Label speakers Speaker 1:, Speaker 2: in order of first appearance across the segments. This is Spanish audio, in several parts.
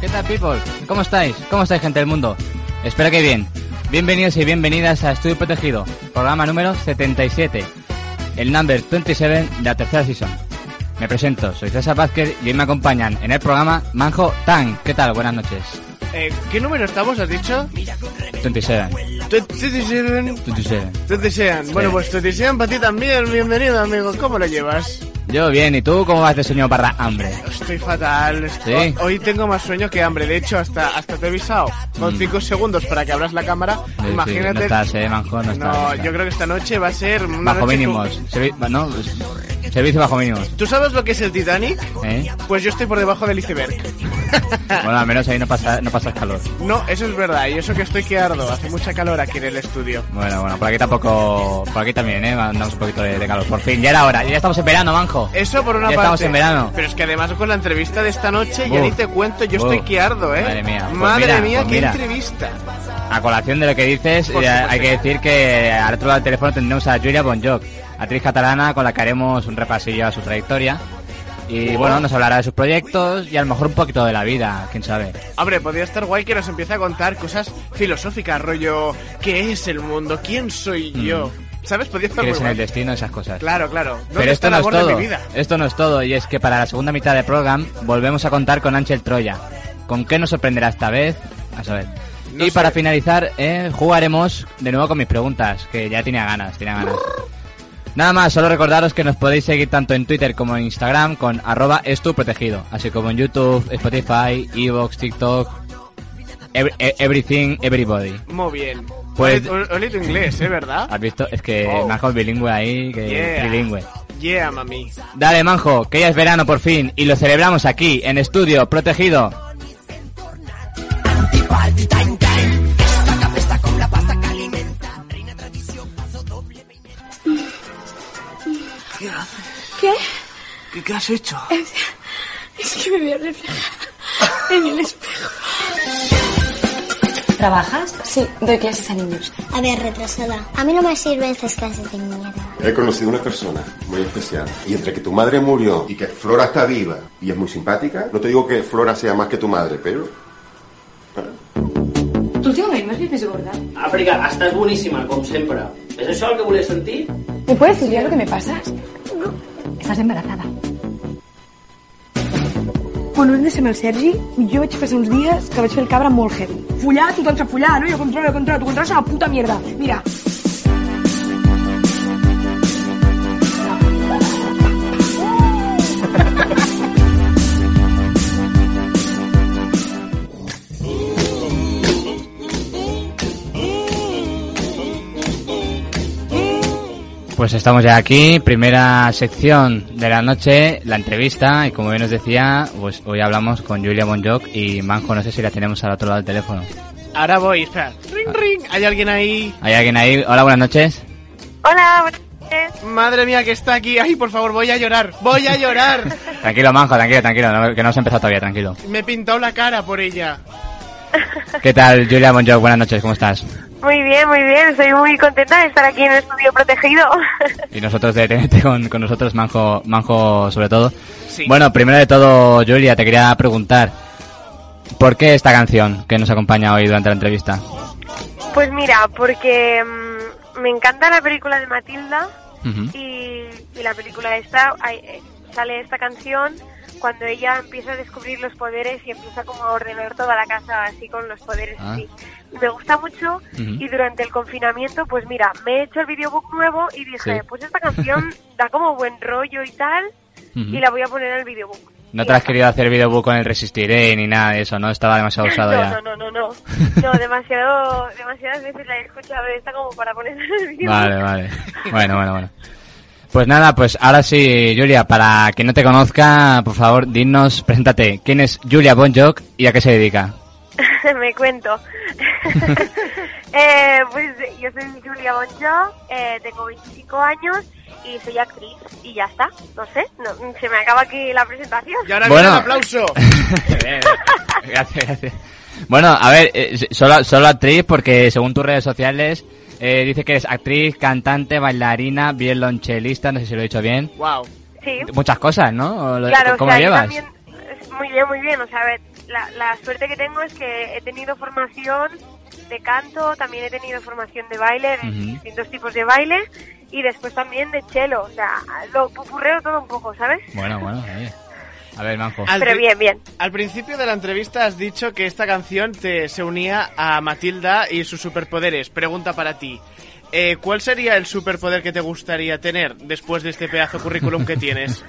Speaker 1: ¿Qué tal, people? ¿Cómo estáis? ¿Cómo estáis, gente del mundo? Espero que bien. Bienvenidos y bienvenidas a Estudio Protegido, programa número 77, el number 27 de la tercera season. Me presento, soy César Vázquez y hoy me acompañan en el programa Manjo Tan. ¿Qué tal? Buenas noches.
Speaker 2: Eh, ¿Qué número estamos, has dicho?
Speaker 1: 27.
Speaker 2: 27.
Speaker 1: 27.
Speaker 2: 27. Bueno, pues 27 para ti también. Bienvenido, amigo. ¿Cómo lo llevas?
Speaker 1: Yo bien, ¿y tú cómo vas de sueño barra hambre?
Speaker 2: Estoy fatal.
Speaker 1: Sí.
Speaker 2: Hoy tengo más sueño que hambre. De hecho, hasta, hasta te he avisado. Con 5 segundos para que abras la cámara.
Speaker 1: Mm. Sí, sí,
Speaker 2: Imagínate.
Speaker 1: No estás, eh, Manjo, no
Speaker 2: No,
Speaker 1: estás. no estás.
Speaker 2: yo creo que esta noche va a ser una
Speaker 1: Bajo
Speaker 2: noche
Speaker 1: mínimos. Servi- no, servicio bajo mínimos.
Speaker 2: con- ¿Tú sabes lo que es el Titanic?
Speaker 1: ¿eh?
Speaker 2: Pues yo estoy por debajo del iceberg.
Speaker 1: Bueno, al menos ahí no pasa, no pasa calor.
Speaker 2: No, eso es verdad. Y eso que estoy que ardo. Hace mucha calor aquí en el estudio.
Speaker 1: Bueno, bueno, por aquí tampoco. Por aquí también, eh. Andamos un poquito de, de calor. Por fin, ya era hora. Ya estamos en verano, manjo.
Speaker 2: Eso por una
Speaker 1: Ya
Speaker 2: parte.
Speaker 1: estamos en verano.
Speaker 2: Pero es que además con la entrevista de esta noche, ya
Speaker 1: Uf.
Speaker 2: ni te cuento, yo
Speaker 1: Uf.
Speaker 2: estoy que ardo, ¿eh?
Speaker 1: Madre mía, pues
Speaker 2: Madre
Speaker 1: mira,
Speaker 2: mía,
Speaker 1: pues
Speaker 2: qué
Speaker 1: mira.
Speaker 2: entrevista.
Speaker 1: A colación de lo que dices,
Speaker 2: Por
Speaker 1: eh,
Speaker 2: supuesto.
Speaker 1: hay que decir que al otro lado del teléfono tendremos a Julia Bonjoc, actriz catalana con la que haremos un repasillo a su trayectoria. Y bueno, nos hablará de sus proyectos y a lo mejor un poquito de la vida, quién sabe.
Speaker 2: Hombre, podría estar guay que nos empiece a contar cosas filosóficas, rollo, ¿qué es el mundo? ¿Quién soy yo? ¿Sabes? Podría estar muy
Speaker 1: Crees en Mm. el
Speaker 2: guay.
Speaker 1: destino, esas cosas.
Speaker 2: Claro, claro. ¿Dónde
Speaker 1: Pero
Speaker 2: está
Speaker 1: esto
Speaker 2: el
Speaker 1: no es
Speaker 2: amor de
Speaker 1: todo.
Speaker 2: mi vida?
Speaker 1: Esto no es todo, y es que para la segunda mitad del programa volvemos a contar con Ángel Troya. ¿Con qué nos sorprenderá esta vez? A saber.
Speaker 2: No
Speaker 1: y
Speaker 2: sé.
Speaker 1: para finalizar, eh, jugaremos de nuevo con mis preguntas, que ya tenía ganas, tenía ganas. Nada más, solo recordaros que nos podéis seguir tanto en Twitter como en Instagram con arroba estuprotegido, así como en YouTube, Spotify, Evox, TikTok, ev- e- everything, everybody.
Speaker 2: Muy bien.
Speaker 1: Pues- Ah.
Speaker 2: Ole- ole tu inglés, ¿eh? ¿Verdad?
Speaker 1: ¿Has visto? Es que
Speaker 2: Oh.
Speaker 1: Marco es bilingüe ahí, que
Speaker 2: Yeah.
Speaker 1: trilingüe.
Speaker 2: Yeah, mami.
Speaker 1: Dale, Manjo, que ya es verano por fin y lo celebramos aquí, en estudio, protegido.
Speaker 3: ¿Qué?
Speaker 2: ¿Qué, has hecho?
Speaker 3: Es que me veo reflejada en el espejo.
Speaker 4: ¿Trabajas?
Speaker 3: Sí, doy clases a niños.
Speaker 5: A ver, retrasada. A mí no me sirven estas clases de mierda.
Speaker 6: He conocido una persona muy especial. Y entre que tu madre murió y que Flora está viva y es muy simpática, no te digo que Flora sea más que tu madre, pero
Speaker 3: Tú últimament m'has vist més gorda.
Speaker 7: Àfrica, estàs boníssima, com sempre. És això el que volia sentir?
Speaker 3: ¿Me puedes decir ya lo que me pasas? Estás embarazada. Quan vam deixar amb el Sergi, jo vaig passar uns dies que vaig fer el cabra molt heavy. Follar, tothom sap follar, no? Jo controlo, jo controlo, tu controles una puta mierda. Mira.
Speaker 1: Pues estamos ya aquí, primera sección de la noche, la entrevista, y como bien os decía, pues hoy hablamos con Julia Bonjoc y Manjo, no sé si la tenemos al otro lado del teléfono.
Speaker 2: Ahora voy, espera.
Speaker 1: Ah.
Speaker 2: Ring, ring. ¿Hay alguien ahí?
Speaker 1: ¿Hay alguien ahí? Hola, buenas noches.
Speaker 2: Madre mía, que está aquí. Ay, por favor, voy a llorar. Voy a llorar.
Speaker 1: Tranquilo, Manjo, tranquilo, tranquilo, no- que no has empezado todavía, tranquilo.
Speaker 2: Me he pintado la cara por ella.
Speaker 1: ¿Qué tal, Julia Bonjoc? Buenas noches, ¿cómo estás?
Speaker 8: Muy bien, muy bien. Estoy muy contenta de estar aquí en el estudio protegido.
Speaker 1: Y nosotros de tenerte con, con nosotros, Manjo, Manjo sobre todo.
Speaker 2: Sí.
Speaker 1: Bueno, primero de todo, Julia, te quería preguntar, ¿por qué esta canción que nos acompaña hoy durante la entrevista?
Speaker 8: Pues mira, porque mm, me encanta la película de Matilda
Speaker 1: Ujú.
Speaker 8: y, y la película esta, ay, eh, sale esta canción cuando ella empieza a descubrir los poderes y empieza como a ordenar toda la casa así con los poderes.
Speaker 1: Ah.
Speaker 8: así. Y me gusta mucho y durante el confinamiento, pues mira, me he hecho el videobook nuevo y dije,
Speaker 1: Sí.
Speaker 8: pues esta canción da como buen rollo y tal
Speaker 1: Ujú.
Speaker 8: y la voy a poner en el videobook.
Speaker 1: No te has querido hacer videobook con el Resistiré ni nada de eso, ¿no? Estaba demasiado usado ya.
Speaker 8: No, no, no, no, no. No, demasiado, demasiadas veces la he escuchado, pero está como para poner el vídeo.
Speaker 1: Vale, vale. Bueno, bueno, bueno. Pues nada, pues ahora sí, Julia, para quien no te conozca, por favor, dinos, preséntate. ¿Quién es Julia Bonjoc y a qué se dedica?
Speaker 8: Me cuento. Eh, pues yo soy Julia Bonjo, eh, tengo 25 años y soy actriz y ya está. No sé, no, se me acaba aquí la presentación.
Speaker 2: Y ahora
Speaker 1: Bueno.
Speaker 2: viene el aplauso.
Speaker 1: gracias, gracias. Bueno, a ver, eh, solo, solo actriz, porque según tus redes sociales, eh, dice que eres actriz, cantante, bailarina, violonchelista, no sé si lo he dicho bien.
Speaker 2: wow.
Speaker 8: Sí.
Speaker 1: Muchas cosas, ¿no? ¿O lo-
Speaker 8: Claro,
Speaker 1: ¿Cómo
Speaker 8: o sea, yo
Speaker 1: llevas?
Speaker 8: también- es muy bien, muy bien. O sea, a ver, la, la suerte que tengo es que he tenido formación de canto, también he tenido formación de baile, de
Speaker 1: Ujú.
Speaker 8: distintos tipos de baile, y después también de chelo. O sea, lo pupurreo todo un poco, ¿sabes?
Speaker 1: Bueno, bueno, oye. A ver, Manjo.
Speaker 2: Al
Speaker 8: Pero
Speaker 2: pri-
Speaker 8: bien, bien.
Speaker 2: Al principio de la entrevista has dicho que esta canción te se unía a Matilda y sus superpoderes. Pregunta para ti. Eh, ¿Cuál sería el superpoder que te gustaría tener después de este pedazo currículum que tienes?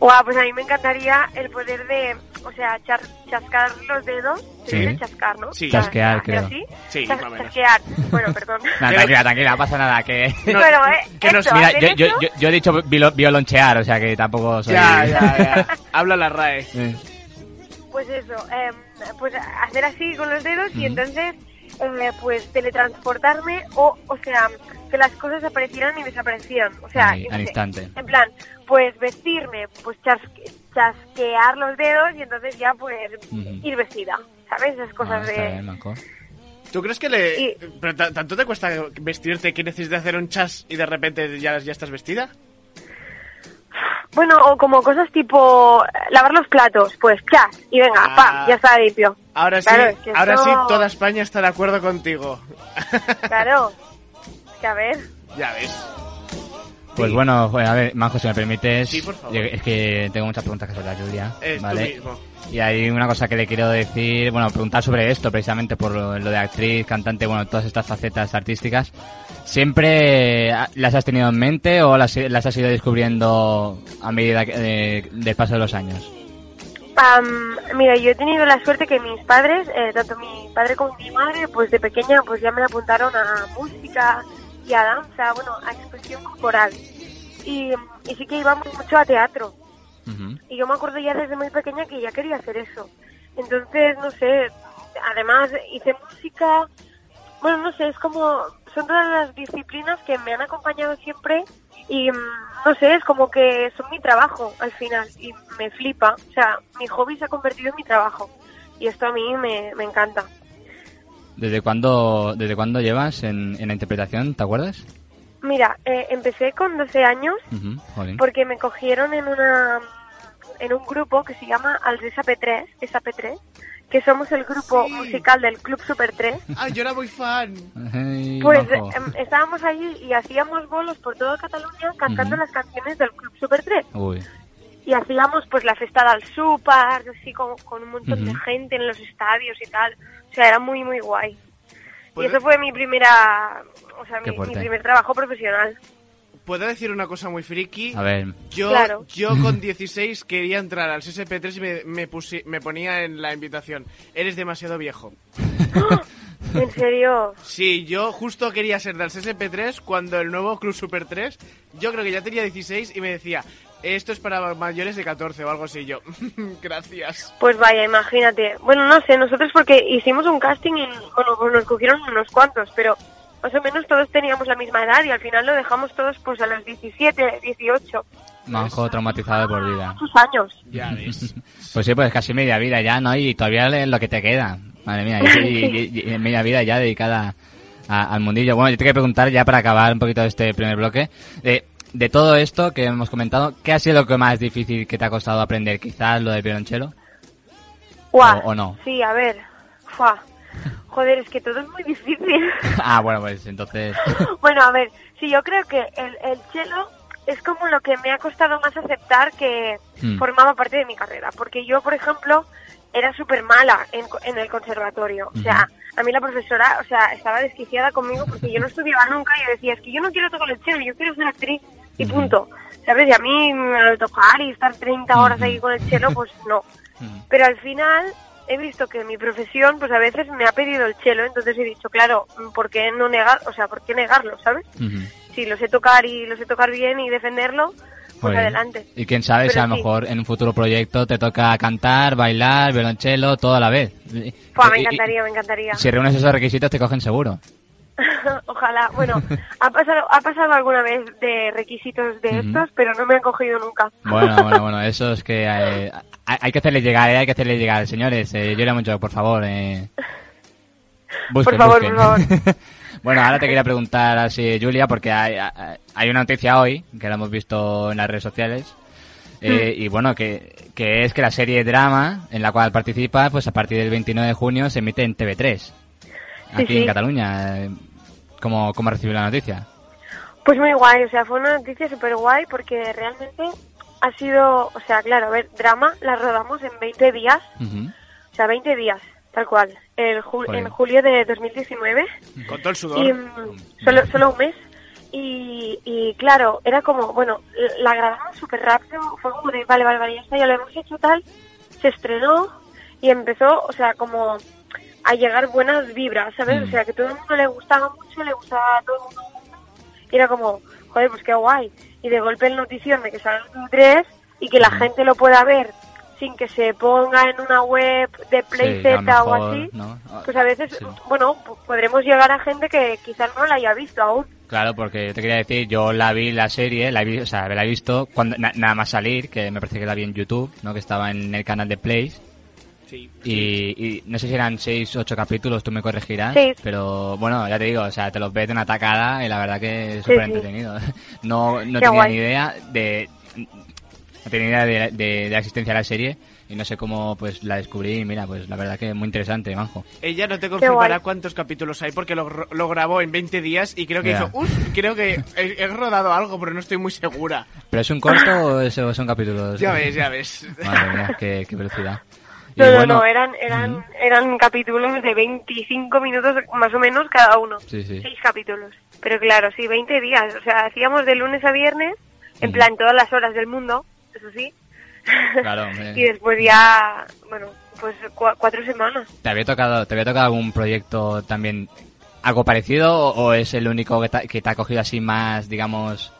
Speaker 8: Guau, pues a mí me encantaría el poder de, o sea, char- chascar los dedos. Se
Speaker 1: Sí.
Speaker 8: dice chascar, ¿no?
Speaker 2: Sí.
Speaker 1: Chasquear,
Speaker 8: Ah,
Speaker 1: creo.
Speaker 8: ¿Sí?
Speaker 2: Sí,
Speaker 8: Chas-
Speaker 2: más o menos.
Speaker 8: chasquear. Bueno, perdón.
Speaker 1: Nah, tranquila, tranquila, pasa nada, que...
Speaker 2: No,
Speaker 8: bueno, eh,
Speaker 2: que nos-
Speaker 8: esto,
Speaker 1: Mira,
Speaker 8: hacer
Speaker 1: yo, yo,
Speaker 8: esto-
Speaker 1: yo, yo he dicho vilo- violonchear, o sea que tampoco soy...
Speaker 2: Ya, ya, ya. Habla la RAE.
Speaker 1: Eh,
Speaker 8: Pues eso, eh, pues hacer así con los dedos
Speaker 1: Ujú.
Speaker 8: y entonces eh, pues teletransportarme o, o sea, que las cosas aparecieran y desaparecieran. O sea,
Speaker 1: Ahí,
Speaker 8: yo qué
Speaker 1: al
Speaker 8: sé.
Speaker 1: instante.
Speaker 8: en plan, pues vestirme, pues chasque- chasquear los dedos y entonces ya pues
Speaker 1: Ujú.
Speaker 8: ir vestida, ¿sabes? Esas
Speaker 1: Ah,
Speaker 8: cosas
Speaker 1: está
Speaker 8: de...
Speaker 1: bien, Manco.
Speaker 2: ¿Tú crees que le...
Speaker 8: Y-
Speaker 2: Pero ta- tanto te cuesta vestirte que necesitas hacer un chas y de repente ya, ya estás vestida?
Speaker 8: Bueno, o como cosas tipo eh, lavar los platos, pues chas y venga,
Speaker 2: Ah.
Speaker 8: pam, ya está limpio.
Speaker 2: Ahora sí,
Speaker 8: Claro, es que
Speaker 2: ahora
Speaker 8: esto-
Speaker 2: sí, toda España está de acuerdo contigo.
Speaker 8: Claro. Es que a ver.
Speaker 2: Ya ves.
Speaker 1: Pues bueno, joder, a ver, Manjo, si me permites...
Speaker 2: Sí, por favor.
Speaker 1: yo- es que tengo muchas preguntas que hacer a Julia,
Speaker 2: Es
Speaker 1: ¿vale?
Speaker 2: tú mismo.
Speaker 1: Y hay una cosa que le quiero decir, bueno, preguntar sobre esto, precisamente por lo, lo de actriz, cantante, bueno, todas estas facetas artísticas. ¿Siempre ah, las has tenido en mente o las, las has ido descubriendo a medida que- de- del paso de los años?
Speaker 8: Am, mira, yo he tenido la suerte que mis padres, eh, tanto mi padre como mi madre, pues de pequeña pues ya me apuntaron a música y a danza, bueno, a expresión corporal. Y, y sí que íbamos mucho a teatro.
Speaker 1: Ujú.
Speaker 8: Y yo me acuerdo ya desde muy pequeña que ya quería hacer eso. Entonces, no sé, además hice música, bueno, no sé, es como, son todas las disciplinas que me han acompañado siempre y mm, no sé, es como que son mi trabajo al final y me flipa, o sea, mi hobby se ha convertido en mi trabajo y esto a mí me, me encanta.
Speaker 1: ¿Desde cuándo, desde cuándo llevas en, en la interpretación? ¿Te acuerdas?
Speaker 8: Mira, eh, empecé con 12 años
Speaker 1: Ujú, jolín.
Speaker 8: porque me cogieron en una en un grupo que se llama Aldresa P3, esa P3, que somos el grupo
Speaker 2: Sí.
Speaker 8: musical del Club Super 3.
Speaker 2: Ah, yo era muy fan.
Speaker 1: Ay,
Speaker 8: Pues
Speaker 1: Manjo.
Speaker 8: em, estábamos allí y hacíamos bolos por toda Cataluña cantando
Speaker 1: Ujú.
Speaker 8: las canciones del Club Super 3.
Speaker 1: Uy,
Speaker 8: Y hacíamos pues la fiesta del súper, así con, con un montón de
Speaker 1: Ujú.
Speaker 8: gente en los estadios y tal. O sea, era muy, muy guay.
Speaker 2: Pues-
Speaker 8: y eso fue mi primera, o sea,
Speaker 1: Qué
Speaker 8: mi, mi
Speaker 1: fuerte.
Speaker 8: primer trabajo profesional.
Speaker 2: ¿Puedo decir una cosa muy friki?
Speaker 1: a ver.
Speaker 2: Yo,
Speaker 8: Claro.
Speaker 2: yo con 16 quería entrar al SSP3 y me, me, pusi- me ponía en la invitación. Eres demasiado viejo.
Speaker 8: En serio.
Speaker 2: Sí, yo justo quería ser del SSP3 cuando el nuevo Club Super 3, yo creo que ya tenía 16 y me decía, esto es para mayores de 14 o algo así. Y Yo, gracias.
Speaker 8: Pues vaya, imagínate. Bueno, no sé, nosotros porque hicimos un casting y bueno, pues nos cogieron unos cuantos, pero más o menos todos teníamos la misma edad y al final lo dejamos todos pues a los 17, 18, pues,
Speaker 1: Manjo traumatizado de por vida.
Speaker 8: muchos años.
Speaker 2: Ya ves.
Speaker 1: Pues sí, pues casi media vida ya, ¿no? Y todavía le- lo que te queda. Madre mía, y, y- y- y media vida ya dedicada a- al mundillo. Bueno, yo te quiero preguntar ya para acabar un poquito este primer bloque. De, de todo esto que hemos comentado, ¿qué ha sido lo que más difícil que te ha costado aprender? Quizás lo del violonchelo.
Speaker 8: Guau.
Speaker 1: ¿O- o no?
Speaker 8: Sí, a ver. Fua. Joder, es que todo es muy difícil.
Speaker 1: ah, bueno, pues entonces...
Speaker 8: bueno, a ver, sí, yo creo que el, el chelo es como lo que me ha costado más aceptar que
Speaker 1: Hmm.
Speaker 8: formaba parte de mi carrera. Porque yo, por ejemplo, era súper mala en, co- en el conservatorio. O sea, a mí la profesora, o sea, estaba desquiciada conmigo porque yo no estudiaba nunca y yo decía, es que yo no quiero tocar el chelo, yo quiero ser actriz. y punto. ¿Sabes? Y a mí mm, al tocar y estar 30 horas ahí con el chelo, pues no.
Speaker 1: mm,
Speaker 8: Pero al final he visto que mi profesión, pues a veces me ha pedido el chelo, entonces he dicho, claro, mm, ¿por qué no negar, o sea, por qué negarlo, sabes?
Speaker 1: Ujú.
Speaker 8: Si lo sé tocar y lo sé tocar bien y defenderlo, pues
Speaker 1: Muy bien.
Speaker 8: adelante.
Speaker 1: Y quién sabe si
Speaker 8: Pero
Speaker 1: a lo
Speaker 8: sí.
Speaker 1: mejor en un futuro proyecto te toca cantar, bailar, violonchelo, todo a la vez.
Speaker 8: Fua,
Speaker 1: Y-
Speaker 8: me
Speaker 1: y-
Speaker 8: encantaría, me encantaría.
Speaker 1: Si reúnes esos requisitos te cogen seguro.
Speaker 8: Ojalá, bueno, ha pasado, ha pasado alguna vez de requisitos de
Speaker 1: Ujú.
Speaker 8: estos, pero no me han cogido nunca.
Speaker 1: Bueno, bueno, bueno, eso es que eh, hay, hay que hacerle llegar, eh, hay que hacerle llegar. Señores, eh, llora mucho, por favor. Eh. Busquen,
Speaker 8: favor,
Speaker 1: busquen.
Speaker 8: por
Speaker 1: bueno, ahora te quería preguntar así, Julia, porque hay, hay una noticia hoy que la hemos visto en las redes sociales.
Speaker 8: Mm.
Speaker 1: eh, y bueno, que, que es que la serie Drama, en la cual participa, pues a partir del 29 de junio se emite en TV3, aquí en
Speaker 8: sí.
Speaker 1: Cataluña. Eh, ¿Cómo, ¿Cómo recibió la noticia?
Speaker 8: Pues muy guay, o sea, fue una noticia súper guay porque realmente ha sido, o sea, claro, a ver, drama la rodamos en 20 días,
Speaker 1: Ujú.
Speaker 8: o sea, 20 días, tal cual, el ju-
Speaker 1: Joder.
Speaker 8: en julio de 2019,
Speaker 2: Con todo el
Speaker 8: y,
Speaker 2: sudor.
Speaker 8: mm, solo, solo un mes, y, y claro, era como, bueno, la grabamos súper rápido, fue como de, vale, vale, vale, ya está, ya lo hemos hecho tal, se estrenó y empezó, o sea, como a llegar buenas vibras, ¿sabes?
Speaker 1: Mm.
Speaker 8: O sea, que todo el mundo le gustaba mucho, le gustaba a todo el mundo. Y era como, joder, pues qué guay. Y de golpe el notición de que salga en tres y que la
Speaker 1: Mm.
Speaker 8: gente lo pueda ver sin que se ponga en una web de Play
Speaker 1: Sí, a lo
Speaker 8: Z o
Speaker 1: mejor,
Speaker 8: así.
Speaker 1: ¿no?
Speaker 8: Pues a veces,
Speaker 1: Sí.
Speaker 8: bueno, po- podremos llegar a gente que quizás no la haya visto aún.
Speaker 1: Claro, porque yo te quería decir, yo la vi la serie, la vi, o sea, la he visto cuando na- nada más salir, que me parece que la vi en YouTube, ¿no? Que estaba en el canal de Play.
Speaker 2: Sí.
Speaker 1: Y, y no sé si eran 6 ocho capítulos, tú me corregirás.
Speaker 8: Sí.
Speaker 1: Pero bueno, ya te digo, o sea, te los ves de una tacada y la verdad que es
Speaker 8: Sí,
Speaker 1: súper
Speaker 8: sí.
Speaker 1: entretenido. No, no
Speaker 8: Qué
Speaker 1: tenía
Speaker 8: guay.
Speaker 1: ni idea de. No tenía idea de, de- de la existencia de la serie y no sé cómo pues la descubrí. y Mira, pues la verdad que es muy interesante, Manjo.
Speaker 2: Ella no te confirmará
Speaker 8: guay.
Speaker 2: cuántos capítulos hay porque lo, gr- lo grabó en 20 días y creo que
Speaker 1: Ya.
Speaker 2: hizo, uff, creo que he, he rodado algo, pero no estoy muy segura.
Speaker 1: ¿Pero es un corto o es- o son capítulos?
Speaker 2: Ya ves, ya ves.
Speaker 1: Madre mía, qué, qué velocidad. Y
Speaker 8: No,
Speaker 1: bueno-
Speaker 8: no, no, eran, eran,
Speaker 1: Ujú.
Speaker 8: eran capítulos de 25 minutos más o menos cada uno.
Speaker 1: Sí, sí.
Speaker 8: Seis capítulos. Pero claro, sí, 20 días. O sea, hacíamos de lunes a viernes, en
Speaker 1: Ujú.
Speaker 8: plan todas las horas del mundo, eso sí.
Speaker 1: Claro, hombre.
Speaker 8: y después ya, bueno, pues cua- cuatro semanas.
Speaker 1: ¿Te había tocado, te había tocado algún proyecto también algo parecido o, o es el único que te, que te ha cogido así más, digamos,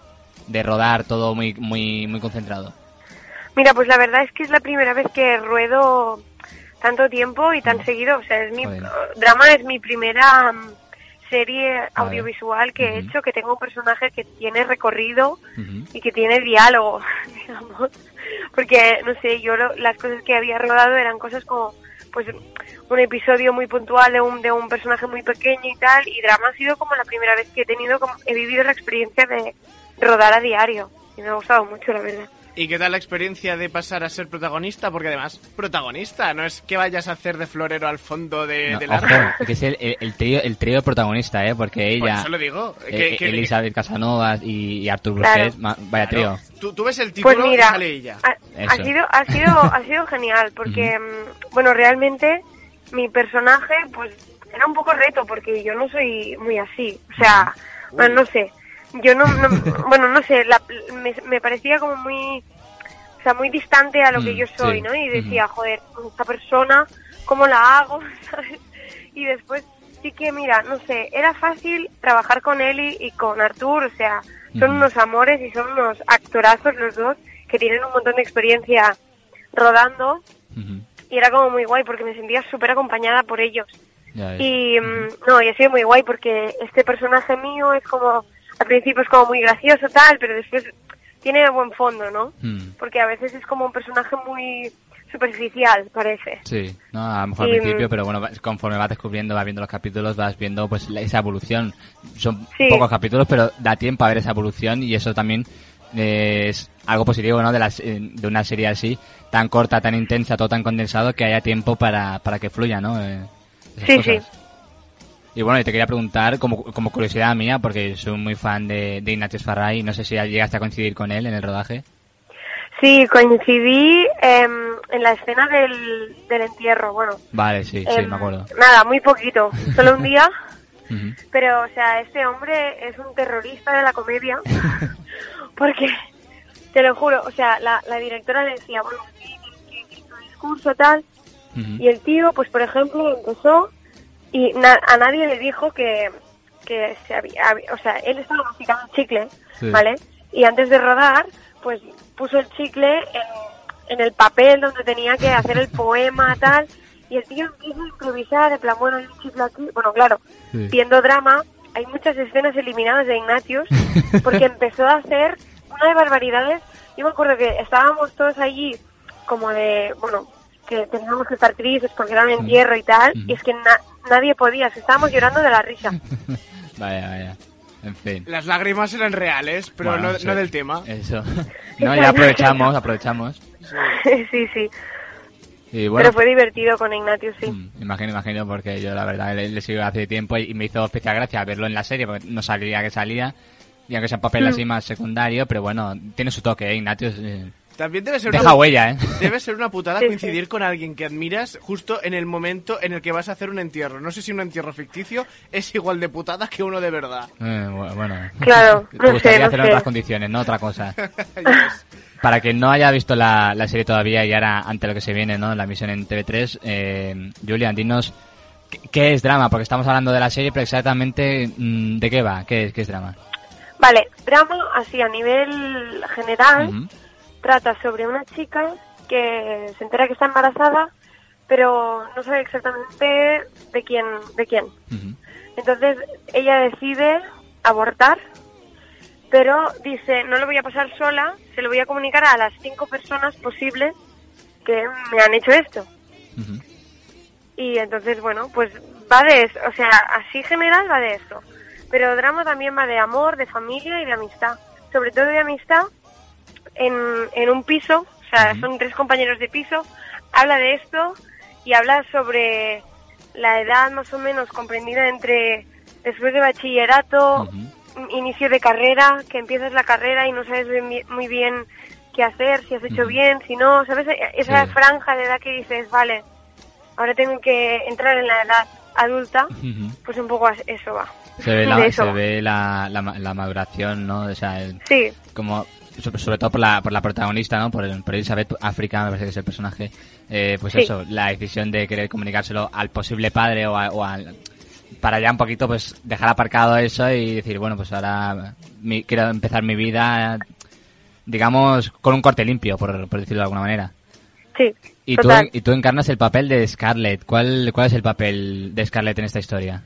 Speaker 1: de rodar todo muy muy muy concentrado?
Speaker 8: Mira, pues la verdad es que es la primera vez que ruedo tanto tiempo y tan seguido. O sea, es mi
Speaker 1: Joder.
Speaker 8: drama es mi primera mm, serie audiovisual que he
Speaker 1: Ujú.
Speaker 8: hecho, que tengo un personaje que tiene recorrido
Speaker 1: Ujú.
Speaker 8: y que tiene diálogo, digamos. Porque, no sé, yo lo- las cosas que había rodado eran cosas como, pues, un episodio muy puntual de un, de un personaje muy pequeño y tal. Y drama ha sido como la primera vez que he tenido, como, he vivido la experiencia de rodar a diario. Y me ha gustado mucho, la verdad.
Speaker 2: ¿Y qué tal la experiencia de pasar a ser protagonista? Porque además, protagonista, no es que vayas a hacer de florero al fondo Eh, de,
Speaker 1: No,
Speaker 2: del
Speaker 1: ojo,
Speaker 2: árbol.
Speaker 1: que es el, el, el trío el trío protagonista, ¿eh? Porque
Speaker 2: Por
Speaker 1: ella,
Speaker 2: eso lo digo.
Speaker 1: eh,
Speaker 2: que- que-
Speaker 1: Elizabeth Casanovas y, y Artur
Speaker 8: Claro.
Speaker 1: Burgess, ma- vaya
Speaker 2: claro,
Speaker 1: trío.
Speaker 2: tú, tú ves el título
Speaker 8: pues
Speaker 2: y
Speaker 8: mira,
Speaker 2: sale ella.
Speaker 8: Ha, ha
Speaker 1: Eso.
Speaker 8: sido, ha sido, ha sido genial porque, mm, bueno, realmente mi personaje, pues, era un poco reto porque yo no soy muy así, o sea, bueno, no sé, yo no, no- bueno, no sé, la- me, me parecía como muy, o sea, muy distante a lo que
Speaker 1: Mm,
Speaker 8: yo soy,
Speaker 1: sí.
Speaker 8: ¿no? Y decía, "Ah, joder, esta persona, ¿cómo la hago? ¿Sabes? Y después sí que, mira, no sé, era fácil trabajar con Eli y con Artur, o sea, son
Speaker 1: Ujú.
Speaker 8: unos amores y son unos actorazos los dos que tienen un montón de experiencia rodando
Speaker 1: Ujú.
Speaker 8: y era como muy guay porque me sentía súper acompañada por ellos.
Speaker 1: Ya ves.
Speaker 8: Y mm, no, y ha sido muy guay porque este personaje mío es como, al principio es como muy gracioso tal, pero después tiene buen fondo, ¿no?
Speaker 1: Mm,
Speaker 8: Porque a veces es como un personaje muy superficial, parece.
Speaker 1: Sí, no, a lo mejor
Speaker 8: Y,
Speaker 1: al
Speaker 8: mm,
Speaker 1: principio, pero bueno, vas- conforme vas descubriendo, vas viendo los capítulos, vas viendo pues la- esa evolución. Son
Speaker 8: Sí.
Speaker 1: pocos capítulos, pero da tiempo a ver esa evolución y eso también eh, es algo positivo, ¿no? De, las, eh, de una serie así, tan corta, tan intensa, todo tan condensado, que haya tiempo para, para que fluya, ¿no? Eh, esas
Speaker 8: Sí, sí.
Speaker 1: Y bueno, y te quería preguntar, como, como curiosidad mía, porque soy muy fan de, de Ignatius Farray, no sé si ya llegaste a coincidir con él en el rodaje.
Speaker 8: Sí, coincidí em, en la escena del, del entierro, bueno.
Speaker 1: Vale, sí, sí,
Speaker 8: em,
Speaker 1: me acuerdo.
Speaker 8: Nada, muy poquito, solo un día.
Speaker 1: Ujú.
Speaker 8: Pero, o sea, este hombre es un terrorista de la comedia. Porque, te lo juro, o sea, la, la directora le decía, bueno, sí, sí, sí, tu discurso tal, y el tío, pues por ejemplo, empezó y na- a nadie le dijo que, que se había, había- o sea, él estaba masticando chicle,
Speaker 1: Sí.
Speaker 8: ¿vale? Y antes de rodar, pues puso el chicle en, en el papel donde tenía que hacer el poema, tal, y el tío empieza a improvisar, en plan, bueno, hay un chicle aquí, bueno, claro,
Speaker 1: Sí.
Speaker 8: viendo drama, hay muchas escenas eliminadas de Ignatius, porque empezó a hacer una de barbaridades. Yo me acuerdo que estábamos todos allí como de, bueno, que teníamos que estar tristes porque era un entierro y tal, y es que na- nadie podía, se estábamos llorando de la risa.
Speaker 1: Vaya, vaya. En fin.
Speaker 2: Las lágrimas eran reales, pero
Speaker 1: Bueno, Eh,
Speaker 2: no,
Speaker 1: sí.
Speaker 2: no del tema.
Speaker 1: Eso. No, ya aprovechamos, aprovechamos.
Speaker 8: sí, sí,
Speaker 1: Y bueno,
Speaker 8: pero fue divertido con Ignatius, sí.
Speaker 1: Mm, Imagino, imagino, porque yo la verdad le, le sigo hace tiempo y, y me hizo especial gracia verlo en la serie, porque no salía que salía, y aunque sea un papel así más secundario, pero bueno, tiene su toque, ¿eh? Ignatius eh,
Speaker 2: También debe ser
Speaker 1: deja
Speaker 2: una...
Speaker 1: huella, ¿eh?
Speaker 2: Debe ser una putada
Speaker 8: Sí, sí.
Speaker 2: coincidir con alguien que admiras justo en el momento en el que vas a hacer un entierro. No sé si un entierro ficticio es igual de putada que uno de verdad.
Speaker 1: Eh, bu- bueno,
Speaker 8: Claro,
Speaker 1: te
Speaker 8: no sé,
Speaker 1: gustaría
Speaker 8: no
Speaker 1: hacerlo en
Speaker 8: sé.
Speaker 1: otras condiciones, no otra cosa.
Speaker 2: Ya ves.
Speaker 1: Para quien no haya visto la, la serie todavía y ahora ante lo que se viene, ¿no? La misión en TV3, eh, Julian, dinos qué, qué es drama, porque estamos hablando de la serie, pero exactamente mm, de qué va, qué es, qué es drama.
Speaker 8: Vale, drama así a nivel general.
Speaker 1: Ujú.
Speaker 8: trata sobre una chica que se entera que está embarazada, pero no sabe exactamente de quién, de quién.
Speaker 1: Ujú.
Speaker 8: Entonces ella decide abortar, pero dice, no lo voy a pasar sola, se lo voy a comunicar a las cinco personas posibles que me han hecho esto.
Speaker 1: Ujú.
Speaker 8: Y entonces, bueno, pues va de eso, o sea, así general va de eso. Pero drama también va de amor, de familia y de amistad. Sobre todo de amistad en, en un piso, o sea, son tres compañeros de piso, habla de esto y habla sobre la edad más o menos comprendida entre después de bachillerato, in- inicio de carrera, que empiezas la carrera y no sabes bien- bien- muy bien qué hacer, si has hecho
Speaker 1: Ujú.
Speaker 8: bien, si no, ¿sabes? E-, Esa
Speaker 1: Sí.
Speaker 8: franja de edad que dices, vale, ahora tengo que entrar en la edad adulta,
Speaker 1: Ujú.
Speaker 8: pues un poco as- eso va.
Speaker 1: Se ve,
Speaker 8: De
Speaker 1: la,
Speaker 8: eso
Speaker 1: se
Speaker 8: va.
Speaker 1: ve la, la, ma- la maduración, ¿no? O sea, el-
Speaker 8: Sí,
Speaker 1: como sobre, sobre todo por la, por la protagonista, ¿no? Por, el- por Elizabeth África, me parece que es el personaje. Eh, pues
Speaker 8: Sí.
Speaker 1: eso, la decisión de querer comunicárselo al posible padre o, a- o al... Para ya un poquito, pues, dejar aparcado eso y decir, bueno, pues ahora mi- quiero empezar mi vida, digamos, con un corte limpio, por, por decirlo de alguna manera.
Speaker 8: sí.
Speaker 1: Y tú,
Speaker 8: total.
Speaker 1: y tú encarnas el papel de Scarlett. ¿Cuál, ¿Cuál es el papel de Scarlett en esta historia?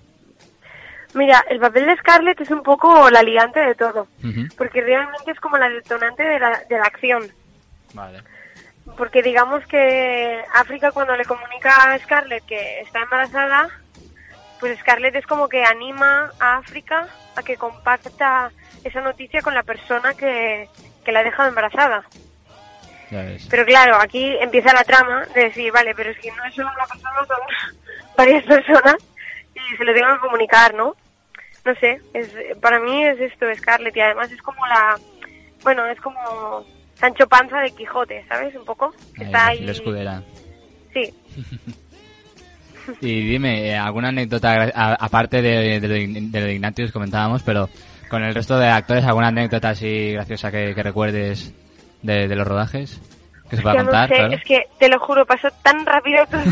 Speaker 8: Mira, el papel de Scarlett es un poco la ligante de todo,
Speaker 1: Ujú.
Speaker 8: porque realmente es como la detonante de la, de la acción.
Speaker 1: Vale.
Speaker 8: Porque digamos que África cuando le comunica a Scarlett que está embarazada, pues Scarlett es como que anima a África a que comparta esa noticia con la persona que, que la ha dejado embarazada.
Speaker 1: Ya ves.
Speaker 8: Pero claro, aquí empieza la trama de decir, vale, pero es que no es solo una persona, son varias personas y se lo tengo que comunicar, ¿no? No sé, es, para mí es esto, Scarlett, y además es como la, bueno, es como Sancho Panza de Quijote, ¿sabes? Un poco. que
Speaker 1: Ahí,
Speaker 8: está ahí.
Speaker 1: la escudera.
Speaker 8: Sí.
Speaker 1: Y dime, eh, alguna anécdota, gra- a- aparte de, de, lo in- de lo de Ignatius comentábamos, pero con el resto de actores, alguna anécdota así graciosa que, que recuerdes de, de los rodajes? Que se pueda
Speaker 8: Yo no
Speaker 1: contar,
Speaker 8: sé,
Speaker 1: claro.
Speaker 8: es que te lo juro, pasó tan rápido todo.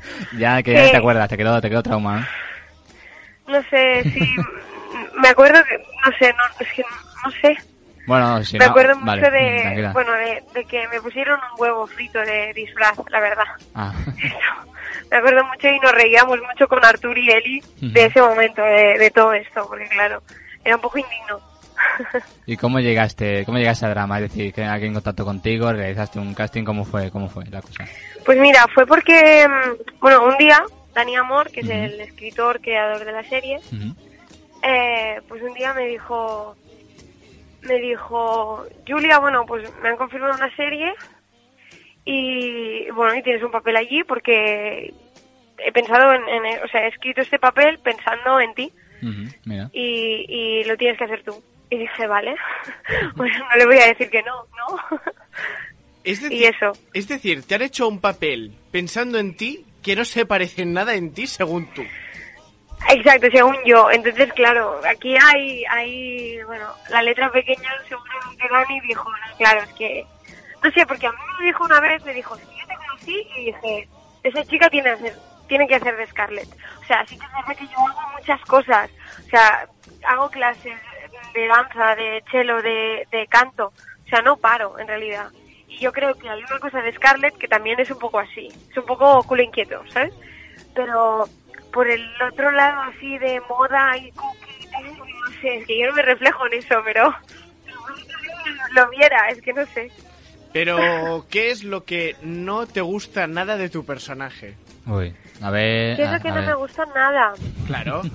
Speaker 1: Ya que ya ni
Speaker 8: que-
Speaker 1: te acuerdas, te quedó, te quedó trauma. ¿eh? ¿no?
Speaker 8: no sé si. me acuerdo que. No sé, no, es que no sé.
Speaker 1: Bueno, si
Speaker 8: me
Speaker 1: no,
Speaker 8: acuerdo
Speaker 1: vale,
Speaker 8: mucho
Speaker 1: mm,
Speaker 8: de,
Speaker 1: tranquila.
Speaker 8: bueno, de, de que me pusieron un huevo frito de disfraz, la verdad.
Speaker 1: Ah,
Speaker 8: Me acuerdo mucho y nos reíamos mucho con Artur y Eli de ese momento, de, de todo esto, porque claro, era un poco indigno.
Speaker 1: ¿Y cómo llegaste, cómo llegaste al drama? Es decir, que alguien contactó contigo, realizaste un casting, ¿cómo fue, cómo fue la cosa?
Speaker 8: Pues mira, fue porque, mm, bueno, un día Dani Amor, que es el escritor, creador de la serie,
Speaker 1: Ujú.
Speaker 8: eh, pues un día me dijo, me dijo, Julia, bueno, pues me han confirmado una serie y, bueno, y tienes un papel allí porque he pensado en, en- o sea, he escrito este papel pensando en ti.
Speaker 1: Ujú, Mira.
Speaker 8: y, y lo tienes que hacer tú. Y dije, vale, pues no le voy a decir que no, ¿no?
Speaker 2: Es decir,
Speaker 8: Y eso.
Speaker 2: es decir, te han hecho un papel pensando en ti que no se parece en nada en ti según tú.
Speaker 8: Exacto, según yo. Entonces, claro, aquí hay, hay bueno, la letra pequeña seguro que Dani dijo, no, claro, es que, no sé, porque a mí me dijo una vez, me dijo, si yo te conocí y dije, esa chica tiene, que hacer- tiene que hacer de Scarlett. O sea, sí que es verdad que yo hago muchas cosas. O sea, hago clases de danza, de cello, de, de canto. O sea, no paro, en realidad. Y yo creo que hay una cosa de Scarlett que también es un poco así. Es un poco culo inquieto, ¿sabes? pero por el otro lado así de moda y cookie, no sé, es que yo no me reflejo en eso, pero lo viera, es que no sé.
Speaker 2: Pero, ¿qué es lo que no te gusta nada de tu personaje?
Speaker 1: Uy, a ver...
Speaker 8: ¿Qué
Speaker 1: Eh,
Speaker 8: es
Speaker 1: a-
Speaker 8: lo que
Speaker 1: a
Speaker 8: no
Speaker 1: ver.
Speaker 8: me gusta nada?
Speaker 2: Claro.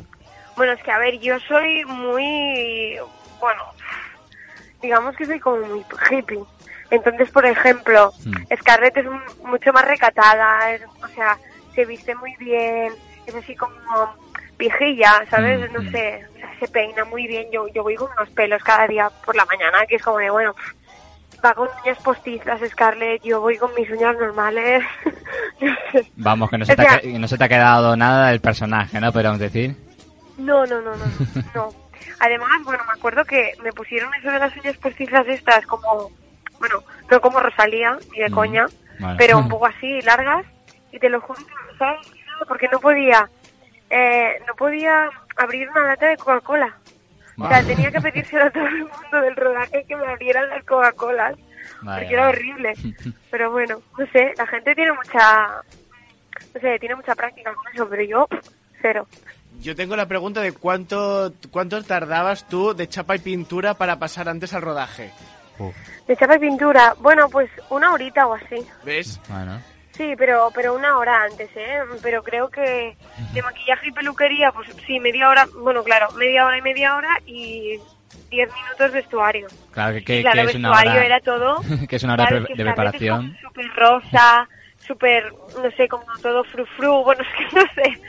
Speaker 8: Bueno, es que a ver, yo soy muy, bueno, digamos que soy como muy hippie. Entonces, por ejemplo,
Speaker 1: Mm.
Speaker 8: Scarlett es m- mucho más recatada, es- o sea, se viste muy bien, es así como pijilla, ¿sabes?
Speaker 1: Mm,
Speaker 8: No
Speaker 1: mm.
Speaker 8: sé, o sea, se peina muy bien. Yo, yo voy con unos pelos cada día por la mañana, que es como de, bueno, va con uñas postizas Scarlett, yo voy con mis uñas normales. no sé.
Speaker 1: Vamos, que no se,
Speaker 8: O
Speaker 1: te ha
Speaker 8: sea-
Speaker 1: que- no se te ha quedado nada del personaje, ¿no? Podríamos decir.
Speaker 8: No, no, no, no, no. Además, bueno, me acuerdo que me pusieron eso de las uñas postizas estas como, bueno, no como Rosalía, ni de
Speaker 1: Mm,
Speaker 8: coña,
Speaker 1: vale.
Speaker 8: pero un poco así, largas, y te lo juro que, ¿sabes? Porque no podía, eh, no podía abrir una lata de Coca-Cola. O sea,
Speaker 1: Vale.
Speaker 8: tenía que pedírselo a todo el mundo del rodaje que me abrieran las Coca-Colas,
Speaker 1: Vale,
Speaker 8: porque era
Speaker 1: vale.
Speaker 8: horrible. Pero bueno, no sé, la gente tiene mucha, no sé, tiene mucha práctica con eso, pero yo, cero.
Speaker 2: Yo tengo la pregunta de cuánto, cuánto tardabas tú de chapa y pintura para pasar antes al rodaje.
Speaker 1: Uf,
Speaker 8: De chapa y pintura, bueno, pues una horita o así.
Speaker 2: ¿Ves?
Speaker 1: bueno.
Speaker 8: Sí, pero pero una hora antes, ¿eh? Pero creo que de maquillaje y peluquería, pues sí, media hora, bueno, claro, media hora y media hora y 10 minutos vestuario.
Speaker 1: Claro que, que-
Speaker 8: Y claro,
Speaker 1: que es una
Speaker 8: vestuario
Speaker 1: hora...
Speaker 8: era todo.
Speaker 1: que es una hora
Speaker 8: Claro,
Speaker 1: pre-
Speaker 8: es que
Speaker 1: de
Speaker 8: Scarlett es
Speaker 1: preparación.
Speaker 8: como Súper rosa, súper, no sé, como todo frufru, bueno, es que no sé,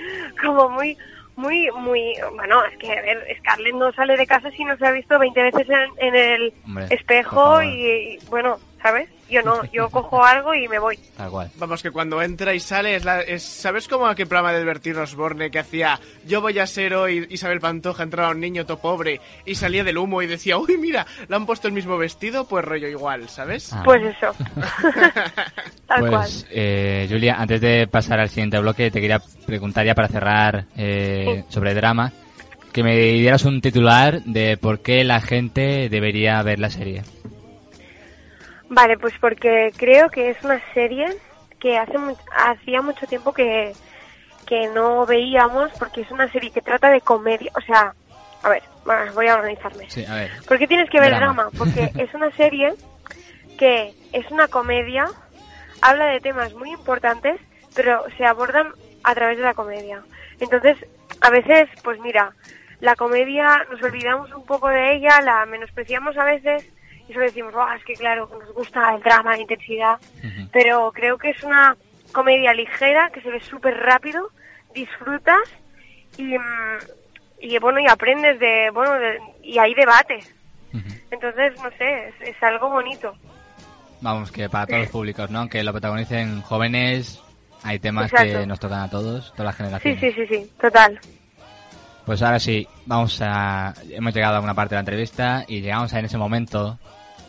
Speaker 8: como muy, muy, muy, bueno, es que a ver, Scarlett no sale de casa si no se ha visto 20 veces en, en el
Speaker 1: Hombre, por
Speaker 8: espejo
Speaker 1: favor.
Speaker 8: y, y, bueno, ¿sabes? Yo no, yo cojo algo y me voy.
Speaker 1: Tal cual.
Speaker 2: Vamos, que cuando entra y sale, es la- es- ¿sabes cómo aquel programa de Bertín Osborne que hacía Yo voy a ser hoy Isabel Pantoja, entraba un niño todo pobre y salía del humo y decía, uy, mira, le han puesto el mismo vestido, pues rollo igual, ¿sabes?
Speaker 1: Ah.
Speaker 8: Pues eso. Tal cual.
Speaker 1: Pues, eh, Julia, antes de pasar al siguiente bloque, te quería preguntar ya para cerrar eh, sobre drama, que me dieras un titular de por qué la gente debería ver la serie.
Speaker 8: Vale, pues porque creo que es una serie que hace mu- hacía mucho tiempo que, que no veíamos, porque es una serie que trata de comedia. O sea, a ver, va, voy a organizarme.
Speaker 1: Sí, a ver.
Speaker 8: ¿Por qué tienes que ver
Speaker 1: Drama.
Speaker 8: drama? Porque es una serie que es una comedia, habla de temas muy importantes, pero se abordan a través de la comedia. Entonces, a veces, pues mira, la comedia nos olvidamos un poco de ella, la menospreciamos a veces y solo decimos, "Buah, es que claro, nos gusta el drama, la intensidad,
Speaker 1: Ujú.
Speaker 8: pero creo que es una comedia ligera que se ve súper rápido, disfrutas y, mm, y bueno, y aprendes de, bueno, de- y hay debate.
Speaker 1: Ujú.
Speaker 8: Entonces, no sé, es, es algo bonito.
Speaker 1: Vamos, que para todos los públicos, ¿no? Aunque lo protagonicen jóvenes, hay temas
Speaker 8: Exacto.
Speaker 1: que nos tocan a todos, todas las
Speaker 8: Sí,
Speaker 1: generaciones.
Speaker 8: sí, sí, sí, total.
Speaker 1: Pues ahora sí, vamos a... Hemos llegado a una parte de la entrevista y llegamos a en ese momento,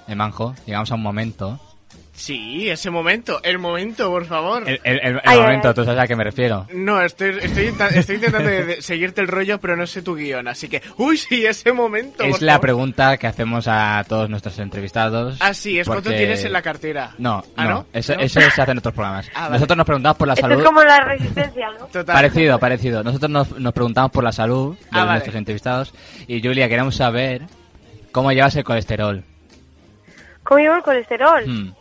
Speaker 1: en Manjo, llegamos a un momento.
Speaker 2: Sí, ese momento, el momento, por favor.
Speaker 1: El, el- el- el
Speaker 8: Ay, ay,
Speaker 1: momento,
Speaker 8: ay.
Speaker 1: tú sabes a qué me refiero.
Speaker 2: No, estoy, estoy, inta- estoy intentando de- de seguirte el rollo, pero no sé tu guión, así que... Uy, sí, ese momento.
Speaker 1: Es
Speaker 2: por
Speaker 1: la
Speaker 2: favor.
Speaker 1: pregunta que hacemos a todos nuestros entrevistados.
Speaker 2: Ah, sí, es cuánto
Speaker 1: porque-
Speaker 2: tienes en la cartera.
Speaker 1: No,
Speaker 2: Ah,
Speaker 1: no,
Speaker 2: ¿no?
Speaker 1: Eso,
Speaker 2: ¿No?
Speaker 1: eso se hace en otros programas.
Speaker 2: Ah, vale.
Speaker 1: Nosotros nos preguntamos por la
Speaker 8: Esto
Speaker 1: salud.
Speaker 8: es como la resistencia, ¿no?
Speaker 2: Total.
Speaker 1: Parecido, parecido. Nosotros nos, nos preguntamos por la salud de
Speaker 2: Ah, vale.
Speaker 1: nuestros entrevistados. Y Julia, queremos saber cómo llevas el colesterol.
Speaker 8: ¿Cómo llevo el colesterol?
Speaker 1: Hmm,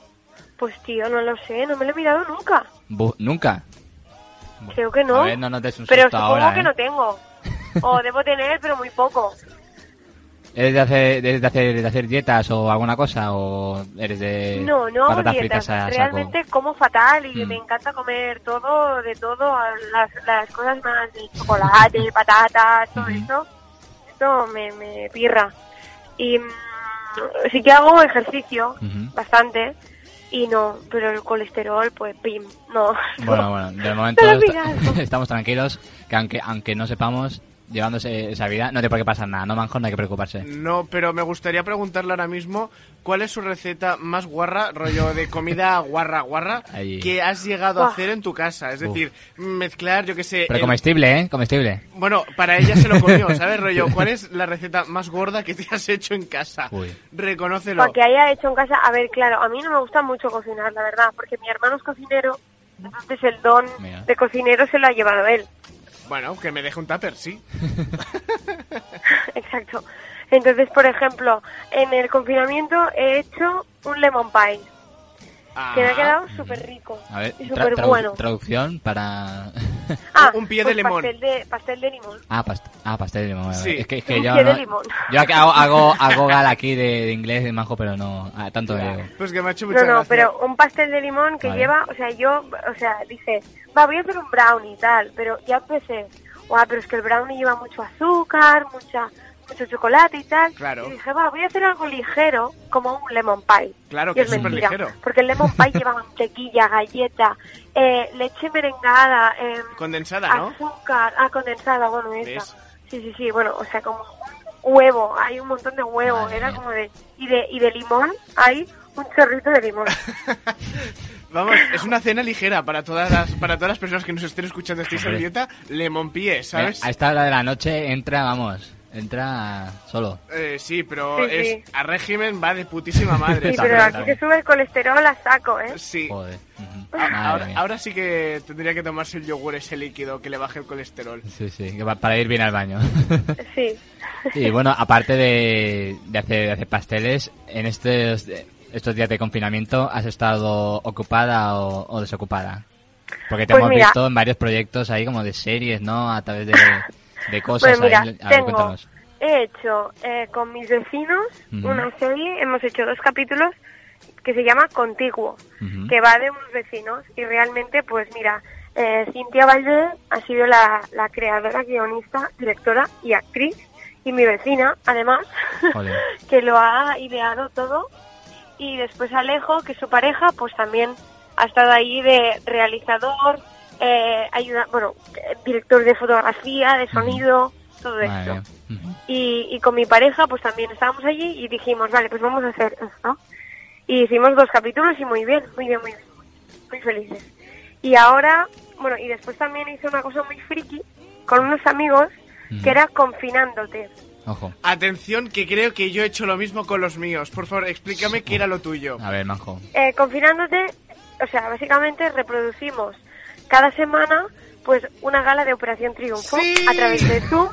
Speaker 8: Pues tío, no lo sé, no me lo he mirado nunca.
Speaker 1: bu- ¿Nunca? Bueno,
Speaker 8: Creo que no.
Speaker 1: a ver, no nos des un
Speaker 8: pero
Speaker 1: susto
Speaker 8: supongo
Speaker 1: ahora,
Speaker 8: que
Speaker 1: ¿eh?
Speaker 8: no tengo. O debo tener, pero muy poco.
Speaker 1: ¿Eres de hacer, eres de hacer, de hacer dietas o alguna cosa? ¿O eres de
Speaker 8: no, no hago
Speaker 1: eh, patatas
Speaker 8: dietas.
Speaker 1: fritas a saco?
Speaker 8: Realmente como fatal y
Speaker 1: Mm.
Speaker 8: me encanta comer todo, de todo, las, las cosas más de chocolate, patatas, todo
Speaker 1: Ujú.
Speaker 8: eso. Esto me, me pirra. Y mm, sí que hago ejercicio,
Speaker 1: Ujú.
Speaker 8: bastante, Y no, pero el colesterol, pues, pim, no.
Speaker 1: Bueno,
Speaker 8: no.
Speaker 1: bueno, de momento
Speaker 8: Pero pues,
Speaker 1: esta-
Speaker 8: mira algo.
Speaker 1: estamos tranquilos, que aunque, aunque no sepamos, llevándose esa vida, no te puede pasar nada, no manjo, no hay que preocuparse.
Speaker 2: No, pero me gustaría preguntarle ahora mismo cuál es su receta más guarra, rollo de comida guarra, guarra,
Speaker 1: Ahí.
Speaker 2: que has llegado a
Speaker 8: Buah.
Speaker 2: hacer en tu casa. Es
Speaker 1: Uf.
Speaker 2: decir, mezclar, yo qué sé.
Speaker 1: Pero
Speaker 2: el-
Speaker 1: comestible, ¿eh? Comestible.
Speaker 2: Bueno, para ella se lo comió, ¿sabes, rollo? ¿Cuál es la receta más gorda que te has hecho en casa?
Speaker 1: Uy.
Speaker 2: Reconócelo.
Speaker 8: Para que haya hecho en casa, a ver, claro, a mí no me gusta mucho cocinar, la verdad, porque mi hermano es cocinero, entonces el don
Speaker 1: Mira.
Speaker 8: de cocinero se lo ha llevado él.
Speaker 2: Bueno, que me deje un tupper, sí.
Speaker 8: Exacto. Entonces, por ejemplo, en el confinamiento he hecho un lemon pie,
Speaker 2: Ah,
Speaker 8: que me ha quedado súper rico
Speaker 1: A ver,
Speaker 8: y
Speaker 1: tra-
Speaker 8: súper
Speaker 1: tradu-
Speaker 8: bueno.
Speaker 1: traducción para...
Speaker 2: un pie de
Speaker 8: pues
Speaker 2: lemón.
Speaker 8: Pastel de, pastel de limón.
Speaker 1: ah, past- ah, pastel de limón. vale, vale.
Speaker 2: Sí.
Speaker 1: Es que, es que
Speaker 8: Un
Speaker 1: yo,
Speaker 8: pie de
Speaker 1: no-
Speaker 8: limón.
Speaker 1: yo aquí hago, hago, hago gala aquí de, de inglés, de manjo, pero no, ah, tanto de...
Speaker 2: Pues que me ha hecho mucha
Speaker 8: No, no,
Speaker 2: gracia.
Speaker 8: pero un pastel de limón que
Speaker 1: Vale.
Speaker 8: lleva, o sea, yo, o sea, dije, va, voy a hacer un brownie y tal, pero ya empecé, guau, pero es que el brownie lleva mucho azúcar, mucha, mucho chocolate y tal.
Speaker 2: Claro.
Speaker 8: Y dije, va, voy a hacer algo ligero, como un lemon pie.
Speaker 2: Claro,
Speaker 8: Y
Speaker 2: que
Speaker 8: es
Speaker 2: es súper
Speaker 8: mentira,
Speaker 2: ligero.
Speaker 8: Porque el lemon pie lleva mantequilla, galleta, eh, leche merengada, eh,
Speaker 2: Condensada, ¿no?
Speaker 8: azúcar, ah, condensada, bueno, esa.
Speaker 2: ¿Ves?
Speaker 8: Sí, sí, sí, bueno, o sea, como huevo, hay un montón de huevo,
Speaker 1: Madre
Speaker 8: era
Speaker 1: mía.
Speaker 8: como de... Y de, y de limón hay un chorrito de limón.
Speaker 2: Vamos, es una cena ligera para todas las, para todas las personas que nos estén escuchando esta
Speaker 1: Hombre.
Speaker 2: servilleta. Lemon pie,
Speaker 1: Mira,
Speaker 2: ¿sabes?
Speaker 1: A esta hora de la noche entra, vamos, entra solo.
Speaker 2: Eh, sí, pero
Speaker 8: Sí,
Speaker 2: es,
Speaker 8: sí.
Speaker 2: a régimen va de putísima madre.
Speaker 8: Sí,
Speaker 1: Está
Speaker 8: pero
Speaker 1: bien,
Speaker 2: ¿sabes?
Speaker 1: está
Speaker 8: aquí
Speaker 1: bien.
Speaker 8: te sube el colesterol a saco, ¿eh?
Speaker 2: Sí.
Speaker 1: Joder. ujú.
Speaker 2: A-
Speaker 1: Madre
Speaker 2: Ahora,
Speaker 1: mía.
Speaker 2: ahora sí que tendría que tomarse el yogur ese líquido que le baje el colesterol.
Speaker 1: Sí, sí, que va- para ir bien al baño.
Speaker 8: Sí.
Speaker 1: Y bueno, aparte de, de hacer, de hacer pasteles, en estos, estos días de confinamiento has estado ocupada o, o desocupada. Porque te
Speaker 8: Pues
Speaker 1: hemos
Speaker 8: mira.
Speaker 1: visto en varios proyectos ahí como de series, ¿no? A través de, de cosas.
Speaker 8: Pues mira,
Speaker 1: ahí. A ver,
Speaker 8: tengo,
Speaker 1: cuéntanos.
Speaker 8: he hecho eh, con mis vecinos
Speaker 1: Ujú.
Speaker 8: una serie, hemos hecho dos capítulos que se llama Contiguo,
Speaker 1: Ujú.
Speaker 8: que va de unos vecinos y realmente, pues mira, eh, Cintia Valdés ha sido la, la creadora, guionista, directora y actriz y mi vecina, además,
Speaker 1: Joder.
Speaker 8: que lo ha ideado todo y después Alejo, que es su pareja, pues también ha estado ahí de realizador, eh, ayuda, bueno, eh, director de fotografía, de sonido, todo
Speaker 1: Madre
Speaker 8: esto.
Speaker 1: mía. Ujú.
Speaker 8: Y, y con mi pareja, pues también estábamos allí y dijimos, vale, pues vamos a hacer esto. Y hicimos dos capítulos y muy bien, muy bien, muy bien, muy felices. Y ahora, bueno, y después también hice una cosa muy friki con unos amigos
Speaker 1: Ujú.
Speaker 8: que era confinándote.
Speaker 1: Ojo.
Speaker 2: Atención, que creo que yo he hecho lo mismo con los míos. Por favor, explícame qué era lo tuyo.
Speaker 1: A ver, manjo.
Speaker 8: Eh, confinándote, o sea, básicamente reproducimos cada semana pues una gala de Operación Triunfo
Speaker 2: ¡Sí!
Speaker 8: a través de Zoom.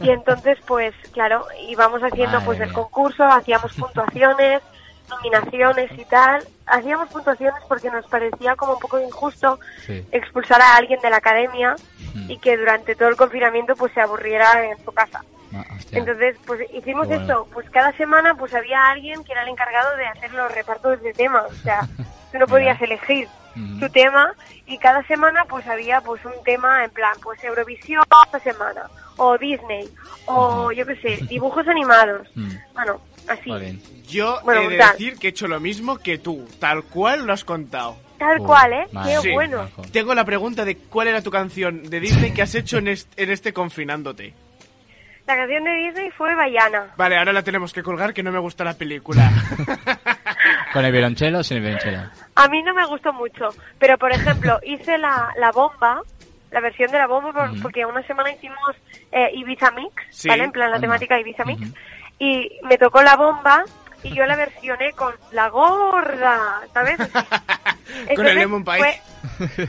Speaker 8: Y entonces, pues claro, íbamos haciendo
Speaker 1: Madre
Speaker 8: pues el
Speaker 1: mía.
Speaker 8: concurso, hacíamos puntuaciones, nominaciones y tal. Hacíamos puntuaciones porque nos parecía como un poco injusto
Speaker 1: Sí.
Speaker 8: expulsar a alguien de la academia
Speaker 1: Ujú.
Speaker 8: y que durante todo el confinamiento pues se aburriera en su casa.
Speaker 1: Ma- hostia.
Speaker 8: Entonces, pues hicimos
Speaker 1: Qué bueno.
Speaker 8: esto, pues cada semana pues había alguien que era el encargado de hacer los repartos de temas, o sea, tú no podías
Speaker 1: Mira.
Speaker 8: elegir
Speaker 1: Ujú.
Speaker 8: tu tema y cada semana pues había pues un tema en plan, pues Eurovisión esta semana, o Disney, o
Speaker 1: Ujú.
Speaker 8: yo qué sé, dibujos animados,
Speaker 1: Mm.
Speaker 8: bueno, así,
Speaker 1: Muy bien.
Speaker 2: Yo
Speaker 8: Bueno,
Speaker 2: he de
Speaker 8: tal.
Speaker 2: decir que he hecho lo mismo que tú, tal cual lo has contado.
Speaker 8: tal
Speaker 1: Uy,
Speaker 8: cual, ¿eh?
Speaker 1: madre
Speaker 8: Qué
Speaker 1: mía,
Speaker 8: bueno.
Speaker 1: manjo.
Speaker 2: Tengo la pregunta de cuál era tu canción de Disney que has hecho en este, en este confinándote.
Speaker 8: La canción de Disney fue Bayana.
Speaker 2: Vale, ahora la tenemos que colgar que no me gusta la película.
Speaker 1: ¿Con el violonchelo o sin el violonchelo?
Speaker 8: A mí no me gustó mucho, pero por ejemplo, hice la, la bomba, la versión de la bomba, por-
Speaker 1: Ujú.
Speaker 8: porque una semana hicimos eh, Ibiza Mix,
Speaker 2: Sí,
Speaker 8: ¿vale? En plan la
Speaker 1: anda.
Speaker 8: temática Ibiza Mix,
Speaker 1: Ujú.
Speaker 8: y me tocó la bomba y yo la versioné con la gorda, ¿sabes?
Speaker 2: Con el lemon pie.
Speaker 8: fue-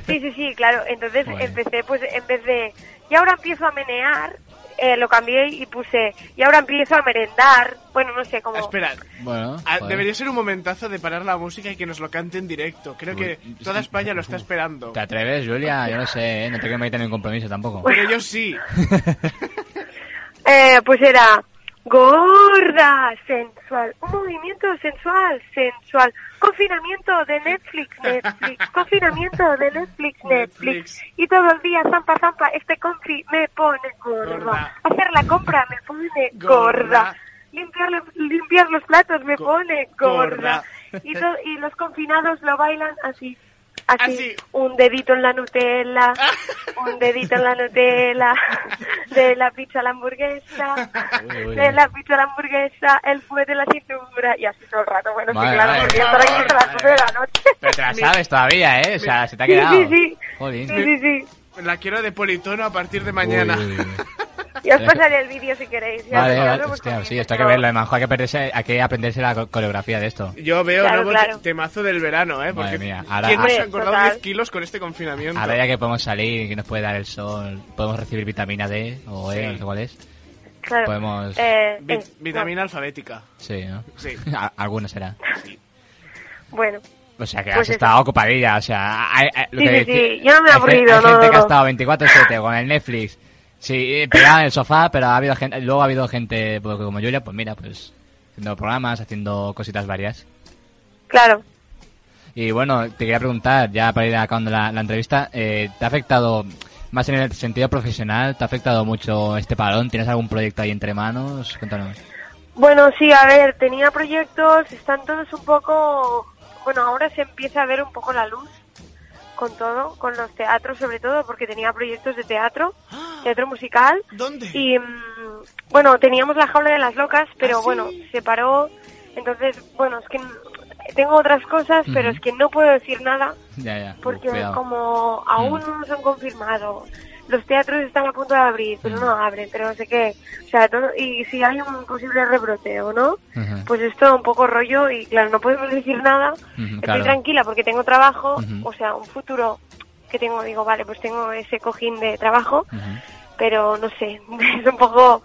Speaker 8: Sí, sí, sí, claro. Entonces
Speaker 1: Joder.
Speaker 8: empecé, pues en vez de, y ahora empiezo a menear, eh, lo cambié y puse, y ahora empiezo a merendar, bueno, no sé, como...
Speaker 2: Ah, Espera,
Speaker 1: Bueno.
Speaker 2: ah,
Speaker 1: joder.
Speaker 2: debería ser un momentazo de parar la música y que nos lo cante en directo. Creo que
Speaker 1: Uy,
Speaker 2: toda
Speaker 1: sí.
Speaker 2: España lo está esperando.
Speaker 1: ¿Te atreves, Julia? Yo no sé, ¿eh? no te quiero meter en compromiso tampoco.
Speaker 2: Pero yo sí.
Speaker 8: Eh, pues era gorda, sensual, un movimiento sensual, sensual, confinamiento de Netflix, Netflix, confinamiento de Netflix, Netflix,
Speaker 2: Netflix.
Speaker 8: y todo el día zampa zampa, este confi me pone gorda,
Speaker 2: Gorda.
Speaker 8: hacer la compra me pone
Speaker 2: Gorda.
Speaker 8: gorda, limpiar, los- limpiar los platos me
Speaker 2: Go-
Speaker 8: pone
Speaker 2: gorda.
Speaker 8: gorda, Y, to- y los confinados lo bailan así. Así,
Speaker 2: Así.
Speaker 8: un dedito en la Nutella, un dedito en la Nutella, de la pizza a la hamburguesa,
Speaker 1: Uy, uy.
Speaker 8: de la pizza a la hamburguesa, el fuete en la cintura, y así todo el rato. Bueno,
Speaker 1: Vale,
Speaker 8: sí, claro,
Speaker 1: vale.
Speaker 8: porque yo estaré aquí hasta las nueve de la
Speaker 1: Pero te la
Speaker 8: noche.
Speaker 1: sabes todavía, ¿eh? O sea, se te ha
Speaker 8: Sí,
Speaker 1: quedado.
Speaker 8: sí, sí.
Speaker 1: Jolín.
Speaker 8: Sí, sí, sí.
Speaker 2: La quiero de politono a partir de mañana.
Speaker 1: Uy, uy, uy.
Speaker 8: Ya os pasaré el vídeo si queréis. Ya,
Speaker 1: Vale,
Speaker 8: ya
Speaker 1: vale,
Speaker 8: lo
Speaker 1: hostia,
Speaker 8: buscaréis,
Speaker 1: sí, esto hay que
Speaker 8: pero-
Speaker 1: verlo, además, hay que, perderse, hay que aprenderse la co- coreografía de esto.
Speaker 2: Yo veo
Speaker 8: Claro,
Speaker 2: nuevo
Speaker 8: claro.
Speaker 2: te- temazo del verano, ¿eh?
Speaker 1: Madre
Speaker 2: Porque
Speaker 1: mía, ahora-
Speaker 2: ¿quién no se ha
Speaker 8: Hombre,
Speaker 2: engordado
Speaker 8: total.
Speaker 2: 10 kilos con este confinamiento?
Speaker 1: Ahora ya que podemos salir, que nos puede dar el sol, podemos recibir vitamina D o E, no sé cuál es.
Speaker 8: Claro.
Speaker 1: Podemos-
Speaker 8: Eh,
Speaker 2: Vi-
Speaker 8: eh,
Speaker 2: vitamina alfabética.
Speaker 1: Sí, ¿no?
Speaker 2: Sí.
Speaker 1: A- Alguna será.
Speaker 8: no. Bueno.
Speaker 1: O sea, que
Speaker 8: Pues
Speaker 1: has
Speaker 8: eso.
Speaker 1: estado ocupadilla, o sea... hay- hay- lo
Speaker 8: Sí,
Speaker 1: que
Speaker 8: sí,
Speaker 1: deci-
Speaker 8: sí, yo no me he
Speaker 1: hay gen-
Speaker 8: aburrido,
Speaker 1: Hay
Speaker 8: no,
Speaker 1: gente
Speaker 8: no,
Speaker 1: que ha
Speaker 8: no.
Speaker 1: estado 24-7 con el Netflix, sí, eh, pegada en el sofá, pero ha habido gente, luego ha habido gente pues, como Julia, pues mira, pues haciendo programas, haciendo cositas varias.
Speaker 8: Claro.
Speaker 1: Y bueno, te quería preguntar, ya para ir acabando la, la entrevista, eh, ¿te ha afectado más en el sentido profesional? ¿Te ha afectado mucho este parón? ¿Tienes algún proyecto ahí entre manos? Cuéntanos.
Speaker 8: Bueno, sí, a ver, tenía proyectos, están todos un poco... Bueno, ahora se empieza a ver un poco la luz con todo, con los teatros sobre todo, porque tenía proyectos de teatro, teatro musical.
Speaker 2: ¿Dónde?
Speaker 8: Y mm, bueno, teníamos la jaula de las locas, pero bueno, se paró. Entonces, bueno, es que mm, tengo otras cosas, pero
Speaker 1: Ujú.
Speaker 8: es que no puedo decir nada
Speaker 1: Ya, ya.
Speaker 8: porque
Speaker 1: cuidado.
Speaker 8: como aún
Speaker 1: Mm.
Speaker 8: no nos han confirmado, los teatros están a punto de abrir,
Speaker 1: Mm.
Speaker 8: pero no abren, pero no sé qué. O sea, todo, y si hay un posible rebrote o no,
Speaker 1: Ujú.
Speaker 8: pues es todo un poco rollo y claro, no podemos decir nada. Estoy
Speaker 1: Mm, claro. Mm-hmm.
Speaker 8: tranquila porque tengo trabajo,
Speaker 1: Ujú.
Speaker 8: o sea, un futuro que tengo, digo, vale, pues tengo ese cojín de trabajo,
Speaker 1: Ujú.
Speaker 8: pero no sé, es un poco,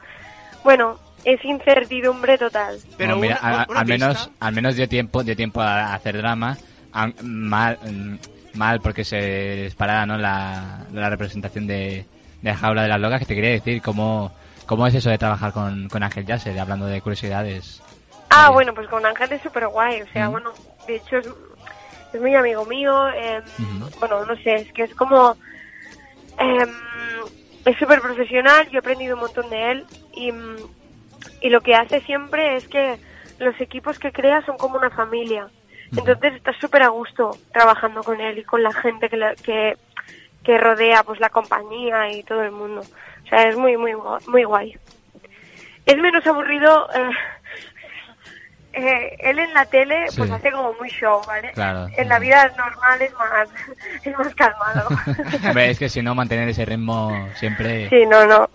Speaker 8: bueno, es incertidumbre total.
Speaker 2: Pero
Speaker 1: Bueno, mira,
Speaker 2: una-
Speaker 1: a- a-
Speaker 2: una
Speaker 1: al menos
Speaker 2: pista.
Speaker 1: al menos dio tiempo dio tiempo a hacer drama An- mal mm, mal porque se les paraba ¿no? la, la representación de, de la jaula de las locas que te quería decir cómo cómo es eso de trabajar con, con Ángel Yasser hablando de curiosidades
Speaker 8: Ah,
Speaker 1: Vale.
Speaker 8: bueno, pues con Ángel es súper guay. O sea,
Speaker 1: Mm.
Speaker 8: bueno, de hecho es, es muy amigo mío. eh,
Speaker 1: Ujú.
Speaker 8: Bueno, no sé, es que es como... eh, es súper profesional, yo he aprendido un montón de él y, mm, y lo que hace siempre es que los equipos que crea son como una familia. Entonces estás súper a gusto trabajando con él y con la gente que, la- que, que rodea pues la compañía y todo el mundo. O sea, es muy, muy, gu- muy guay. Es menos aburrido. eh, eh, él en la tele pues
Speaker 1: Sí.
Speaker 8: hace como muy show, ¿vale?
Speaker 1: Claro.
Speaker 8: En la vida normal es más, es más calmado.
Speaker 1: Hombre, es que si no mantener ese ritmo siempre
Speaker 8: sí, no, no.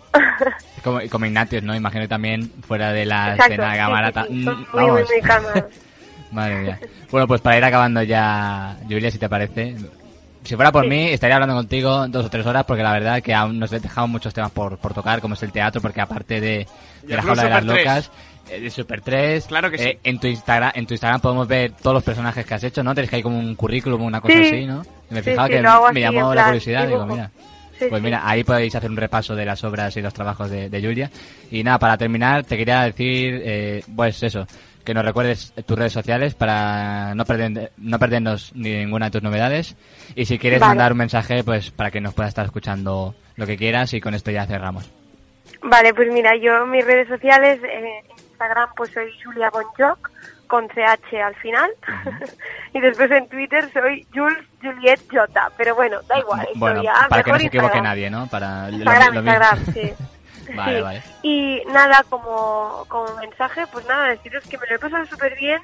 Speaker 1: como, como Ignatius no imagino también fuera de la
Speaker 8: Exacto.
Speaker 1: escena
Speaker 8: sí,
Speaker 1: camarata
Speaker 8: sí, sí,
Speaker 1: Mm,
Speaker 8: son muy, muy,
Speaker 1: vamos.
Speaker 8: muy calmados.
Speaker 1: Madre mía. Bueno, pues para ir acabando ya, Julia, si te parece. Si fuera por
Speaker 8: Sí.
Speaker 1: mí, estaría hablando contigo dos o tres horas porque la verdad que aún nos he dejado muchos temas por, por tocar, como es el teatro, porque aparte de,
Speaker 2: Y
Speaker 1: de la
Speaker 2: el Club
Speaker 1: jaula de las
Speaker 2: Super
Speaker 1: locas, eh, de Super 3,
Speaker 2: Claro que sí.
Speaker 1: en, tu Instagram, en tu Instagram podemos ver todos los personajes que has hecho, ¿no? Tienes que hay como un currículum, una cosa
Speaker 8: Sí.
Speaker 1: así, ¿no? Y me
Speaker 8: Sí,
Speaker 1: fijaba
Speaker 8: sí,
Speaker 1: que
Speaker 8: lo hago
Speaker 1: me
Speaker 8: así,
Speaker 1: llamó
Speaker 8: en
Speaker 1: la
Speaker 8: plan
Speaker 1: curiosidad digo,
Speaker 8: dibujo.
Speaker 1: mira.
Speaker 8: Sí,
Speaker 1: Pues
Speaker 8: sí.
Speaker 1: mira, ahí podéis hacer un repaso de las obras y los trabajos de, de Julia. Y nada, para terminar, te quería decir, eh, pues eso, que nos recuerdes tus redes sociales para no, perder, no perdernos ni ninguna de tus novedades. Y si quieres
Speaker 8: Vale.
Speaker 1: mandar un mensaje, pues para que nos pueda estar escuchando lo que quieras y con esto ya cerramos.
Speaker 8: Vale, pues mira, yo en mis redes sociales, eh, en Instagram pues soy Julia Bonjoc, con CH al final, y después en Twitter soy Jules Juliet Jota, pero bueno, da igual, eso
Speaker 1: bueno,
Speaker 8: ya,
Speaker 1: para que no
Speaker 8: mejor
Speaker 1: se equivoque
Speaker 8: Instagram.
Speaker 1: nadie, ¿no? Para lo-
Speaker 8: Instagram,
Speaker 1: lo mismo.
Speaker 8: Instagram, sí.
Speaker 1: Vale,
Speaker 8: Sí.
Speaker 1: vale.
Speaker 8: Y nada, como, como mensaje, pues nada, deciros que me lo he pasado súper bien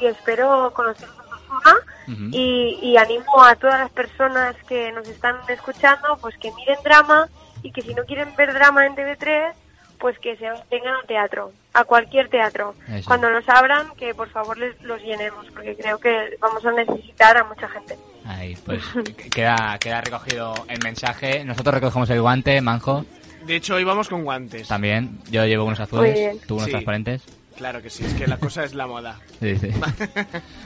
Speaker 8: y espero conoceros en persona.
Speaker 1: Ujú.
Speaker 8: Y, y animo a todas las personas que nos están escuchando, pues que miren drama y que si no quieren ver drama en TV3, pues que se tengan a teatro, a cualquier teatro.
Speaker 1: Eso.
Speaker 8: Cuando los abran, que por favor les, los llenemos, porque creo que vamos a necesitar a mucha gente.
Speaker 1: Ahí, pues queda, queda recogido el mensaje. Nosotros recogemos el guante, Manjo,
Speaker 2: De hecho, hoy vamos con guantes.
Speaker 1: también. Yo llevo unos azules,
Speaker 8: bien.
Speaker 1: tú unos
Speaker 2: Sí.
Speaker 1: transparentes.
Speaker 2: Claro que sí, es que la cosa es la moda.
Speaker 1: Sí, sí.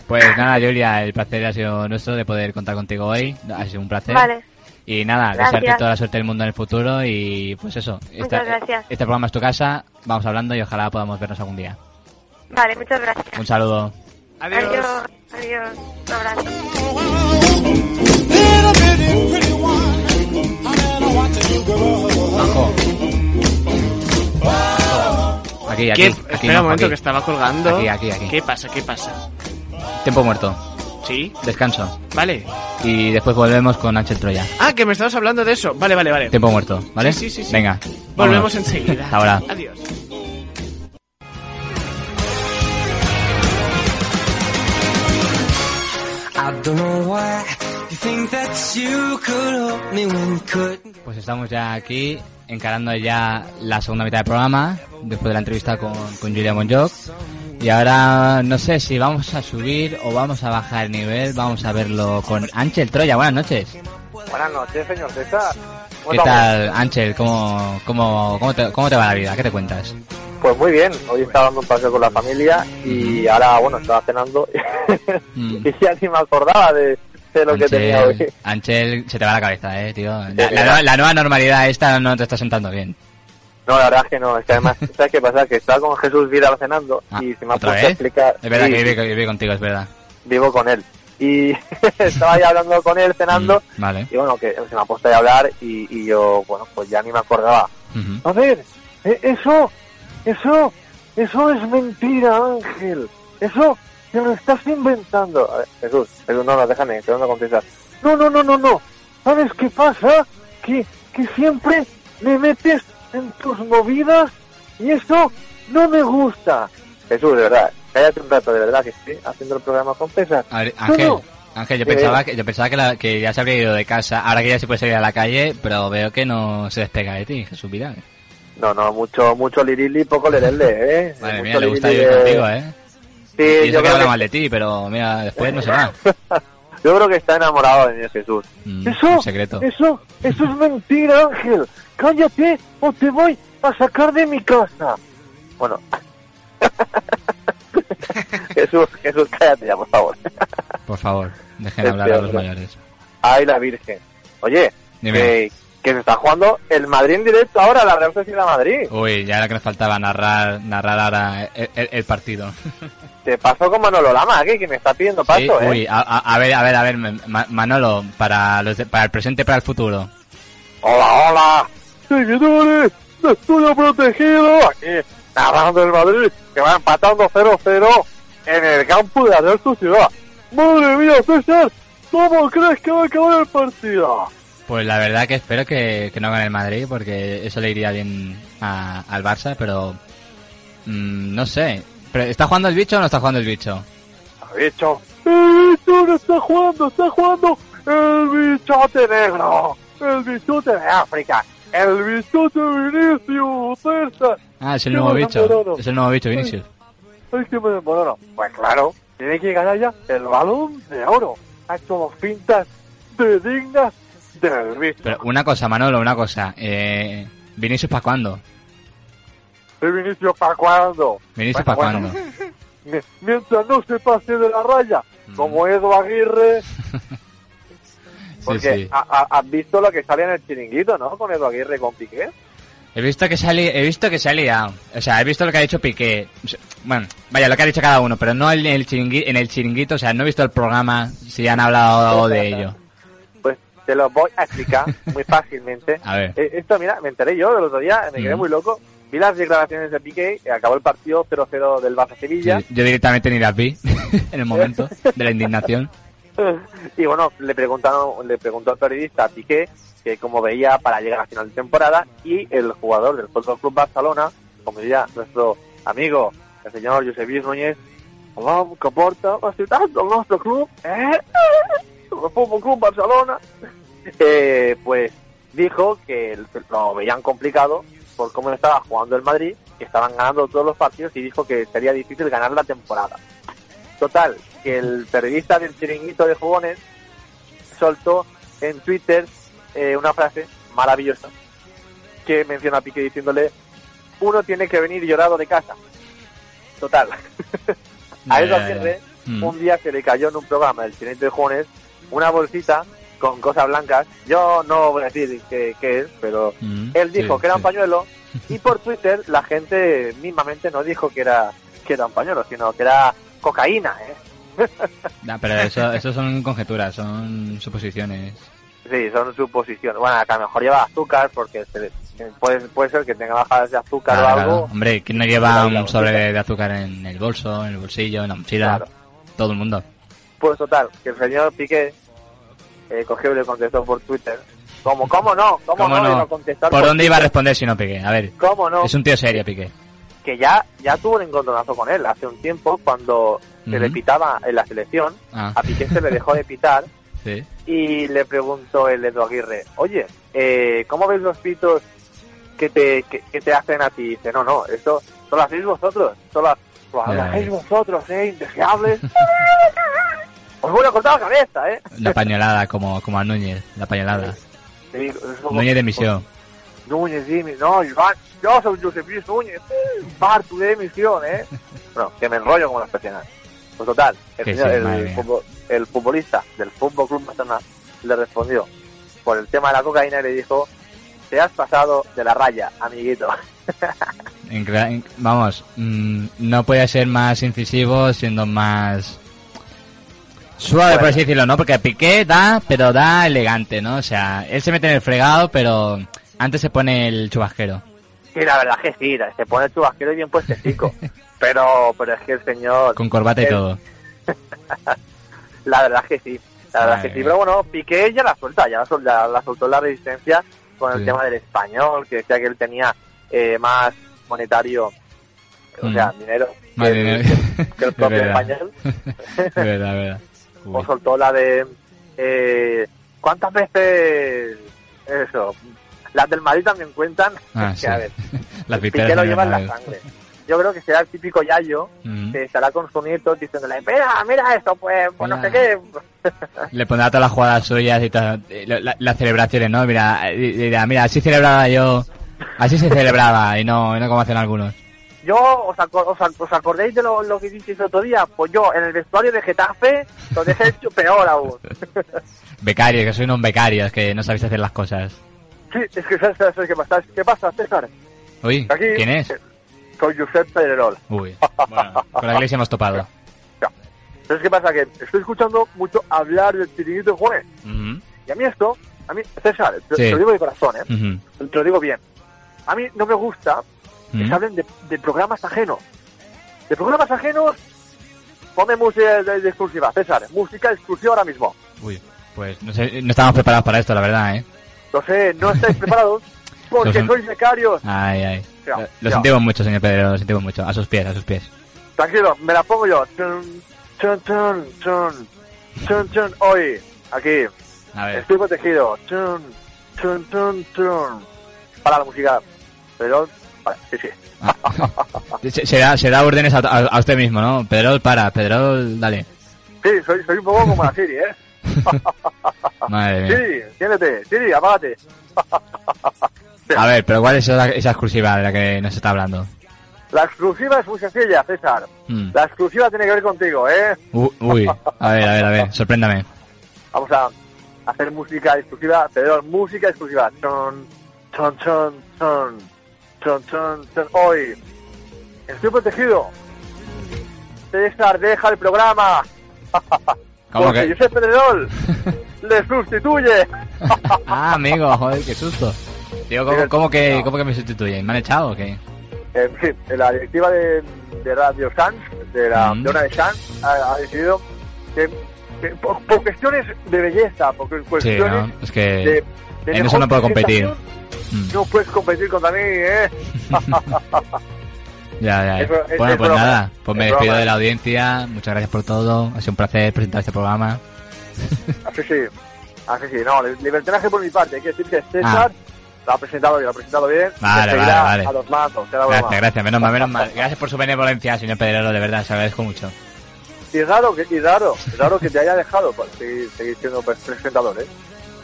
Speaker 1: Pues nada, Julia, el placer ha sido nuestro de poder contar contigo hoy. Ha sido un placer.
Speaker 8: Vale.
Speaker 1: Y nada,
Speaker 8: Gracias.
Speaker 1: desearte toda la suerte del mundo en el futuro y pues eso. esta-
Speaker 8: gracias.
Speaker 1: Este programa es tu casa, vamos hablando y ojalá podamos vernos algún día.
Speaker 8: Vale, muchas gracias.
Speaker 1: Un saludo.
Speaker 2: Adiós.
Speaker 8: Adiós. adiós. Un abrazo.
Speaker 1: Manjo. Manjo. Aquí, aquí,
Speaker 2: ¿Qué?
Speaker 1: aquí,
Speaker 2: Espera un
Speaker 1: Manjo,
Speaker 2: momento
Speaker 1: aquí.
Speaker 2: que estaba colgando.
Speaker 1: Aquí, aquí, aquí.
Speaker 2: ¿Qué pasa? ¿Qué pasa?
Speaker 1: Tiempo muerto.
Speaker 2: Sí.
Speaker 1: Descanso.
Speaker 2: Vale.
Speaker 1: Y después volvemos con Ángel Troya.
Speaker 2: Ah, que me estabas hablando de eso. Vale, vale, vale.
Speaker 1: Tiempo muerto, ¿vale?
Speaker 2: Sí, sí, sí, sí.
Speaker 1: Venga. vámonos.
Speaker 2: Volvemos enseguida.
Speaker 1: Hasta Ahora.
Speaker 2: Adiós.
Speaker 1: Pues estamos ya aquí, encarando ya la segunda mitad del programa, después de la entrevista con, con Julia Monjoc. Y ahora no sé si vamos a subir o vamos a bajar el nivel, vamos a verlo con Ángel Troya. Buenas noches.
Speaker 4: Buenas noches, señor César. ¿Cómo
Speaker 1: ¿Qué
Speaker 4: estamos?
Speaker 1: tal, Ángel? ¿Cómo, cómo, cómo, te, cómo te va la vida? ¿Qué te cuentas?
Speaker 4: Pues muy bien, hoy estaba dando un paseo con la familia y ahora, bueno, estaba cenando
Speaker 1: Mm. Ah,
Speaker 4: y ya ni me acordaba de, de lo que tenía hoy.
Speaker 1: Ángel, Ángel, se te va la cabeza, eh, tío. La, la nueva- la nueva normalidad esta no te está sentando bien.
Speaker 4: No, la verdad es que no, es que además, ¿sabes qué pasa? Que estaba con Jesús Vidal cenando
Speaker 1: Ah,
Speaker 4: y se me ha
Speaker 1: ¿otra
Speaker 4: puesto a
Speaker 1: vez?
Speaker 4: explicar.
Speaker 1: Es verdad
Speaker 4: Sí,
Speaker 1: que vive, vive contigo, es verdad.
Speaker 4: vivo con él. Y estaba ya hablando con él cenando
Speaker 1: Mm, vale.
Speaker 4: y bueno, que se me ha puesto ahí a hablar y, y yo, bueno, pues ya ni me acordaba.
Speaker 1: Ujú.
Speaker 4: A ver, e- eso, eso, eso es mentira, Ángel. Eso te lo estás inventando. A ver, Jesús, Jesús, no nos dejan en no contestar. No, no, no, no, no. ¿Sabes qué pasa? Que, que siempre me metes en tus movidas y eso no me gusta. Jesús, de verdad, cállate un rato, de verdad, que estoy haciendo el programa con César.
Speaker 1: A ver,
Speaker 4: No,
Speaker 1: Ángel,
Speaker 4: no.
Speaker 1: Ángel, yo
Speaker 4: Eh.
Speaker 1: pensaba que, yo pensaba que, la- que ya se habría ido de casa, ahora que ya se puede salir a la calle, pero veo que no se despega de ti, Jesús Vidal.
Speaker 4: No, no, mucho, mucho lirili, poco lerele, ¿eh?
Speaker 1: Madre
Speaker 4: Mucho
Speaker 1: mía, le gusta
Speaker 4: lirili
Speaker 1: vivir
Speaker 4: de-
Speaker 1: contigo, eh.
Speaker 4: Sí,
Speaker 1: y eso que
Speaker 4: yo creo
Speaker 1: habla
Speaker 4: que-
Speaker 1: mal de ti, pero mira, después no se va.
Speaker 4: yo creo que está enamorado de mí, Jesús.
Speaker 1: Mm,
Speaker 4: Eso,
Speaker 1: un secreto.
Speaker 4: eso, eso es mentira, Ángel. Cállate o te voy a sacar de mi casa. Bueno. Jesús, Jesús, cállate ya, por favor.
Speaker 1: Por favor, dejen
Speaker 4: Es
Speaker 1: hablar a los
Speaker 4: peor, ¿no?
Speaker 1: mayores.
Speaker 4: Ay, la Virgen. Oye,
Speaker 1: Dime.
Speaker 4: que, que se está jugando el Madrid en directo ahora, la Real Sociedad Madrid.
Speaker 1: Uy, ya era que nos faltaba narrar, narrar ahora el, el- el partido.
Speaker 4: Te pasó con Manolo Lama aquí, que me está pidiendo paso,
Speaker 1: Sí,
Speaker 4: ¿eh?
Speaker 1: Uy, a, a- a ver, a ver, a ver, Ma- Manolo, para, los de- para el presente y para el futuro.
Speaker 4: Hola, hola. Seguidores, de estudio protegido. Aquí, narrando el Madrid, que va empatando 0-0 en el campo de la Real Sociedad. Madre mía, César, ¿cómo crees que va a acabar el partido?
Speaker 1: Pues la verdad que espero que, que no gane el Madrid, porque eso le iría bien a- al Barça, pero mm, no sé. Pero, ¿Está jugando el bicho o no está jugando el bicho?
Speaker 4: Ha dicho, el bicho no está jugando, está jugando el bichote negro, el bichote de África, el bichote Vinicius, César.
Speaker 1: Ah, es el
Speaker 4: Sí,
Speaker 1: nuevo
Speaker 4: bueno, pero no.
Speaker 1: bicho. Es el nuevo bicho, Vinicius.
Speaker 4: Ay, qué me demoró. Pues claro, tiene que ganar ya el balón de oro. Ha hecho dos pintas de dignas del visto.
Speaker 1: Pero una cosa, Manolo, una cosa. Eh, ¿Vinicius para cuándo?
Speaker 4: De Vinicius para cuándo.
Speaker 1: ¿Vinicius
Speaker 4: Bueno,
Speaker 1: para
Speaker 4: bueno,
Speaker 1: cuándo?
Speaker 4: mi- Mientras no se pase de la raya,
Speaker 1: Mm.
Speaker 4: como Edu Aguirre. Porque
Speaker 1: sí.
Speaker 4: ha- ha- has visto lo que sale en el chiringuito, ¿no? Con Edu Aguirre y con Piqué.
Speaker 1: He visto que se ha, li- he visto que se ha liado. O sea, he visto lo que ha dicho Piqué. O sea, Bueno, vaya, lo que ha dicho cada uno, pero no en el, chiringui- en el chiringuito. O sea, no he visto el programa si han hablado de ello.
Speaker 4: Pues te lo voy a explicar muy fácilmente.
Speaker 1: A ver.
Speaker 4: Eh, Esto, mira, me enteré yo del otro día, me quedé
Speaker 1: Mm.
Speaker 4: muy loco. Vi las declaraciones de Piqué, eh, acabó el partido 0-0 del Barça-Sevilla.
Speaker 1: Yo, yo directamente ni las vi en el momento de la indignación.
Speaker 4: y bueno, le preguntaron, le preguntó al periodista Piqué que cómo veía para llegar a final de temporada y el jugador del Fútbol Club Barcelona, como diría nuestro amigo el señor Josep Luis Núñez, com comporta la ciudad del nuestro club, eh, el Fútbol Club Barcelona, eh, pues dijo que el- lo veían complicado por cómo estaba jugando el Madrid, que estaban ganando todos los partidos y dijo que sería difícil ganar la temporada. Total, que el periodista del chiringuito de jugones soltó en Twitter eh, una frase maravillosa que menciona a Piqué diciéndole, uno tiene que venir llorado de casa. Total, a eso
Speaker 1: Ya, ya, ya.
Speaker 4: Aguirre
Speaker 1: Mm.
Speaker 4: un día se le cayó en un programa del chiringuito de jugones una bolsita con cosas blancas. Yo no voy a decir qué, qué es, pero
Speaker 1: Mm.
Speaker 4: él dijo
Speaker 1: Sí,
Speaker 4: que era un
Speaker 1: sí.
Speaker 4: pañuelo y por Twitter la gente mismamente no dijo que era, que era un pañuelo, sino que era cocaína, ¿eh?
Speaker 1: Nah, pero eso, eso son conjeturas, son suposiciones.
Speaker 4: Sí, son suposiciones. Bueno, acá a lo mejor lleva azúcar porque se- puede, puede ser que tenga bajadas de azúcar
Speaker 1: Claro,
Speaker 4: o algo.
Speaker 1: claro. Hombre, ¿quién no
Speaker 4: Claro,
Speaker 1: lleva
Speaker 4: claro.
Speaker 1: un sobre de azúcar en el bolso, en el bolsillo, en la mochila?
Speaker 4: Claro.
Speaker 1: Todo el mundo.
Speaker 4: Pues total, que el señor Piqué eh, cogió y le contestó por Twitter. ¿Cómo, cómo no? ¿Cómo,
Speaker 1: ¿Cómo
Speaker 4: no? le iba
Speaker 1: no?
Speaker 4: a contestar
Speaker 1: ¿Por dónde iba a
Speaker 4: Twitter?
Speaker 1: responder si no Piqué? A ver.
Speaker 4: ¿Cómo no?
Speaker 1: Es un tío serio, Piqué.
Speaker 4: Que ya, ya tuvo un encontronazo con él hace un tiempo cuando se le
Speaker 1: Ujú.
Speaker 4: pitaba en la selección.
Speaker 1: Ah.
Speaker 4: A Piqué se le dejó de pitar
Speaker 1: Sí.
Speaker 4: y le preguntó el Edu Aguirre, oye, eh, ¿cómo veis los pitos que te, que, que te hacen a ti? Y dice, no, no, esto solo hacéis vosotros, solo lo
Speaker 1: Ya
Speaker 4: hacéis
Speaker 1: ves.
Speaker 4: vosotros, ¿eh? Indeseables. Os voy a cortar la cabeza, ¿eh?
Speaker 1: La pañolada, como, como a Núñez. La pañolada.
Speaker 4: Le digo, es como-
Speaker 1: Núñez de misión.
Speaker 4: Núñez, Jimmy, no, Iván, yo soy Josep Luis Núñez, par tu de misión, ¿eh? Bueno, que me enrollo como las personas. Pues total, el,
Speaker 1: Que
Speaker 4: señor-
Speaker 1: sí,
Speaker 4: el
Speaker 1: madre mía.
Speaker 4: futbol- el futbolista del Fútbol Club Barcelona le respondió por el tema de la cocaína y le dijo: Te has pasado de la raya, amiguito.
Speaker 1: Incre- in- Vamos, mm, no podía ser más incisivo siendo más suave, por
Speaker 4: Bueno.
Speaker 1: así decirlo, ¿no? Porque Piqué da, pero da elegante, ¿no? O sea, él se mete en el fregado, pero antes se pone el chubasquero.
Speaker 4: Sí, la verdad que sí, se pone el chubasquero y bien puestecico. pero, pero es que el señor,
Speaker 1: Con corbata y
Speaker 4: El-
Speaker 1: todo.
Speaker 4: la verdad que sí, la verdad
Speaker 1: Madre
Speaker 4: que sí.
Speaker 1: mía.
Speaker 4: Pero bueno, Piqué ya la suelta, ya la, sol- ya la soltó la resistencia con el
Speaker 1: Sí.
Speaker 4: tema del español, que decía que él tenía eh, más monetario, o
Speaker 1: Mm.
Speaker 4: sea, dinero. que
Speaker 1: Madre
Speaker 4: el-
Speaker 1: mía.
Speaker 4: que el
Speaker 1: Es
Speaker 4: propio
Speaker 1: verdad.
Speaker 4: español.
Speaker 1: Es verdad, es verdad. Uy.
Speaker 4: O soltó la de. Eh, ¿Cuántas veces.? Eso. Las del Madrid también cuentan.
Speaker 1: Ah,
Speaker 4: que,
Speaker 1: sí.
Speaker 4: a ver,
Speaker 1: Las
Speaker 4: Piqué
Speaker 1: piperas
Speaker 4: lo
Speaker 1: en el
Speaker 4: lleva en la
Speaker 1: Bernabéu.
Speaker 4: sangre. Yo creo que será el típico Yayo
Speaker 1: Mm.
Speaker 4: que estará con su nieto diciéndole: Mira, mira esto, pues, pues no sé qué.
Speaker 1: Le pondrá todas las jugadas suyas y todas eh, la- la- las celebraciones, ¿no? Mira, eh, dirá, mira, así celebraba yo, así se celebraba y no, y no como hacen algunos.
Speaker 4: Yo, ¿os, aco- os ac- os acordáis de lo, lo que disteis el otro día? Pues yo, en el vestuario de Getafe, lo dejé hecho peor aún.
Speaker 1: Becarios, que soy unos becarios, que no sabéis hacer las cosas.
Speaker 4: Sí, es que sabes, sabes qué pasa. ¿Qué pasa, César?
Speaker 1: Uy,
Speaker 4: Aquí,
Speaker 1: ¿quién es?
Speaker 4: eh, Soy Josep Pedrerol.
Speaker 1: Uy, bueno, con la iglesia hemos topado.
Speaker 4: ¿Sabes qué pasa? Que estoy escuchando mucho hablar del chiringuito Juan.
Speaker 1: Ujú,
Speaker 4: Y a mí esto, a mí, César, te,
Speaker 1: Sí. Mm.
Speaker 4: te lo digo de corazón, ¿eh?
Speaker 1: ujú,
Speaker 4: Te lo digo bien. A mí no me gusta que se
Speaker 1: ujú.
Speaker 4: hablen de, de programas ajenos. De programas ajenos, ponme música de- de exclusiva, César. Música exclusiva ahora mismo.
Speaker 1: Uy, pues no, sé, no estábamos preparados para esto, la verdad, ¿eh?
Speaker 4: Lo sé, no estáis preparados
Speaker 1: Los
Speaker 4: porque
Speaker 1: em-
Speaker 4: sois becarios.
Speaker 1: Ay, ay.
Speaker 4: Ya,
Speaker 1: Lo, lo
Speaker 4: ya.
Speaker 1: sentimos mucho, señor Pedro, lo sentimos mucho. A sus pies, a sus pies.
Speaker 4: Tranquilo, me la pongo yo. Chun, chun, chun, chun, chun, chun. Hoy, aquí,
Speaker 1: A ver,
Speaker 4: estoy protegido. Chun, chun, chun, chun. Para la música. Perdón. Vale, sí, sí.
Speaker 1: se, se da, se da órdenes a, a- a usted mismo, ¿no? Pedro, para, Pedro, dale.
Speaker 4: Sí, soy, soy un poco como la Siri, ¿eh? Ah,
Speaker 1: Madre mía.
Speaker 4: Siri, siéntete. Siri, apágate.
Speaker 1: A ver, pero ¿cuál es esa, esa exclusiva de la que nos está hablando?
Speaker 4: La exclusiva es muy sencilla, César.
Speaker 1: Mm.
Speaker 4: La exclusiva tiene que ver contigo, ¿eh?
Speaker 1: U- Uy, a ver, a ver, a ver, sorpréndame.
Speaker 4: Vamos a hacer música exclusiva, pero música exclusiva. Chon, chon, chon, chon, chon, chon, chon. Hoy estoy protegido. César deja el programa.
Speaker 1: ¿Cómo
Speaker 4: porque
Speaker 1: que?
Speaker 4: Josep Pedrerol le sustituye.
Speaker 1: Ah, amigo, joder, qué susto. Digo, ¿cómo, cómo que, ¿cómo que me sustituyen? ¿Me han echado o qué?
Speaker 4: En fin, la directiva de, de Radio Sans, de la
Speaker 1: Mm.
Speaker 4: de una de Sans, ha, ha decidido que, que por, por cuestiones de belleza, por
Speaker 1: Sí,
Speaker 4: cuestiones
Speaker 1: ¿no? Es que...
Speaker 4: de, de
Speaker 1: en eso no
Speaker 4: mejor
Speaker 1: puedo competir.
Speaker 4: presentación,
Speaker 1: Mm,
Speaker 4: No puedes competir contra mí, ¿eh?
Speaker 1: ya, ya.
Speaker 4: es bro- es-
Speaker 1: bueno,
Speaker 4: es
Speaker 1: pues
Speaker 4: broma,
Speaker 1: nada, pues me
Speaker 4: es
Speaker 1: despido
Speaker 4: broma.
Speaker 1: de la audiencia. Muchas gracias por todo. Ha sido un placer presentar este programa.
Speaker 4: Así Ah, sí, así sí, no, li- libertinaje por mi parte, hay que decir que César lo ha presentado bien, lo ha presentado bien,
Speaker 1: Ah. Vale,
Speaker 4: que seguirá
Speaker 1: vale, vale.
Speaker 4: a los matos, será broma.
Speaker 1: Gracias, gracias. Menos mal, menos mal. Gracias por su benevolencia, señor Pedrero, de verdad. Se agradezco mucho.
Speaker 4: Y raro, que, y raro, y raro que te haya dejado pues, seguir, seguir siendo pues, presentador, ¿eh?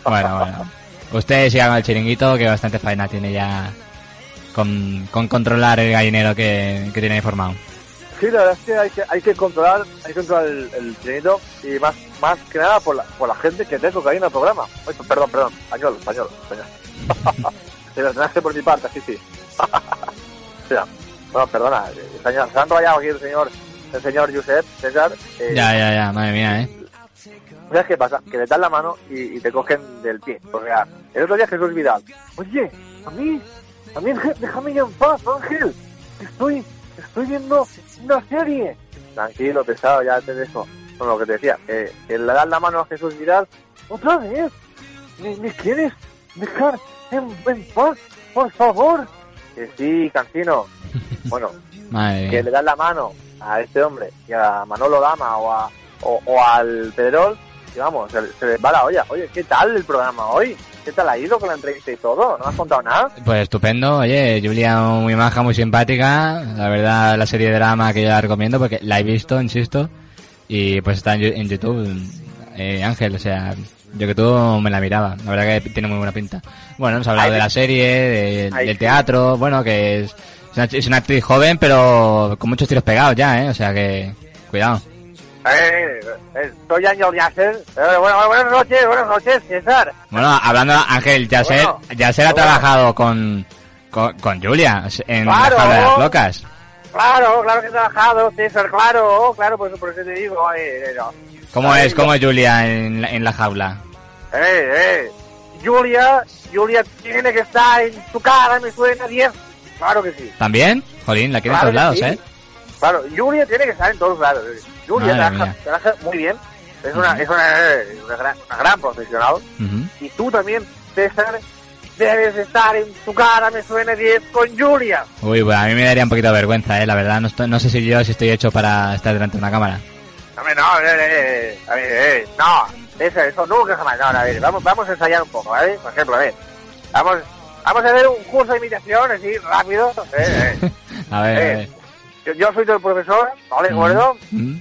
Speaker 1: Bueno, bueno. Usted siga con el chiringuito, que bastante faena tiene ya con, con controlar el gallinero que, que tiene ahí formado.
Speaker 4: Sí, la verdad es que hay que, hay que controlar, hay que controlar el, el chinito y más, más que nada por la, por la gente que tengo que hay en el programa. Ay, perdón, perdón, español, español, español. libertinaje por mi parte, así sí. Mira, bueno, perdona, eh, señor, se han rayado aquí el señor, el señor Josep, César. eh,
Speaker 1: Ya, ya, ya. Madre mía, ¿eh?
Speaker 4: ¿Sabes qué pasa? Que le dan la mano y, y te cogen del pie. O sea, el otro día Jesús Vidal, oye, a mí, a mí Ángel, déjame ya en paz, Ángel, que estoy, estoy viendo una serie. Tranquilo, pesado, ya te dejo. Bueno, lo que te decía, eh, que le das la mano a Jesús Vidal, otra vez, ¿me, me quieres dejar en, en paz? Por favor. Que sí, Cancino. Bueno,
Speaker 1: Madre
Speaker 4: que
Speaker 1: mía.
Speaker 4: le das la mano a este hombre y a Manolo Dama o, a, o, o al Pedrol, y vamos, se, se les va la olla. Oye, ¿qué tal el programa hoy? ¿Qué tal ha ido con la entrevista y todo? ¿No me has contado nada?
Speaker 1: Pues estupendo, oye, Julia muy maja, muy simpática, la verdad la serie de drama que yo la recomiendo porque la he visto, insisto, y pues está en, Yu- en YouTube, eh, Ángel, o sea, yo que tú me la miraba, la verdad que tiene muy buena pinta. Bueno, hemos hablado
Speaker 4: Ahí-
Speaker 1: de la serie, de-
Speaker 4: ahí-
Speaker 1: del teatro, bueno, que es, es, una, es una actriz joven pero con muchos tiros pegados ya, eh, o sea que, cuidado.
Speaker 4: Eh, eh, soy Ángel Yasser. Eh, bueno, buenas noches, buenas noches, César.
Speaker 1: Bueno, hablando, Ángel, Yasser,
Speaker 4: Bueno,
Speaker 1: Yasser ha
Speaker 4: bueno.
Speaker 1: trabajado con, con, con Julia en La
Speaker 4: Claro.
Speaker 1: Fábrica de las Locas.
Speaker 4: Claro, claro que he trabajado, César, claro, claro, por eso, por eso te digo. Eh, eh, no.
Speaker 1: ¿Cómo
Speaker 4: Ay,
Speaker 1: es, cómo es Julia en la, en la jaula?
Speaker 4: eh, eh. Julia, Julia tiene que estar en tu cara, me suena 10. Claro que sí.
Speaker 1: ¿También? Jolín, la quieren
Speaker 4: Claro
Speaker 1: en todos lados,
Speaker 4: que
Speaker 1: ¿eh?
Speaker 4: sí. Claro, Julia tiene que estar en todos lados. Julia
Speaker 1: Madre
Speaker 4: trabaja,
Speaker 1: mía.
Speaker 4: trabaja muy bien. Es una,
Speaker 1: Ujú.
Speaker 4: es una, eh, una gran, una gran profesional.
Speaker 1: Ujú.
Speaker 4: Y tú también, César, debes estar en tu cara, me suena 10, con Julia.
Speaker 1: Uy, bueno, a mí me daría un poquito de vergüenza, ¿eh? La verdad, no, estoy- no sé si yo si estoy hecho para estar delante de una cámara.
Speaker 4: Hombre, no, eh, eh, eh, a ver, eh, no, eso, eso nunca jamás, no, no, a ver, vamos, vamos a ensayar un poco, ¿vale? Por ejemplo, a ver, vamos, vamos a hacer un curso de imitación, así, rápido, eh, eh.
Speaker 1: A ver, a
Speaker 4: Eh,
Speaker 1: ver.
Speaker 4: Yo, yo soy del profesor, ¿vale?
Speaker 1: Mm,
Speaker 4: Gordo,
Speaker 1: mm.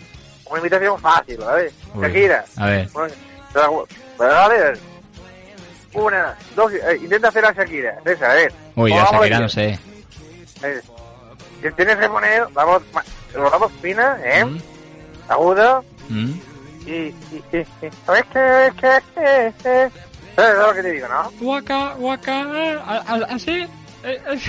Speaker 4: una imitación fácil, ¿vale?
Speaker 1: Uy,
Speaker 4: Shakira,
Speaker 1: A ver.
Speaker 4: una, pero, pero, a ver, una, dos, eh, intenta hacer a Shakira, esa, a ver.
Speaker 1: Uy,
Speaker 4: O
Speaker 1: ya
Speaker 4: vamos
Speaker 1: Shakira,
Speaker 4: bien,
Speaker 1: no sé.
Speaker 4: eh, que Tienes que poner, vamos, ma- lo damos fina, ¿eh?
Speaker 1: Mm,
Speaker 4: Agudo.
Speaker 1: mm.
Speaker 4: y, y, y, y- ¿sabes qué? ¿Qué? eh, ¿Qué? ¿Qué? ¿Sabes eh, lo que te digo, no?
Speaker 1: Waka, waka, eh, a- a- así. eh, eh.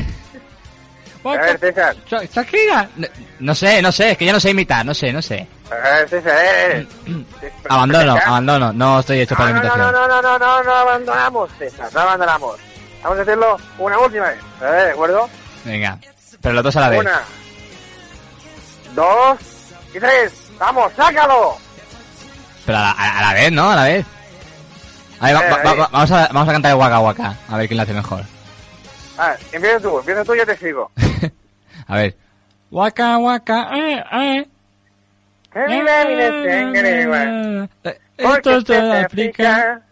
Speaker 4: A
Speaker 1: Waka,
Speaker 4: ver, César,
Speaker 1: Sha- Shakira. No, no sé, no sé, es que ya no sé imitar, no sé, no sé.
Speaker 4: a ver, César, eh. eh.
Speaker 1: Abandono,
Speaker 4: César. Ah,
Speaker 1: abandono, no estoy hecho para la
Speaker 4: No, no,
Speaker 1: imitación.
Speaker 4: no, no, no, no, no, no abandonamos, César, no abandonamos. Vamos a hacerlo una última vez, ¿eh? ¿De acuerdo?
Speaker 1: Venga, pero los dos a la vez.
Speaker 4: Una, dos y tres. ¡Vamos, sácalo!
Speaker 1: Pero a la, a la vez, ¿no? A la vez. A ver, va-
Speaker 4: Eh,
Speaker 1: va- va-
Speaker 4: eh.
Speaker 1: vamos, a, vamos a cantar el Waka Waka. A ver quién lo hace mejor.
Speaker 4: A ver, empieza tú, empieza tú y yo te sigo.
Speaker 1: A ver. Waka Waka. Eh, eh.
Speaker 4: Que
Speaker 1: Mm.
Speaker 4: vive mi desangre, güey, porque este se te aplica.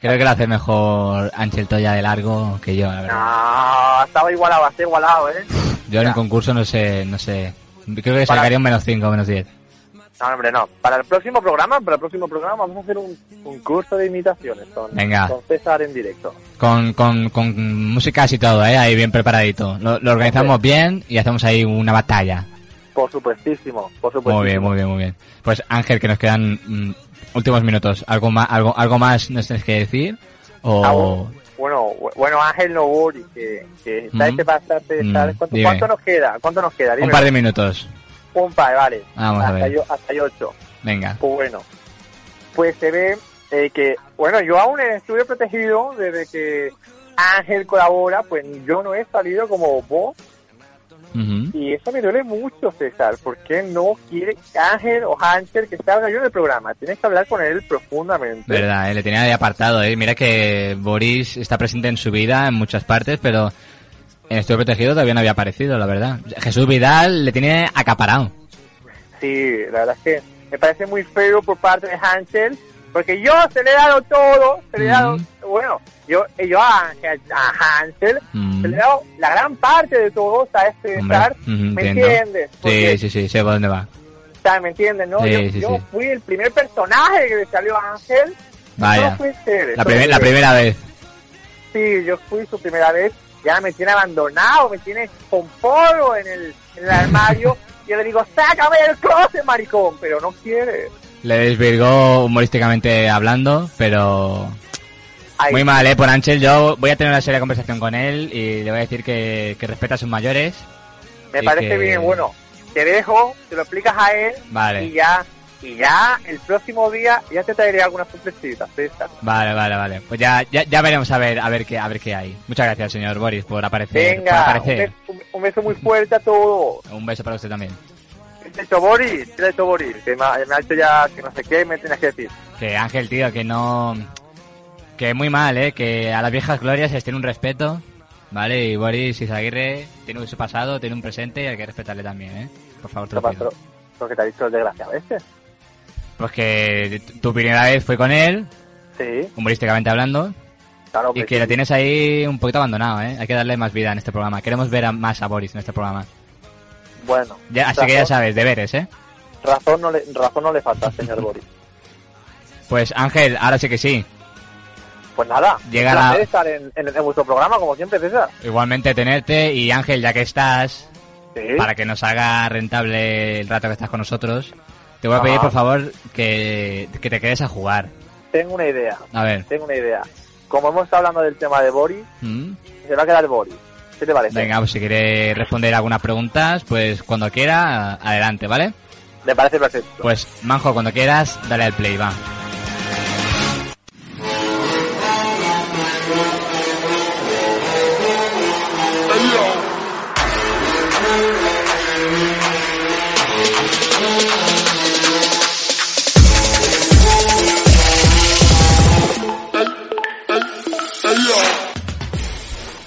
Speaker 1: Creo que lo hace mejor Ángel Toya de largo que yo, la verdad.
Speaker 4: No, estaba igualado, está igualado, ¿eh?
Speaker 1: Yo en el concurso no sé, no sé. Creo que
Speaker 4: Para-
Speaker 1: sacaría un menos 5, menos 10.
Speaker 4: No, hombre, no. Para el próximo programa, para el próximo programa vamos a hacer un, un curso de imitaciones con,
Speaker 1: Venga.
Speaker 4: con César en directo.
Speaker 1: Con, con, con música y todo, ¿eh? Ahí bien preparadito. Lo, lo organizamos bien y hacemos ahí una batalla.
Speaker 4: Por supuestísimo, por supuestísimo.
Speaker 1: Muy bien, muy bien, muy bien. Pues Ángel, que nos quedan mm, últimos minutos. ¿Algo más, algo, algo más nos tienes que decir? O...
Speaker 4: Aún- Ah, Bueno, bu- bueno, Ángel Nobori, que, que este
Speaker 1: Mm.
Speaker 4: sabes que pasaste,
Speaker 1: Mm,
Speaker 4: ¿sabes? ¿Cuánto,
Speaker 1: dime.
Speaker 4: cuánto nos queda? ¿Cuánto nos queda?
Speaker 1: Un
Speaker 4: Dime.
Speaker 1: par de minutos.
Speaker 4: Un par, vale.
Speaker 1: Vamos a
Speaker 4: hasta,
Speaker 1: ver.
Speaker 4: Yo, hasta yo ocho.
Speaker 1: Venga.
Speaker 4: Pues bueno, pues se ve eh, que, bueno, yo aún en estudio protegido, desde que Ángel colabora, pues yo no he salido como vos
Speaker 1: Ujú.
Speaker 4: Y eso me duele mucho, César, porque no quiere Ángel o Ángel que salga yo en el programa. Tienes que hablar con él profundamente.
Speaker 1: Verdad, eh, le tenía ahí apartado. Eh. Mira que Boris está presente en su vida en muchas partes, pero en Estudio Protegido todavía no había aparecido, la verdad. Jesús Vidal le tiene acaparado.
Speaker 4: Sí, la verdad es que me parece muy feo por parte de Ángel, porque yo se le he dado todo, se le he dado, bueno, yo, yo a Ángel, a Ángel
Speaker 1: Mm.
Speaker 4: se le he dado la gran parte de todo, ¿sabes,
Speaker 1: Hombre,
Speaker 4: César?
Speaker 1: ujú,
Speaker 4: este ¿Me
Speaker 1: entiendo.
Speaker 4: entiendes? Porque,
Speaker 1: Sí, sí, sí, sé por dónde va.
Speaker 4: ¿sabes? ¿Me entiendes? No?
Speaker 1: Sí,
Speaker 4: yo
Speaker 1: sí,
Speaker 4: yo
Speaker 1: sí.
Speaker 4: fui el primer personaje que le salió a Ángel.
Speaker 1: Vaya.
Speaker 4: No puede ser,
Speaker 1: La, primer- la
Speaker 4: entonces-
Speaker 1: primera vez.
Speaker 4: Sí, yo fui su primera vez, ya me tiene abandonado, me tiene con polvo en el, en el armario. yo le digo, sácame del closet, maricón, pero no quiere.
Speaker 1: Le desvirgó humorísticamente hablando, pero
Speaker 4: Ay,
Speaker 1: Muy mal, eh, por Ángel. Yo voy a tener una seria conversación con él y le voy a decir que, que respeta a sus mayores.
Speaker 4: me
Speaker 1: sí
Speaker 4: parece
Speaker 1: que-
Speaker 4: bien, bueno, te dejo, te lo explicas a él y
Speaker 1: Vale,
Speaker 4: ya, y ya el próximo día ya te traeré algunas sorpresitas, César.
Speaker 1: vale, vale, vale. Pues ya, ya, ya veremos a ver, a ver qué, a ver qué hay. Muchas gracias, señor Boris, por aparecer. por
Speaker 4: Venga, un
Speaker 1: aparecer.
Speaker 4: beso, un beso muy fuerte a todos.
Speaker 1: Un beso para usted también.
Speaker 4: te he hecho Boris? ¿Qué le he hecho Boris? Que me ha, me ha hecho ya que no sé qué, me tienes que decir.
Speaker 1: Que Ángel, tío, que no. Que muy mal, ¿eh? Que a las viejas glorias se les tiene un respeto, ¿vale? Y Boris Izaguirre tiene un su pasado, tiene un presente y hay que respetarle también, ¿eh? Por favor, te lo
Speaker 4: Lo
Speaker 1: pido.
Speaker 4: que te ha dicho el desgraciado este.
Speaker 1: Pues que tu primera vez fue con él,
Speaker 4: Sí,
Speaker 1: humorísticamente hablando,
Speaker 4: claro.
Speaker 1: y
Speaker 4: pues
Speaker 1: que lo
Speaker 4: sí.
Speaker 1: tienes ahí un poquito abandonado, ¿eh? Hay que darle más vida en este programa. Queremos ver a- más a Boris en este programa.
Speaker 4: Bueno.
Speaker 1: Ya, así
Speaker 4: razón,
Speaker 1: que ya sabes, deberes, ¿eh?
Speaker 4: Razón no, le, razón no le falta, señor Boris.
Speaker 1: Pues Ángel, ahora sí que sí.
Speaker 4: Pues nada.
Speaker 1: Llega
Speaker 4: un
Speaker 1: la-
Speaker 4: placer estar en, en- en vuestro programa, como siempre, César.
Speaker 1: Igualmente tenerte y Ángel, ya que estás,
Speaker 4: Sí.
Speaker 1: para que nos haga rentable el rato que estás con nosotros, te voy a pedir
Speaker 4: Ajá.
Speaker 1: por favor que, que te quedes a jugar.
Speaker 4: Tengo una idea.
Speaker 1: A ver.
Speaker 4: Tengo una idea. Como hemos estado hablando del tema de Boris,
Speaker 1: ¿Mm?
Speaker 4: se va a quedar Boris. ¿Qué te parece?
Speaker 1: Venga, pues si quieres responder algunas preguntas, pues cuando quiera, adelante, ¿vale?
Speaker 4: Me parece perfecto.
Speaker 1: Pues Manjo, cuando quieras, dale al play, va.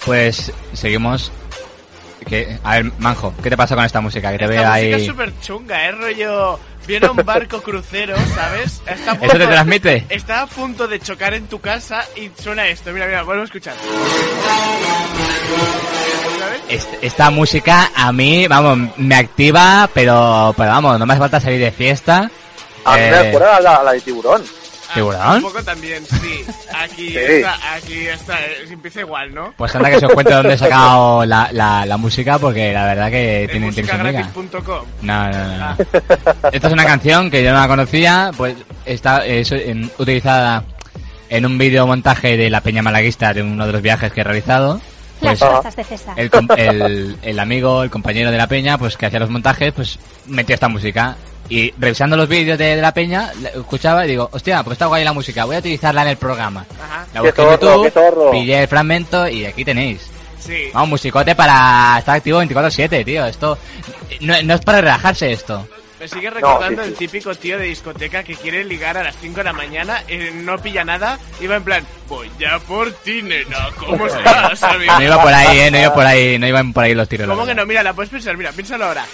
Speaker 1: Pues seguimos. Que, a ver, Manjo, ¿qué te pasa con esta música? Que te veo
Speaker 2: Esta
Speaker 1: ahí.
Speaker 2: música es súper chunga, es rollo... Viene un barco crucero, ¿sabes? Está a
Speaker 1: ¿Eso te
Speaker 2: punto-
Speaker 1: transmite?
Speaker 2: Está a punto de chocar en tu casa y suena esto. Mira, mira, vuelvo a escuchar. ¿Sabes?
Speaker 1: Est- Esta música a mí, vamos, me activa, pero, pero vamos, no me hace falta salir de fiesta.
Speaker 4: A mí me
Speaker 1: Eh,
Speaker 4: recuerda a la, a la de tiburón.
Speaker 1: ¿Tiburón?
Speaker 2: Ah, Un poco también, sí. Aquí
Speaker 4: Sí.
Speaker 2: está, aquí está. eh, Empieza igual, ¿no?
Speaker 1: Pues anda que se os cuente dónde he sacado la, la, la música, porque la verdad que
Speaker 2: En
Speaker 1: tiene intención.
Speaker 2: musicagratis.com.
Speaker 1: No, no, no. no. Esta es una canción que yo no la conocía, pues está es, em, utilizada en un videomontaje de la Peña Malaguista de uno de los viajes que he realizado.
Speaker 9: Las
Speaker 1: Pues
Speaker 9: razas de César.
Speaker 1: el, com- el, el amigo, el compañero de la peña, pues que hacía los montajes, pues metía esta música. Y revisando los vídeos de, de la peña, la- escuchaba y digo, hostia, pues está guay la música, voy a utilizarla en el programa.
Speaker 2: Ajá.
Speaker 1: La
Speaker 4: Qué
Speaker 1: busqué
Speaker 4: zorro,
Speaker 1: en
Speaker 4: qué zorro.
Speaker 1: YouTube, pillé el fragmento y aquí tenéis.
Speaker 2: Sí.
Speaker 1: Vamos, musicote para estar activo 24-7, tío. Esto no, no es para relajarse esto.
Speaker 2: Me sigue recordando
Speaker 4: No, sí,
Speaker 2: el
Speaker 4: sí.
Speaker 2: típico tío de discoteca que quiere ligar a las 5 de la mañana, eh, no pilla nada y va en plan, voy ya por ti, nena, ¿cómo estás, amigo?
Speaker 1: No iba por ahí, eh, no iba por ahí, no iban por ahí los tiros. la
Speaker 2: Ah. ¿Cómo que
Speaker 1: verdad.
Speaker 2: no? Mira, la puedes pensar, mira, piénsalo ahora.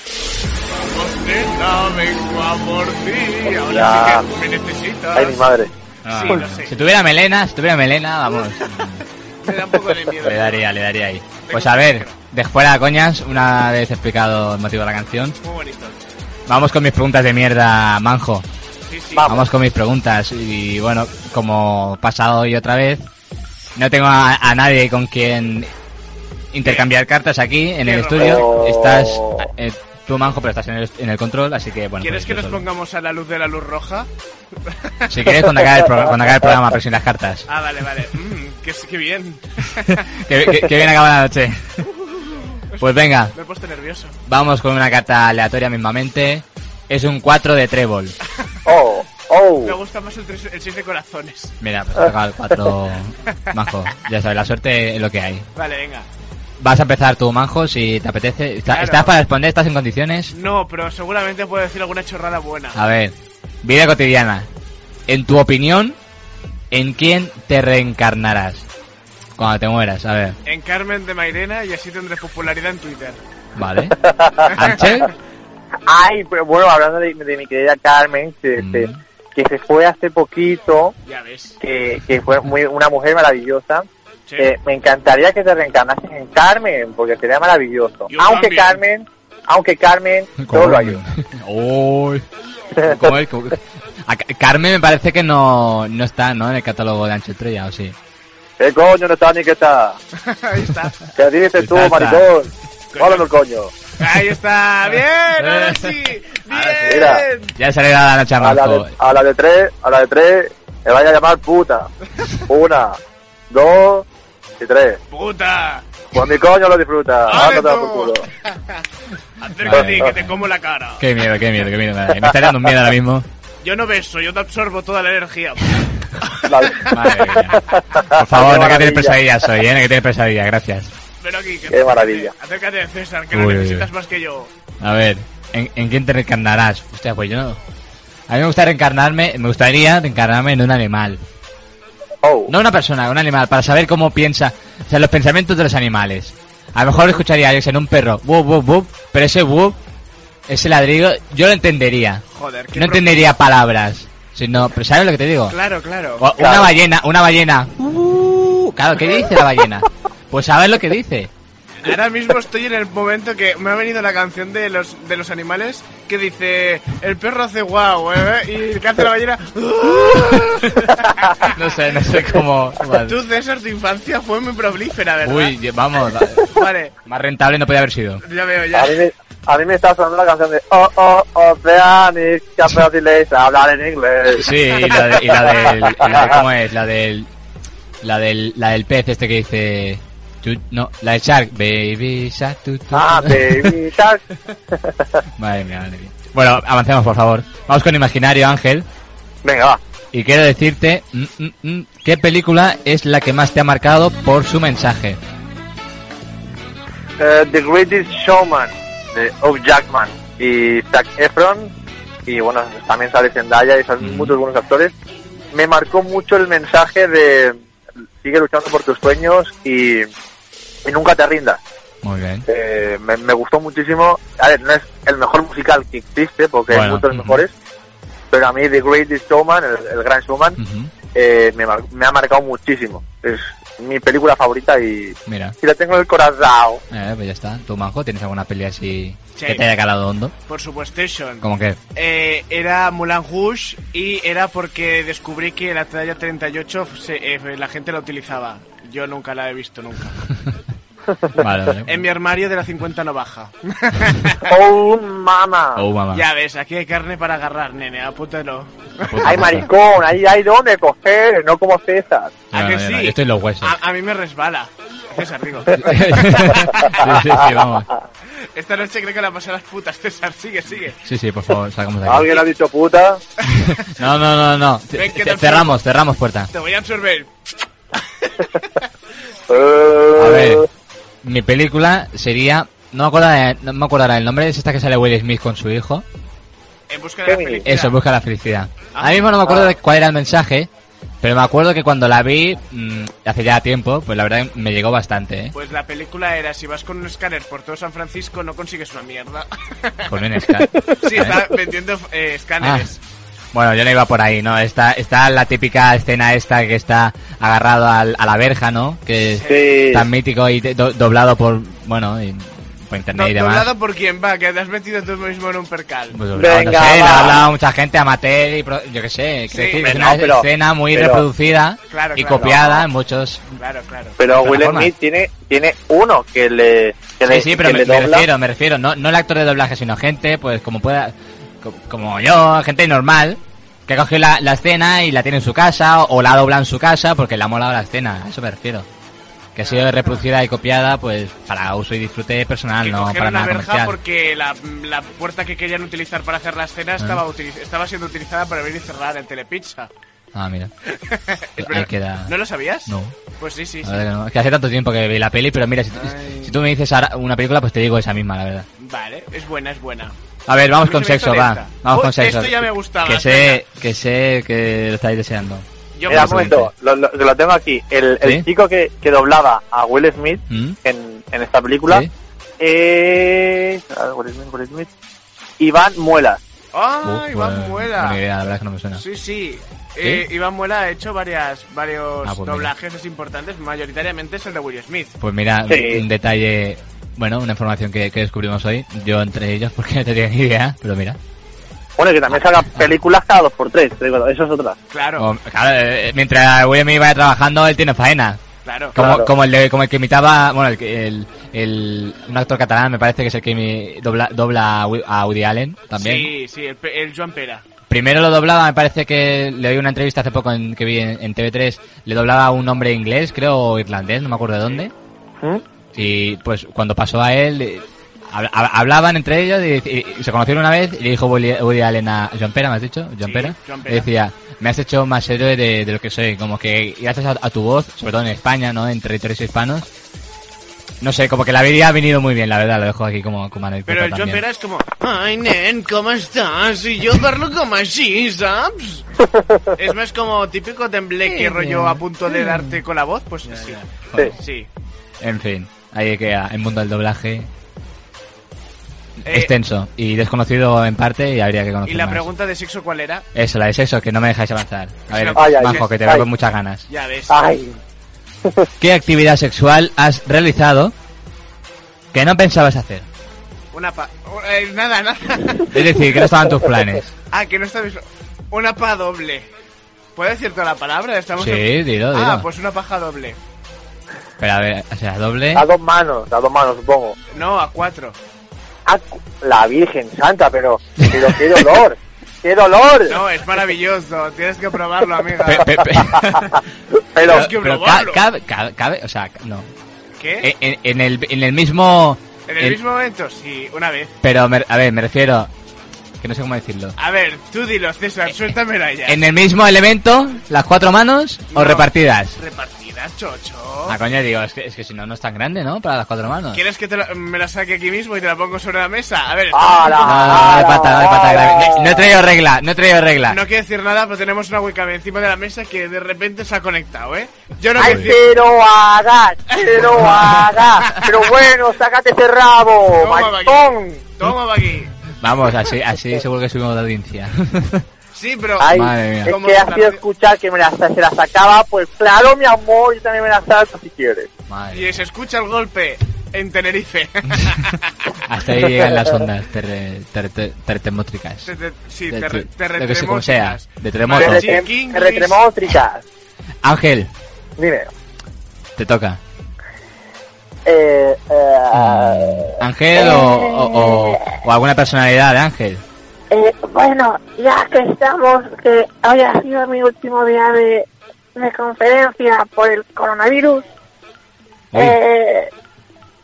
Speaker 2: Pues nena, vengo a por ti, ahora sí que me necesitas.
Speaker 4: Ay, mi madre.
Speaker 1: Ah,
Speaker 2: Sí,
Speaker 1: no.
Speaker 2: lo sé.
Speaker 1: Si tuviera melena, si tuviera melena, vamos.
Speaker 2: Me da un poco de miedo.
Speaker 1: Le daría, le daría ahí. Pues a ver, de fuera coñas, una vez explicado el motivo de la canción,
Speaker 2: Muy bonito.
Speaker 1: vamos con mis preguntas de mierda, manjo.
Speaker 2: Sí, sí.
Speaker 1: Vamos, con mis preguntas. Y bueno, como pasado hoy otra vez, no tengo a, a nadie con quien intercambiar cartas aquí en el
Speaker 2: Bien,
Speaker 1: estudio.
Speaker 4: Roberto.
Speaker 1: Estás eh, tú, manjo, pero estás en el, en el control, así que bueno. pues
Speaker 2: ¿Quieres que
Speaker 1: yo
Speaker 2: nos
Speaker 1: solo.
Speaker 2: pongamos a la luz de la luz roja?
Speaker 1: Si quieres, cuando acabe el, pro- cuando acabe el programa, pero sin las cartas.
Speaker 2: Ah, vale, vale. Mm, qué, qué bien.
Speaker 1: que, que- que bien acaba la noche. Pues venga,
Speaker 2: Me he puesto nervioso.
Speaker 1: Vamos con una carta aleatoria mismamente. Es un 4 de trébol.
Speaker 4: Oh, oh.
Speaker 1: Uh.
Speaker 2: Me gusta más el 6 de corazones.
Speaker 1: Mira, pues toca el 4 manjo. Ya sabes, la suerte es lo que hay.
Speaker 2: Vale, venga.
Speaker 1: Vas a empezar tú, manjo, si te apetece. ¿Está-
Speaker 2: Claro.
Speaker 1: ¿Estás para responder? ¿Estás en condiciones?
Speaker 2: No, pero seguramente puedo decir alguna chorrada buena.
Speaker 1: A ver, vida cotidiana. En tu opinión, ¿en quién te reencarnarás? Cuando te mueras, a ver.
Speaker 2: En Carmen de Mairena y así tendré popularidad en Twitter.
Speaker 1: Vale. ¿Ángel?
Speaker 4: Ay, pero bueno, hablando de, de mi querida Carmen, que,
Speaker 1: Mm.
Speaker 4: se- que se fue hace poquito,
Speaker 2: Ya ves.
Speaker 4: que, que fue muy, una mujer maravillosa.
Speaker 2: Sí.
Speaker 4: Eh, me encantaría que te reencarnases en Carmen, porque sería maravilloso.
Speaker 2: Yo
Speaker 4: aunque
Speaker 2: también.
Speaker 4: Carmen, aunque Carmen, todo lo ayuda.
Speaker 1: Uy. ¿Cómo es? ¿Cómo- A Ca- Carmen me parece que no, no está, ¿no? En el catálogo de Ancho Estrella, ¿o sí?
Speaker 4: ¿Qué Eh, coño no está ni que está?
Speaker 2: Ahí está.
Speaker 4: ¿Qué dices tú,
Speaker 1: Está, está.
Speaker 4: maricón? Háblame el coño.
Speaker 2: Ahí está. Bien, ahora sí.
Speaker 1: Ahora sí.
Speaker 4: Mira.
Speaker 2: Bien.
Speaker 1: Ya se le da la noche a
Speaker 4: A la,
Speaker 1: Manjo.
Speaker 4: de, a la de tres, a la de tres, me vaya a llamar puta. Una, dos y tres.
Speaker 2: Puta.
Speaker 4: Pues mi coño lo disfruta.
Speaker 2: Dale
Speaker 4: Ándate por
Speaker 2: tú.
Speaker 4: culo.
Speaker 2: Acércate
Speaker 1: Vale.
Speaker 2: que te como la cara.
Speaker 1: Qué miedo, qué miedo, qué miedo. Madre, Me está dando un miedo ahora mismo.
Speaker 2: Yo no beso, yo te absorbo toda la energía.
Speaker 4: La-
Speaker 1: Madre mía.
Speaker 4: Ah,
Speaker 1: Por favor, no que tienes pesadillas hoy, ¿eh? No que tienes pesadillas, gracias.
Speaker 2: Ven aquí. Que
Speaker 4: Qué maravilla.
Speaker 2: Acércate, César, que
Speaker 1: Uy,
Speaker 2: lo
Speaker 1: uy, uy.
Speaker 2: necesitas más que yo.
Speaker 1: A ver, ¿En, en quién te reencarnarás? Hostia, pues yo no. A mí me gusta reencarnarme, me gustaría reencarnarme en un animal.
Speaker 4: Oh,
Speaker 1: No una persona, un animal, para saber cómo piensa, o sea, los pensamientos de los animales. A lo mejor escucharía yo que sé, en un perro, woof, woof, woof, pero ese woof, ese ladrido, yo lo entendería.
Speaker 2: Joder, qué
Speaker 1: No entendería palabras, sino, pero ¿sabes lo que te digo?
Speaker 2: Claro, claro.
Speaker 1: O- Una ballena, una ballena. Uh, claro, ¿qué dice la ballena? Pues sabes lo que dice.
Speaker 2: Ahora mismo estoy en el momento que me ha venido la canción de los de los animales que dice el perro hace guau ¿eh? y que hace la ballena. ¡Ah!
Speaker 1: No sé, no sé cómo.
Speaker 2: Tú César, tu infancia fue muy prolífera, ¿verdad?
Speaker 1: Uy, vamos,
Speaker 2: Vale,
Speaker 1: más rentable no podía haber sido.
Speaker 2: ya veo ya.
Speaker 4: A mí, me, a mí me está sonando la canción de Oh, oh, Oceanic, que brasileis a hablar en inglés.
Speaker 1: Sí, y la, de- y la del, y la de- ¿Cómo es? La del. La del, la del pez este que dice. tu- no, la del Shark. Baby Shark. tu, tu.
Speaker 4: Ah, baby, tal.
Speaker 1: Madre mía, madre mía. Bueno, avancemos, por favor. Vamos con Imaginario, Ángel.
Speaker 4: Venga, va.
Speaker 1: Y quiero decirte. mm, mm, mm, ¿Qué película es la que más te ha marcado por su mensaje?
Speaker 4: Eh, The Greatest Showman, de Hugh Jackman y Zac Efron. Y bueno, también sale Zendaya y son
Speaker 1: Mm.
Speaker 4: muchos buenos actores. Me marcó mucho el mensaje de sigue luchando por tus sueños y, y nunca te rindas.
Speaker 1: Muy bien.
Speaker 4: Eh, me, me gustó muchísimo. A ver, no es el mejor musical que existe, porque hay
Speaker 1: Bueno,
Speaker 4: muchos
Speaker 1: ujú.
Speaker 4: mejores. Pero a mí The Greatest Showman, el, el Gran Showman,
Speaker 1: Ujú,
Speaker 4: eh, me, mar- me ha marcado muchísimo. Es mi película favorita y,
Speaker 1: Mira.
Speaker 4: y la tengo en el corazón.
Speaker 1: Eh, pues ya está. ¿Tú, Manjo, tienes alguna peli así
Speaker 2: Sí.
Speaker 1: que te haya calado hondo?
Speaker 2: Por supuesto,
Speaker 1: Como que.
Speaker 2: Eh, era Mulan Rouge y era porque descubrí que la talla 38 se- eh, la gente la utilizaba. Yo nunca la he visto nunca.
Speaker 1: Vale, vale.
Speaker 2: En mi armario de la 50 no baja.
Speaker 4: ¡Oh, mama!
Speaker 1: Oh, mamá.
Speaker 2: Ya ves, aquí hay carne para agarrar, nene, apúntalo.
Speaker 1: Puta
Speaker 4: ¡Ay,
Speaker 1: cosa.
Speaker 4: maricón! ¡Ahí hay donde coger! No como César.
Speaker 1: Ya,
Speaker 2: ¿A que
Speaker 1: ya, ya,
Speaker 2: sí? Ah.
Speaker 1: Yo estoy en los huesos.
Speaker 2: A, a mí me resbala. César, digo.
Speaker 1: sí, sí, sí, vamos.
Speaker 2: Esta noche creo que la pasé a las putas, César. Sigue, sigue.
Speaker 1: Sí, sí, por favor, sacamos de aquí.
Speaker 4: ¿Alguien ha dicho puta?
Speaker 1: No, no, no, no.
Speaker 2: Ven que
Speaker 1: Ce-
Speaker 2: te-
Speaker 1: Cerramos, cerramos puerta.
Speaker 2: Te voy a absorber.
Speaker 4: Eh,
Speaker 1: A ver, mi película sería. No me, acuerdo de- no me acordará el nombre, es esta que sale Will Smith con su hijo.
Speaker 2: En busca de la
Speaker 4: Gemini.
Speaker 2: felicidad.
Speaker 1: Eso, busca la felicidad.
Speaker 2: Ah.
Speaker 1: Ahora mismo no me acuerdo de cuál era el mensaje, pero me acuerdo que cuando la vi, mm, hace ya tiempo, pues la verdad que me llegó bastante, ¿eh?
Speaker 2: Pues la película era, si vas con un escáner por todo San Francisco, no consigues una mierda.
Speaker 1: Con un escáner.
Speaker 2: sí, está vendiendo eh,
Speaker 1: Ah.
Speaker 2: escáneres.
Speaker 1: Bueno, yo no iba por ahí, ¿no? Está, está la típica escena esta que está agarrado al- a la verja, ¿no? Que
Speaker 4: Sí.
Speaker 1: tan mítico y de- do- doblado por, bueno, y- por internet
Speaker 2: No,
Speaker 1: y demás.
Speaker 2: doblado por quién va, que te has metido tú mismo en un percal.
Speaker 1: Pues doblado,
Speaker 4: Venga,
Speaker 1: no sé,
Speaker 4: va.
Speaker 1: ha hablado mucha gente, amateur y pro- yo qué sé.
Speaker 2: Sí,
Speaker 1: quiero decir, es
Speaker 4: pero
Speaker 1: una
Speaker 4: no, pero-
Speaker 1: escena muy
Speaker 4: pero-
Speaker 1: reproducida
Speaker 2: Claro,
Speaker 1: y
Speaker 2: claro.
Speaker 1: copiada en muchos...
Speaker 2: Claro, claro.
Speaker 4: Pero
Speaker 1: De
Speaker 4: Will
Speaker 1: plataforma.
Speaker 4: Smith tiene, tiene uno que le,
Speaker 1: Sí,
Speaker 4: que le,
Speaker 1: sí, pero
Speaker 4: que
Speaker 1: me,
Speaker 4: le
Speaker 1: me
Speaker 4: dobla.
Speaker 1: refiero, me refiero. No, no el actor de doblaje, sino gente, pues como pueda... co- Como yo, gente normal, que ha cogido la, la escena y la tiene en su casa o, o la dobla en su casa porque le ha molado la escena. A eso me refiero. Que ha sido reproducida y copiada, pues, para uso y disfrute personal,
Speaker 2: que
Speaker 1: no para
Speaker 2: cogieron la
Speaker 1: nada
Speaker 2: verja
Speaker 1: comercial.
Speaker 2: porque la, la puerta que querían utilizar para hacer la
Speaker 1: ¿Eh?
Speaker 2: escena estaba, utiliz- estaba siendo utilizada para abrir y cerrar el Telepizza.
Speaker 1: Ah, mira. Ahí
Speaker 2: Es verdad.
Speaker 1: queda...
Speaker 2: ¿No lo sabías?
Speaker 1: No.
Speaker 2: Pues sí, sí.
Speaker 1: La
Speaker 2: sí.
Speaker 1: verdad que no. Es que hace tanto tiempo que vi la peli, pero mira, si, si tú me dices ahora una película, pues te digo esa misma, la verdad.
Speaker 2: Vale, es buena, es buena.
Speaker 1: A ver, vamos
Speaker 2: A mí
Speaker 1: con
Speaker 2: se me
Speaker 1: sexo,
Speaker 2: hizo
Speaker 1: va.
Speaker 2: lenta.
Speaker 1: Vamos
Speaker 2: Oh,
Speaker 1: con sexo.
Speaker 2: esto ya me gustaba,
Speaker 1: Que sé, que sé que lo estáis deseando.
Speaker 2: Yo
Speaker 4: Mira,
Speaker 2: me
Speaker 4: un momento, lo, lo- lo tengo aquí. El, el
Speaker 1: ¿Sí?
Speaker 4: chico que, que doblaba a Will Smith
Speaker 1: ¿Mm?
Speaker 4: en, en esta película
Speaker 1: ¿Sí?
Speaker 4: es... a ver, Will Smith, Will Smith. Iván Muelas.
Speaker 2: ¡Ah,
Speaker 1: Uh,
Speaker 2: Iván
Speaker 1: pues,
Speaker 2: Muela!
Speaker 1: buena idea, la verdad es que no me suena.
Speaker 2: Sí, sí. Eh, Iván Muela ha hecho varias, varios
Speaker 1: Ah, pues mira.
Speaker 2: doblajes es importantes, mayoritariamente es el de Will Smith.
Speaker 1: Pues mira,
Speaker 4: Sí.
Speaker 1: un detalle, bueno, una información que, que descubrimos hoy, yo entre ellos, porque no tenía ni idea, pero mira.
Speaker 4: Bueno, que también saca películas cada dos por tres. te digo, Eso es otra.
Speaker 2: Claro,
Speaker 1: O- claro, eh, mientras Will Smith vaya trabajando, él tiene faena.
Speaker 2: claro.
Speaker 1: Como,
Speaker 4: Claro.
Speaker 1: como, el de- como el que imitaba, bueno, el, que- el, el- un actor catalán me parece que es el que imi- dobla, dobla a Wi- a Woody Allen también. Pues
Speaker 2: Sí, sí, el, pe- el Joan Pera.
Speaker 1: Primero lo doblaba, me parece que le oí una entrevista hace poco en, que vi en, en TV3, le doblaba a un hombre inglés, creo, o irlandés, no me acuerdo de dónde.
Speaker 4: ¿Mm?
Speaker 1: Y pues cuando pasó a él, eh, hab- hab- hablaban entre ellos y, y- y se conocieron una vez y le dijo Woody, Woody Allen a John Pera, ¿me has dicho? John
Speaker 2: Sí,
Speaker 1: Pera.
Speaker 2: John Pera.
Speaker 1: Le decía, me has hecho más héroe de, de lo que soy, como que gracias a, a tu voz, sobre todo en España, ¿no? En territorios hispanos, No sé, como que la vida ha venido muy bien, la verdad, lo dejo aquí como, como
Speaker 2: Pero
Speaker 1: anécdota
Speaker 2: el Joan
Speaker 1: también.
Speaker 2: Pera es como, ay, nen, ¿cómo estás? Y yo verlo como así, ¿sabes? es más como típico tembleque,
Speaker 1: Sí,
Speaker 2: rollo
Speaker 1: ya.
Speaker 2: a punto de darte con la voz, pues así.
Speaker 4: Sí.
Speaker 2: Sí.
Speaker 1: En fin, ahí queda el mundo del doblaje.
Speaker 2: Eh,
Speaker 1: Extenso y desconocido en parte y habría que conocer
Speaker 2: ¿Y la
Speaker 1: Este más.
Speaker 2: pregunta de sexo cuál era?
Speaker 1: Eso, la de sexo, que no me dejáis avanzar. A ver,
Speaker 4: Ay, ay,
Speaker 1: Majo, que te
Speaker 4: ay.
Speaker 1: veo con muchas ganas.
Speaker 2: Ya ves.
Speaker 4: Ay,
Speaker 1: ¿Qué actividad sexual has realizado que no pensabas hacer?
Speaker 2: Una pa... eh, nada, nada.
Speaker 1: Es decir, que no estaban tus planes.
Speaker 2: ah, que no está visto. Una pa doble. ¿Puedo decir toda la palabra? Estamos
Speaker 1: Sí,
Speaker 2: en-
Speaker 1: dilo, dilo.
Speaker 2: Ah, pues una paja doble.
Speaker 1: Pero a ver, o sea, doble.
Speaker 4: a dos manos, a dos manos, supongo.
Speaker 2: No, a cuatro.
Speaker 4: Ah, cu- la Virgen Santa, pero, pero qué dolor, qué dolor.
Speaker 2: No, es maravilloso. Tienes que probarlo, amiga.
Speaker 1: Pe- pe- pe-
Speaker 4: pero
Speaker 2: que
Speaker 1: pero ca-
Speaker 2: probarlo.
Speaker 1: cabe, cabe- cabe- o sea, no.
Speaker 2: ¿Qué?
Speaker 1: En, en- en el, en el mismo.
Speaker 2: ¿En el
Speaker 1: en-
Speaker 2: mismo momento? Sí, una vez.
Speaker 1: Pero, me- a ver, me refiero. Que no sé cómo decirlo.
Speaker 2: A ver, tú dilo, César, suéltamela ya.
Speaker 1: Eh, ¿En el mismo elemento, las cuatro manos o
Speaker 2: No.
Speaker 1: repartidas?
Speaker 2: Repartidas, chocho.
Speaker 1: Ah, coño, digo, es que, es que si no, no es tan grande, ¿no? Para las cuatro manos.
Speaker 2: ¿Quieres que te la- me la saque aquí mismo y te la pongo sobre la mesa? A ver,
Speaker 1: No,
Speaker 4: ¡Hala!
Speaker 1: no, no, no hay pata, no hay pata. grave.
Speaker 4: ¡Hala!
Speaker 1: No he traído regla, no he traído regla.
Speaker 2: no quiero decir nada, pero tenemos una webcam encima de la mesa que de repente se ha conectado, ¿eh? Yo no
Speaker 4: ¡Ay,
Speaker 2: quiero decir...
Speaker 4: que lo hagas! ¡Que lo hagas! Pero bueno, sácate ese rabo,
Speaker 2: Toma,
Speaker 4: maricón.
Speaker 2: Toma, Bagui.
Speaker 1: Vamos, así, así seguro que subimos de audiencia.
Speaker 2: Sí, pero...
Speaker 4: Ay,
Speaker 1: Madre mía.
Speaker 4: es
Speaker 2: Como
Speaker 4: que has
Speaker 2: la-
Speaker 4: sido escuchar que me la, se la sacaba, pues claro, mi amor, yo también me la saco si quieres.
Speaker 1: Madre.
Speaker 2: Y se escucha el golpe en Tenerife.
Speaker 1: Hasta ahí llegan las ondas terre, terre- terre- terremotricas.
Speaker 2: Te- te- sí,
Speaker 1: De-
Speaker 2: te,
Speaker 1: de-
Speaker 2: te
Speaker 1: de que se- como sea,
Speaker 2: retremoscas.
Speaker 1: de terremoto.
Speaker 2: Vale,
Speaker 1: Moto.
Speaker 4: Te
Speaker 2: chiquinglis.
Speaker 4: retrem- te retremamos tricas.
Speaker 1: Ángel,
Speaker 4: Dime.
Speaker 1: te toca.
Speaker 4: Eh, eh,
Speaker 1: ¿Ángel o, o- o- o alguna personalidad de Ángel?
Speaker 8: Eh, bueno, ya que estamos, que hoy ha sido mi último día de, de conferencia por el coronavirus.
Speaker 1: Uy.
Speaker 8: Eh,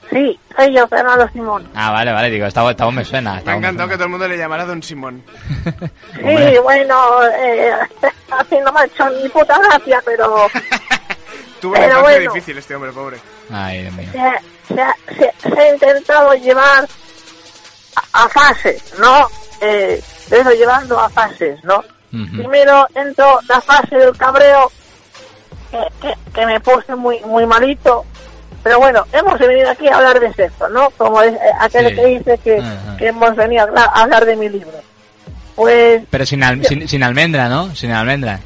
Speaker 8: sí, soy yo, Fernando Simón.
Speaker 1: Ah, vale, vale, digo, esta, voz- esta voz me suena.
Speaker 2: Me
Speaker 1: esta
Speaker 2: ha
Speaker 1: voz me
Speaker 2: encantado que todo
Speaker 1: suena.
Speaker 2: el mundo le llamara Don Simón.
Speaker 8: Sí,
Speaker 1: Hombre.
Speaker 8: bueno, eh, así no me ha hecho ni puta gracia, pero
Speaker 2: Tuvo una
Speaker 8: Pero
Speaker 2: infancia
Speaker 8: bueno.
Speaker 2: difícil este hombre, pobre.
Speaker 1: Ay, Dios mío.
Speaker 8: se, ha- se ha- se- se ha intentado llevar a, a fases, ¿no? Eh, eso, llevando a fases, ¿no?
Speaker 1: Ujú.
Speaker 8: Primero entró la fase del cabreo, que, que- que me puse muy muy malito. Pero bueno, hemos venido aquí a hablar de sexo, ¿no? Como es, eh, aquel
Speaker 1: Sí.
Speaker 8: que dice que,
Speaker 1: Ajá.
Speaker 8: que hemos venido a hablar, a hablar de mi libro. Pues,
Speaker 1: Pero sin, al- sin, sin almendra, ¿no? Sin almendra.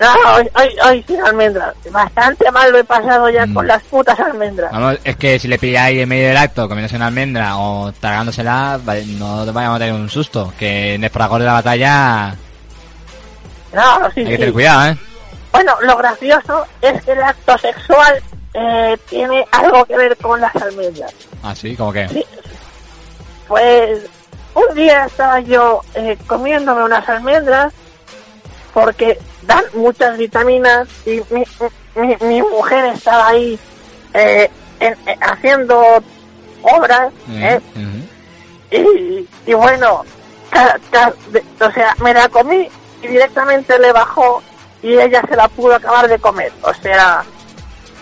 Speaker 8: no, hoy, hoy, hoy sin almendras. Bastante mal lo he pasado ya
Speaker 1: Mm.
Speaker 8: con las putas almendras.
Speaker 1: Vamos, es que si le pilláis en medio del acto comiéndose una almendra o tragándosela, vale, no te vayamos a tener un susto. Que en el fragor de la batalla
Speaker 8: No, no,
Speaker 1: Ah,
Speaker 8: sí,
Speaker 1: hay que
Speaker 8: sí.
Speaker 1: tener cuidado, ¿eh?
Speaker 8: Bueno, lo gracioso es que el acto sexual eh, tiene algo que ver con las almendras.
Speaker 1: Así, como que.
Speaker 8: Sí. Pues un día estaba yo eh, comiéndome unas almendras porque dan muchas vitaminas y mi, mi- mi mujer estaba ahí eh, en- eh, haciendo obras
Speaker 1: Mm.
Speaker 8: ¿eh?
Speaker 1: Ujú.
Speaker 8: y, y bueno, ca- ca- de- o sea, me la comí y directamente le bajó y ella se la pudo acabar de comer. O sea,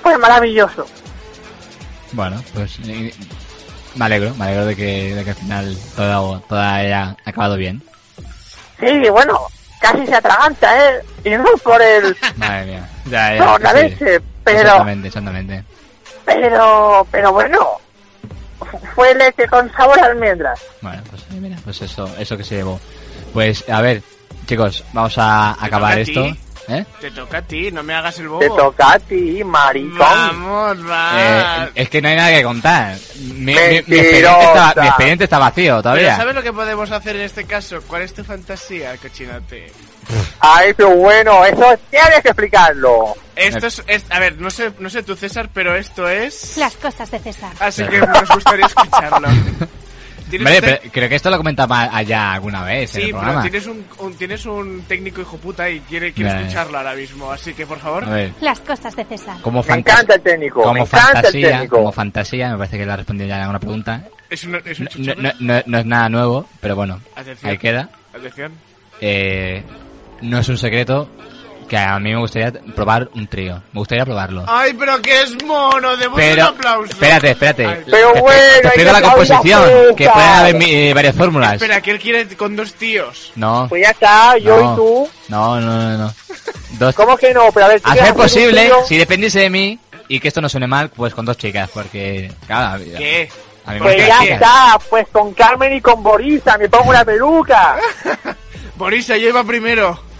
Speaker 8: fue maravilloso.
Speaker 1: Bueno, pues eh, me alegro, me alegro de que, de que al final todo, todo haya acabado bien.
Speaker 8: Sí, bueno, casi se atraganta, ¿eh? Y no por el...
Speaker 1: Madre mía. Ya, ya, pues
Speaker 8: No, la
Speaker 1: Eh, sí.
Speaker 8: leche, pero,
Speaker 1: Exactamente, exactamente.
Speaker 8: pero, pero bueno, fue leche con sabor a almendras.
Speaker 1: Bueno, pues eh, mira, pues eso, eso que se llevó. Pues a ver, chicos, vamos a acabar
Speaker 2: toca a
Speaker 1: esto.
Speaker 2: ti.
Speaker 1: ¿Eh?
Speaker 2: Te toca a ti, no me hagas el
Speaker 4: te
Speaker 2: bobo.
Speaker 4: toca a
Speaker 1: Mm.
Speaker 4: ti, maricón.
Speaker 2: Vamos,
Speaker 1: Eh,
Speaker 2: va.
Speaker 1: es que no hay nada que contar. Mi, mi- mi expediente,
Speaker 4: Mentirosa.
Speaker 1: está, mi expediente está vacío
Speaker 2: Pero
Speaker 1: todavía.
Speaker 2: ¿sabes lo que podemos hacer en este caso? ¿Cuál es tu fantasía, cochinate?
Speaker 4: Ay, pero bueno, eso tienes que explicarlo.
Speaker 2: Esto es, es- A ver, no sé, no sé tú, César, pero esto es...
Speaker 9: Las cosas de César.
Speaker 2: Así que nos gustaría escucharlo. ¿Tienes
Speaker 1: Hombre,
Speaker 2: un tec-
Speaker 1: pero creo que esto lo comentamos allá alguna vez en el
Speaker 2: Sí, pero
Speaker 1: programa.
Speaker 2: tienes un, un- tienes un técnico hijo puta y quiere, quiere
Speaker 1: Vale.
Speaker 2: escucharlo ahora mismo, así que por favor...
Speaker 1: A ver,
Speaker 9: Las cosas de César.
Speaker 1: como
Speaker 4: Me
Speaker 1: fantasía.
Speaker 4: encanta el técnico, me
Speaker 1: Como
Speaker 4: encanta el
Speaker 1: fantasía,
Speaker 4: técnico.
Speaker 1: como fantasía, me parece que le ha respondido ya a alguna pregunta.
Speaker 2: Es, una- es un
Speaker 1: No,
Speaker 2: chuchurro.
Speaker 1: no- no- no es nada nuevo, pero bueno,
Speaker 2: Atención.
Speaker 1: ahí queda.
Speaker 2: Atención.
Speaker 1: Eh, no es un secreto que a mí me gustaría probar un trío. Me gustaría probarlo.
Speaker 2: Ay, pero que es mono, de Ah, pues un
Speaker 1: Pero,
Speaker 2: aplauso.
Speaker 1: espérate, espérate.
Speaker 2: Pero
Speaker 1: Te-
Speaker 2: bueno,
Speaker 1: te explico
Speaker 2: hay
Speaker 1: la
Speaker 2: que
Speaker 1: composición,
Speaker 2: hablar
Speaker 1: que
Speaker 2: juntas.
Speaker 1: pueden haber mi- eh, varias fórmulas.
Speaker 2: Espera, que él quiere con dos tíos.
Speaker 1: No.
Speaker 4: Pues ya está, yo
Speaker 1: No.
Speaker 4: y tú.
Speaker 1: No, no, no, no. Dos-
Speaker 4: ¿Cómo que no? Pero a ver, si
Speaker 1: a
Speaker 4: quieres
Speaker 1: ser
Speaker 4: hacer un
Speaker 1: posible,
Speaker 4: trío,
Speaker 1: si dependiese de mí y que esto no suene mal, pues con dos chicas, porque, claro, a mí-
Speaker 2: ¿Qué?
Speaker 1: a mí me
Speaker 4: Pues
Speaker 1: gustan
Speaker 4: ya
Speaker 1: las chicas.
Speaker 4: está, pues con Carmen y con Borisa, me pongo una peluca.
Speaker 2: Borisa, yo iba primero.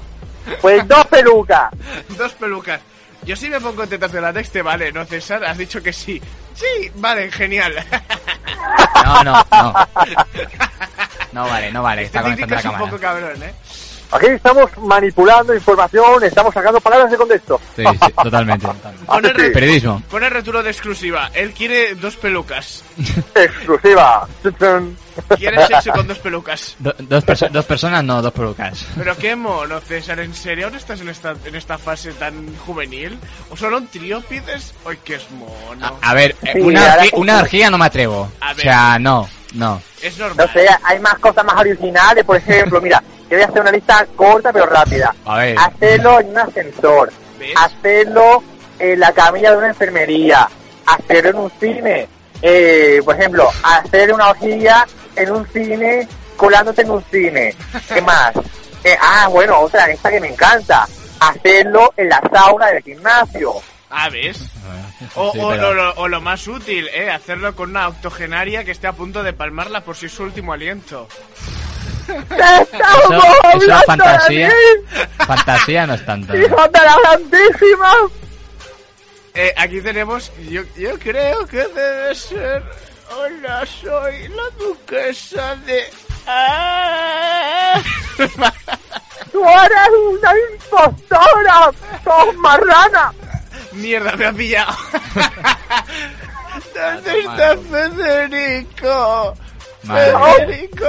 Speaker 4: Pues dos pelucas.
Speaker 2: Dos pelucas. Yo sí me pongo tetas de látex, te vale, ¿no, César? Has dicho que sí. Sí, vale, genial.
Speaker 1: No, no, no. No vale, no vale, está
Speaker 2: Este técnico
Speaker 1: conectando la
Speaker 2: es un
Speaker 1: cámara.
Speaker 2: poco cabrón, ¿eh?
Speaker 4: Aquí estamos manipulando información, estamos sacando palabras de contexto.
Speaker 1: Sí, sí, totalmente. totalmente.
Speaker 4: Ah,
Speaker 2: Poner, re-
Speaker 1: Periodismo.
Speaker 2: poner retulo de exclusiva. Él quiere dos pelucas.
Speaker 4: Exclusiva. Tuchun.
Speaker 2: Quiere sexo con dos pelucas.
Speaker 1: Do- dos, perso- dos personas, no, dos pelucas.
Speaker 2: Pero qué mono, César, ¿en serio ahora estás en esta, en esta fase tan juvenil? ¿O solo un trío pides? ¡Ay, qué es mono!
Speaker 1: A ver, eh,
Speaker 4: Sí,
Speaker 1: una,
Speaker 4: ahora-
Speaker 1: orgi- una orgía no me atrevo.
Speaker 2: A
Speaker 1: O
Speaker 2: ver.
Speaker 1: sea, no, no.
Speaker 2: Es
Speaker 4: No
Speaker 2: normal.
Speaker 4: sé, hay más cosas más originales, por ejemplo, mira, yo voy a hacer una lista corta pero rápida.
Speaker 1: A ver.
Speaker 4: Ah. Hacerlo en un ascensor,
Speaker 2: ¿Ves?
Speaker 4: hacerlo en la camilla de una enfermería, hacerlo en un cine, eh, por ejemplo, hacer una orgía en un cine, colándote en un cine. ¿Qué más? Eh, ah, bueno, otra, esta que me encanta, hacerlo en la sauna del gimnasio.
Speaker 2: Ah, ¿ves? O,
Speaker 1: Sí,
Speaker 2: o
Speaker 1: pero-
Speaker 2: lo- lo, o lo más útil, ¿eh? Hacerlo con una octogenaria que esté a punto de palmarla por si es su último aliento.
Speaker 1: Eso,
Speaker 4: ¡Estamos
Speaker 1: eso es
Speaker 4: hablando
Speaker 1: fantasía.
Speaker 4: de
Speaker 1: Fantasía no es tanto.
Speaker 4: mí, hijos de la grandísima!
Speaker 2: Eh, aquí tenemos... Yo, yo creo que debe ser... Hola, soy la duquesa de... Ah.
Speaker 4: ¡Tú eres una impostora! ¡Sos marrana!
Speaker 2: Mierda, me ha pillado. ¿Dónde está Federico?
Speaker 1: Madre.
Speaker 2: Federico.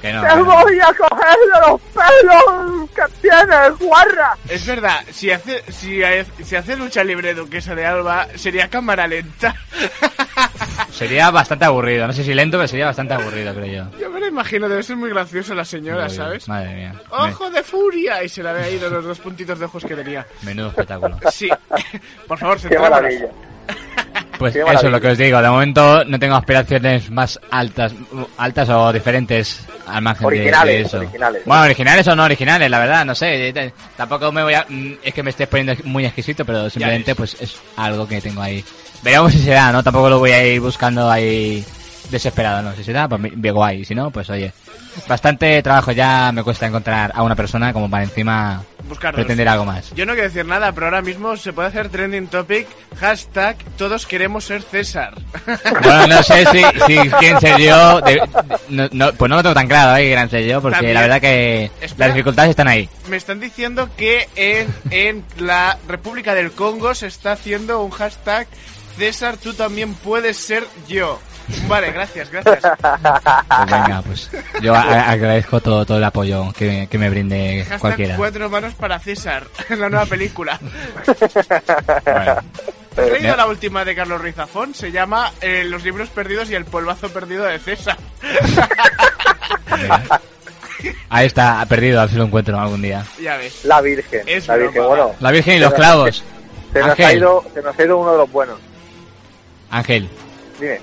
Speaker 1: Que no,
Speaker 4: ¡Te
Speaker 1: que no.
Speaker 4: voy a coger de los pelos que tienes, guarra!
Speaker 2: Es verdad, si hace, si, ha- si hace lucha libre duquesa de Alba, sería cámara lenta.
Speaker 1: Sería bastante aburrido. No sé si lento, pero sería bastante aburrido, creo yo.
Speaker 2: Yo me lo imagino, debe ser muy graciosa la señora,
Speaker 1: Muy bien.
Speaker 2: ¿sabes?
Speaker 1: Madre mía.
Speaker 2: ¡Ojo de furia! Y se le había ido los dos puntitos de ojos que tenía.
Speaker 1: Me- Menudo espectáculo.
Speaker 2: Sí. Por favor,
Speaker 4: ¡Qué
Speaker 2: centrémonos.
Speaker 4: maravilla!
Speaker 1: Pues
Speaker 4: Qué
Speaker 1: eso es
Speaker 4: maravilla.
Speaker 1: lo que os digo. De momento no tengo aspiraciones más altas altas o diferentes al margen de-
Speaker 4: Originales,
Speaker 1: de eso.
Speaker 4: originales.
Speaker 1: Bueno, originales o no originales, la verdad, no sé. T- Tampoco me voy a... mm, Es que me estés poniendo muy exquisito, pero simplemente
Speaker 2: ves.
Speaker 1: pues es algo que tengo ahí. Veremos si se da, ¿no? Tampoco lo voy a ir buscando ahí desesperado, ¿no? Si se da, pues me- me guay. Si no, pues oye. Bastante trabajo ya me cuesta encontrar a una persona como para encima
Speaker 2: Buscar dos.
Speaker 1: pretender algo más.
Speaker 2: Yo no quiero decir nada, pero ahora mismo se puede hacer trending topic hashtag todos queremos ser César.
Speaker 1: Bueno, no sé si, si quién ser yo. de- no- no, pues no lo tengo tan claro, ¿eh? Gran ser yo, porque
Speaker 2: También.
Speaker 1: la verdad que
Speaker 2: Espera.
Speaker 1: las dificultades están ahí.
Speaker 2: Me están diciendo que en, en la República del Congo se está haciendo un hashtag César, tú también puedes ser yo. Vale, gracias, gracias.
Speaker 1: Pues venga, pues yo a- a- agradezco todo, todo el apoyo que, me- que me brinde
Speaker 2: Hashtag
Speaker 1: cualquiera.
Speaker 2: cuatro manos para César, en la nueva película.
Speaker 1: Bueno,
Speaker 2: ¿Has leído
Speaker 1: Bien.
Speaker 2: la última de Carlos Rizafón? Se llama eh, Los libros perdidos y el polvazo perdido de César.
Speaker 1: ahí está, ha perdido, a ver si lo encuentro algún día.
Speaker 2: Ya ves.
Speaker 4: La Virgen,
Speaker 2: Es
Speaker 4: la Virgen,
Speaker 2: broma.
Speaker 4: bueno,
Speaker 1: La Virgen y los clavos.
Speaker 4: se nos,
Speaker 1: Ángel.
Speaker 4: ha ido, se nos ha ido uno de los buenos.
Speaker 1: Ángel,
Speaker 4: Dime,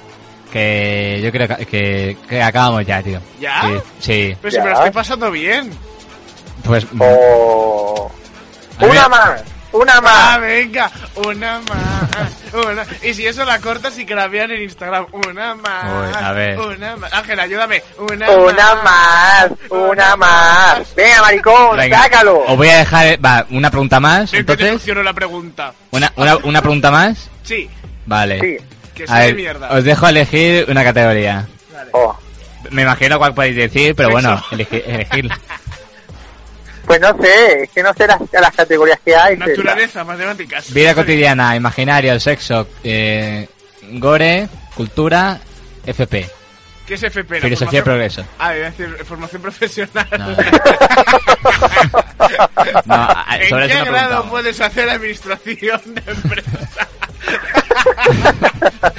Speaker 1: que yo creo que, que, que acabamos ya, tío.
Speaker 2: ¿Ya?
Speaker 1: Sí, sí,
Speaker 2: Pero si
Speaker 4: Ya.
Speaker 2: me lo estoy pasando bien.
Speaker 1: pues...
Speaker 4: o...
Speaker 1: a mí-
Speaker 4: ¡Una más! ¡Una
Speaker 2: Ah,
Speaker 4: más!
Speaker 2: venga, una más. Una... Y si eso la cortas y que la vean en Instagram. Una más.
Speaker 1: Uy, a ver.
Speaker 2: Una más. Ángel, ayúdame. Una,
Speaker 4: ¡Una más! ¡Una más! ¡Venga,
Speaker 2: Oh,
Speaker 4: maricón,
Speaker 1: venga,
Speaker 4: sácalo!
Speaker 1: Os voy a dejar... Va, una pregunta más,
Speaker 2: Es que te
Speaker 1: entonces.
Speaker 2: soluciono la pregunta.
Speaker 1: Una, una, una pregunta más.
Speaker 2: Sí,
Speaker 1: Vale.
Speaker 4: Sí,
Speaker 2: que
Speaker 1: A
Speaker 2: soy de
Speaker 1: ver,
Speaker 2: mierda.
Speaker 1: os dejo elegir una categoría.
Speaker 4: oh.
Speaker 1: Me imagino cuál podéis decir, pero bueno, elegir.
Speaker 4: Pues no sé, es que no sé las, las categorías que hay. César.
Speaker 2: Naturaleza, matemáticas.
Speaker 1: Vida cotidiana, imaginario, sexo, eh, gore, cultura, FP.
Speaker 2: ¿Qué es FP? La
Speaker 1: Filosofía y
Speaker 2: formación-
Speaker 1: progreso.
Speaker 2: Ah, iba a decir formación profesional.
Speaker 1: No. No, a- a-
Speaker 2: ¿En
Speaker 1: sobre
Speaker 2: qué
Speaker 1: eso no he
Speaker 2: grado
Speaker 1: preguntado.
Speaker 2: puedes hacer administración de empresa?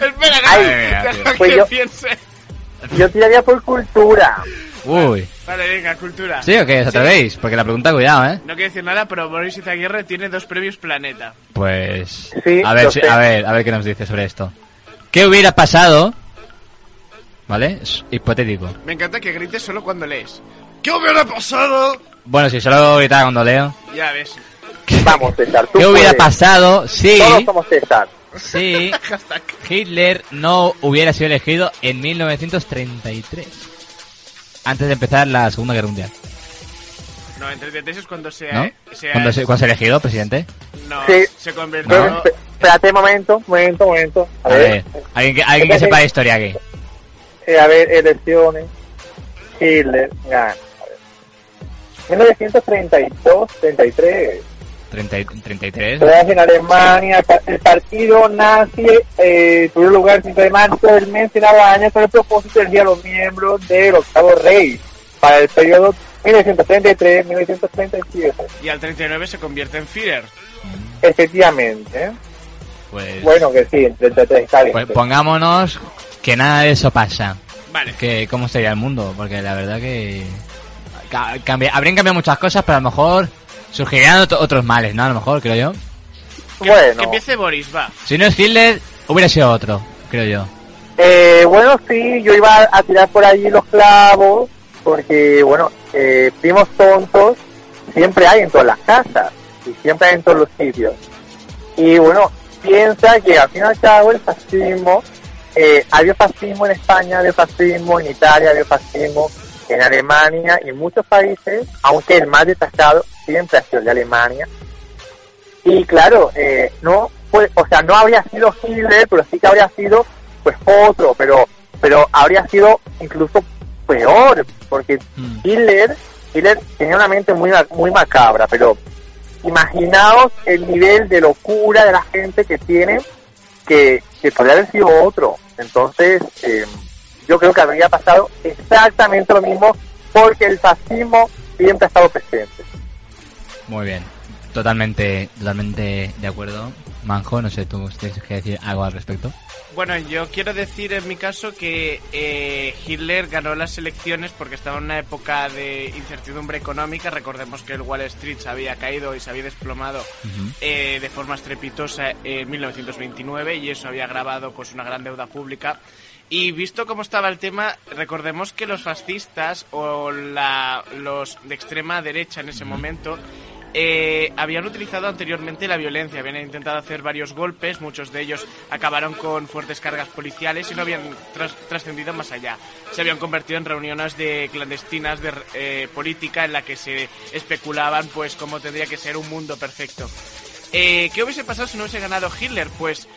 Speaker 2: Espera,
Speaker 1: Ay,
Speaker 2: no,
Speaker 1: mira, tío.
Speaker 2: deja que
Speaker 4: Pues yo-
Speaker 2: piense.
Speaker 4: Yo tiraría por cultura.
Speaker 1: Uy.
Speaker 2: Vale, venga, cultura.
Speaker 1: ¿Sí o qué? ¿Os atrevéis? Porque la pregunta, cuidado, ¿eh?
Speaker 2: No quiero decir nada, pero Boris Izaguirre tiene dos premios Planeta.
Speaker 1: Pues.
Speaker 2: Sí,
Speaker 1: a ver,
Speaker 2: lo
Speaker 1: si-
Speaker 2: sé.
Speaker 1: a ver, a ver qué nos dice sobre esto. ¿Qué hubiera pasado? ¿Vale? Es hipotético.
Speaker 2: Me encanta que grites solo cuando lees. ¿Qué hubiera pasado?
Speaker 1: Bueno, si solo gritaba cuando leo.
Speaker 2: Ya ves.
Speaker 4: Vamos, César. tú
Speaker 1: ¿Qué hubiera
Speaker 4: puedes.
Speaker 1: pasado si
Speaker 4: Todos somos César.
Speaker 1: si Hitler no hubiera sido elegido en 1933? Antes de empezar la Segunda Guerra Mundial,
Speaker 2: No, entre 33 es cuando se...
Speaker 1: ¿no? Cuando se, cuando se ha elegido presidente.
Speaker 2: No,
Speaker 4: Sí.
Speaker 2: se convirtió...
Speaker 4: Pero, este- esp- Espérate un momento, momento, momento. A,
Speaker 1: A
Speaker 4: ver.
Speaker 1: ver, alguien que, alguien que sepa de historia aquí.
Speaker 4: Eh, a ver, elecciones. Hitler gana. A ver. 1932, 33.
Speaker 1: 30 y- 33.
Speaker 4: Todas en Alemania, pa- el partido nazi eh, tuvo lugar el 5 de marzo del mes de la año con el propósito de elegir a los miembros del octavo rey para el periodo 1933-1937.
Speaker 2: Y al 39 se convierte en Führer.
Speaker 4: Efectivamente. ¿eh?
Speaker 1: Pues,
Speaker 4: Bueno, que sí, el 33 está bien.
Speaker 1: pues pongámonos que nada de eso pasa.
Speaker 2: Vale.
Speaker 1: Que cómo sería el mundo, porque la verdad que ca- cambia- habrían cambiado muchas cosas, pero a lo mejor surgirían otro- otros males, ¿no? A lo mejor, creo yo.
Speaker 2: Que
Speaker 4: Bueno,
Speaker 2: empiece Boris, va.
Speaker 1: Si no es Hitler, hubiera sido otro, creo yo.
Speaker 4: eh, bueno, sí, yo iba a tirar por allí los clavos, porque, bueno, eh, primos tontos siempre hay en todas las casas y siempre hay en todos los sitios. Y bueno, piensa que al fin y al cabo el fascismo, eh, había fascismo en España, había fascismo en Italia, había fascismo en Alemania y en muchos países, aunque el más destacado siempre ha sido el de Alemania. Y claro, eh, no fue, o sea, no habría sido Hitler, pero sí que habría sido pues otro, pero pero habría sido incluso peor, porque
Speaker 1: Mm.
Speaker 4: Hitler, Hitler tenía una mente muy ma- muy macabra, pero imaginaos el nivel de locura de la gente que tiene que, que podría haber sido otro. Entonces, eh, yo creo que habría pasado exactamente lo mismo porque el fascismo siempre ha estado presente.
Speaker 1: Muy bien. Totalmente, totalmente de acuerdo. Manjo, no sé, tú tienes que decir algo al respecto.
Speaker 2: Bueno, yo quiero decir en mi caso que eh, Hitler ganó las elecciones porque estaba en una época de incertidumbre económica. Recordemos que el Wall Street se había caído y se había desplomado
Speaker 1: Ujú.
Speaker 2: eh, de forma estrepitosa eh, en 1929 y eso había agravado pues una gran deuda pública. Y visto cómo estaba el tema, recordemos que los fascistas o la- los de extrema derecha en ese momento eh, habían utilizado anteriormente la violencia, habían intentado hacer varios golpes, muchos de ellos acabaron con fuertes cargas policiales y no habían tras- trascendido más allá. Se habían convertido en reuniones de clandestinas de eh, política en la que se especulaban pues cómo tendría que ser un mundo perfecto. Eh, ¿Qué hubiese pasado si no hubiese ganado Hitler? Pues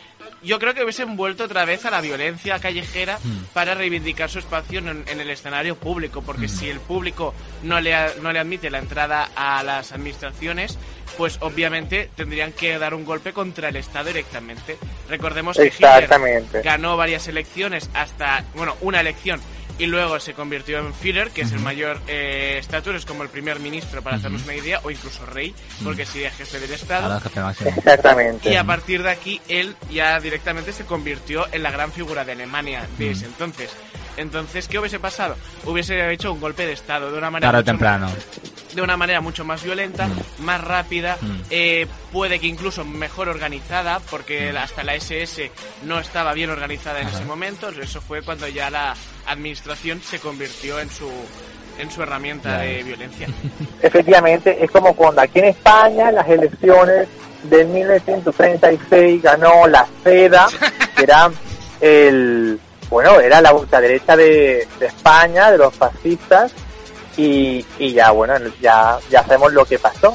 Speaker 2: yo creo que hubiesen vuelto otra vez a la violencia callejera
Speaker 1: Mm.
Speaker 2: para reivindicar su espacio en, en el escenario público, porque si el público no le, a- no le admite la entrada a las administraciones, pues obviamente tendrían que dar un golpe contra el Estado directamente. Recordemos que Hitler
Speaker 4: Exactamente.
Speaker 2: ganó varias elecciones hasta, bueno, una elección y luego se convirtió en Führer, que es el mayor eh, estatus, es como el primer ministro, para hacernos una idea, o incluso rey, porque sería jefe del Estado.
Speaker 1: Ahora, jefe máximo.
Speaker 4: Exactamente.
Speaker 2: Y a partir de aquí, él ya directamente se convirtió en la gran figura de Alemania
Speaker 1: Mm.
Speaker 2: de ese entonces. Entonces, ¿qué hubiese pasado? Hubiese hecho un golpe de Estado de una manera
Speaker 1: Tarde o
Speaker 2: mucho
Speaker 1: temprano.
Speaker 2: de una manera mucho más violenta, más rápida,
Speaker 1: Mm.
Speaker 2: eh, puede que incluso mejor organizada, porque hasta la SS no estaba bien organizada en
Speaker 1: Mm. Ajá.
Speaker 2: ese momento. Eso fue cuando ya la administración se convirtió en su en su herramienta
Speaker 1: Ya
Speaker 2: de
Speaker 1: ves.
Speaker 2: violencia.
Speaker 4: Efectivamente, es como cuando aquí en España las elecciones de 1936 ganó la CEDA, que era el bueno, era la ultraderecha de, de España, de los fascistas, y, y ya bueno, ya, ya sabemos lo que pasó.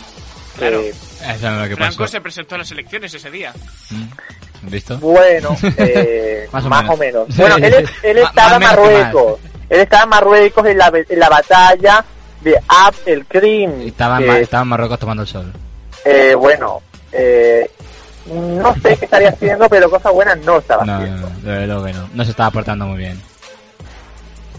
Speaker 2: Claro.
Speaker 4: Eh,
Speaker 1: Eso es lo que
Speaker 2: Franco
Speaker 1: pasó.
Speaker 2: se presentó a las elecciones ese día.
Speaker 1: Mm. ¿Listo?
Speaker 4: Bueno, eh,
Speaker 1: Más
Speaker 4: más,
Speaker 1: o
Speaker 4: o,
Speaker 1: menos.
Speaker 4: menos.
Speaker 1: Sí.
Speaker 4: Bueno, él, él
Speaker 1: Ma-
Speaker 4: estaba
Speaker 1: más menos que
Speaker 4: en
Speaker 1: más.
Speaker 4: Marruecos. Él estaba en Marruecos en la, en la batalla de Ab el Krim.
Speaker 1: Y Estaba en,
Speaker 4: que,
Speaker 1: Ma- estaba en Marruecos tomando el sol.
Speaker 4: eh, bueno, eh, no sé qué estaría haciendo, pero cosas buenas no estaba
Speaker 1: No, no,
Speaker 4: haciendo.
Speaker 1: no, de verdad que no. No se estaba portando muy bien.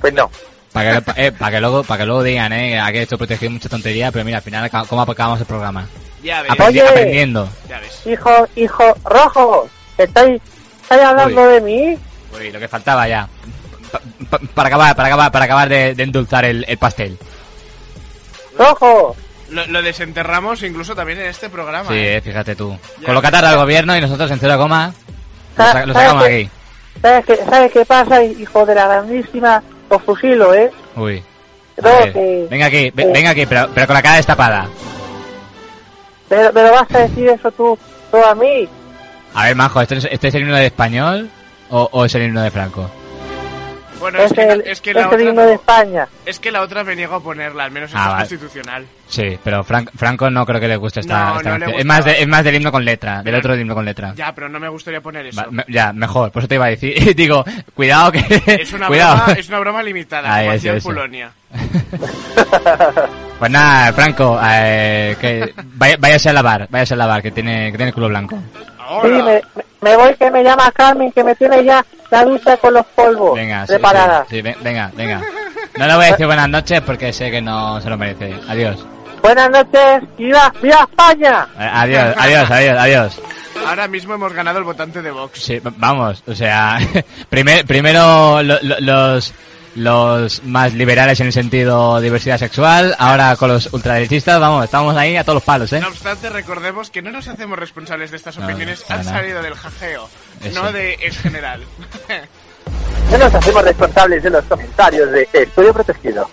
Speaker 4: Pues no.
Speaker 1: Para que, pa- eh, pa' que luego, para que luego digan, eh, aquí esto protegido mucha tontería, pero mira, al final, aca- ¿cómo acabamos el programa?
Speaker 2: Ya ves,
Speaker 1: Aprendi-
Speaker 4: Oye.
Speaker 1: aprendiendo.
Speaker 2: ya ves.
Speaker 4: Hijo, hijo, rojo, estáis, estáis hablando de mí.
Speaker 1: Uy, lo que faltaba ya. pa- pa- para acabar, para acabar, para acabar de, de endulzar el, el pastel.
Speaker 4: ¡Ojo!
Speaker 2: Lo, lo desenterramos incluso también en este programa.
Speaker 1: Sí,
Speaker 2: ¿eh?
Speaker 1: eh, fíjate tú.
Speaker 2: Ya.
Speaker 1: Con lo que ha tardado el gobierno y nosotros en cero coma lo,
Speaker 10: Sa-
Speaker 1: sa- lo
Speaker 10: ¿sabes
Speaker 1: sacamos
Speaker 10: qué?
Speaker 1: aquí.
Speaker 10: ¿Sabes qué, ¿Sabes qué pasa, hijo de la grandísima? Os fusilo, ¿eh?
Speaker 1: Uy. A
Speaker 10: No,
Speaker 1: ver,
Speaker 10: que-
Speaker 1: Venga aquí, ve-
Speaker 10: que-
Speaker 1: venga aquí, pero, pero con la cara destapada.
Speaker 10: Pero, pero vas a decir eso tú, tú a mí.
Speaker 1: A ver, Majo, ¿este es, este es el himno de español o, o es el himno de Franco?
Speaker 2: Bueno,
Speaker 10: es,
Speaker 2: es, que,
Speaker 10: el,
Speaker 2: es que la
Speaker 10: es el
Speaker 2: otra
Speaker 10: himno de España.
Speaker 2: es que la otra me niego a ponerla, al menos
Speaker 1: Ah,
Speaker 2: esta es
Speaker 1: vale.
Speaker 2: constitucional.
Speaker 1: Sí, pero Fran- Franco no creo que le guste esta,
Speaker 2: No,
Speaker 1: esta
Speaker 2: no le
Speaker 1: canción.
Speaker 2: gusta.
Speaker 1: Es más, de- es más del himno con letra, del otro himno con letra.
Speaker 2: Ya, pero no me gustaría poner eso.
Speaker 1: Va- me- ya, mejor, por eso te iba a decir. Digo, cuidado que...
Speaker 2: Es una,
Speaker 1: cuidado.
Speaker 2: broma, es una broma limitada,
Speaker 1: Ahí,
Speaker 2: como
Speaker 1: eso,
Speaker 2: hacía en
Speaker 1: eso.
Speaker 2: Polonia.
Speaker 1: Pues nada, Franco, eh, que vaya- váyase a lavar, váyase a lavar, que tiene, que tiene el culo blanco.
Speaker 10: Sí, me, me voy que me llama Carmen, que me tiene ya la ducha con los polvos
Speaker 1: Venga, sí,
Speaker 10: preparada.
Speaker 1: sí, sí, ve- venga, venga. No le voy a decir buenas noches porque sé que no se lo merece. Adiós.
Speaker 10: Buenas noches, viva, viva España.
Speaker 1: A- Adiós, adiós, adiós, adiós.
Speaker 2: Ahora mismo hemos ganado el votante de Vox.
Speaker 1: Sí, v- vamos, o sea, primer- primero lo- lo- los los más liberales en el sentido diversidad sexual, ahora con los ultraderechistas, vamos, estamos ahí a todos los palos, ¿eh?
Speaker 2: No obstante, recordemos que no nos hacemos responsables de estas
Speaker 1: No,
Speaker 2: opiniones.
Speaker 1: para
Speaker 2: Han
Speaker 1: nada.
Speaker 2: salido del jajeo,
Speaker 1: Eso.
Speaker 2: no de es general.
Speaker 4: No nos hacemos responsables de los comentarios de Estudio Protegido.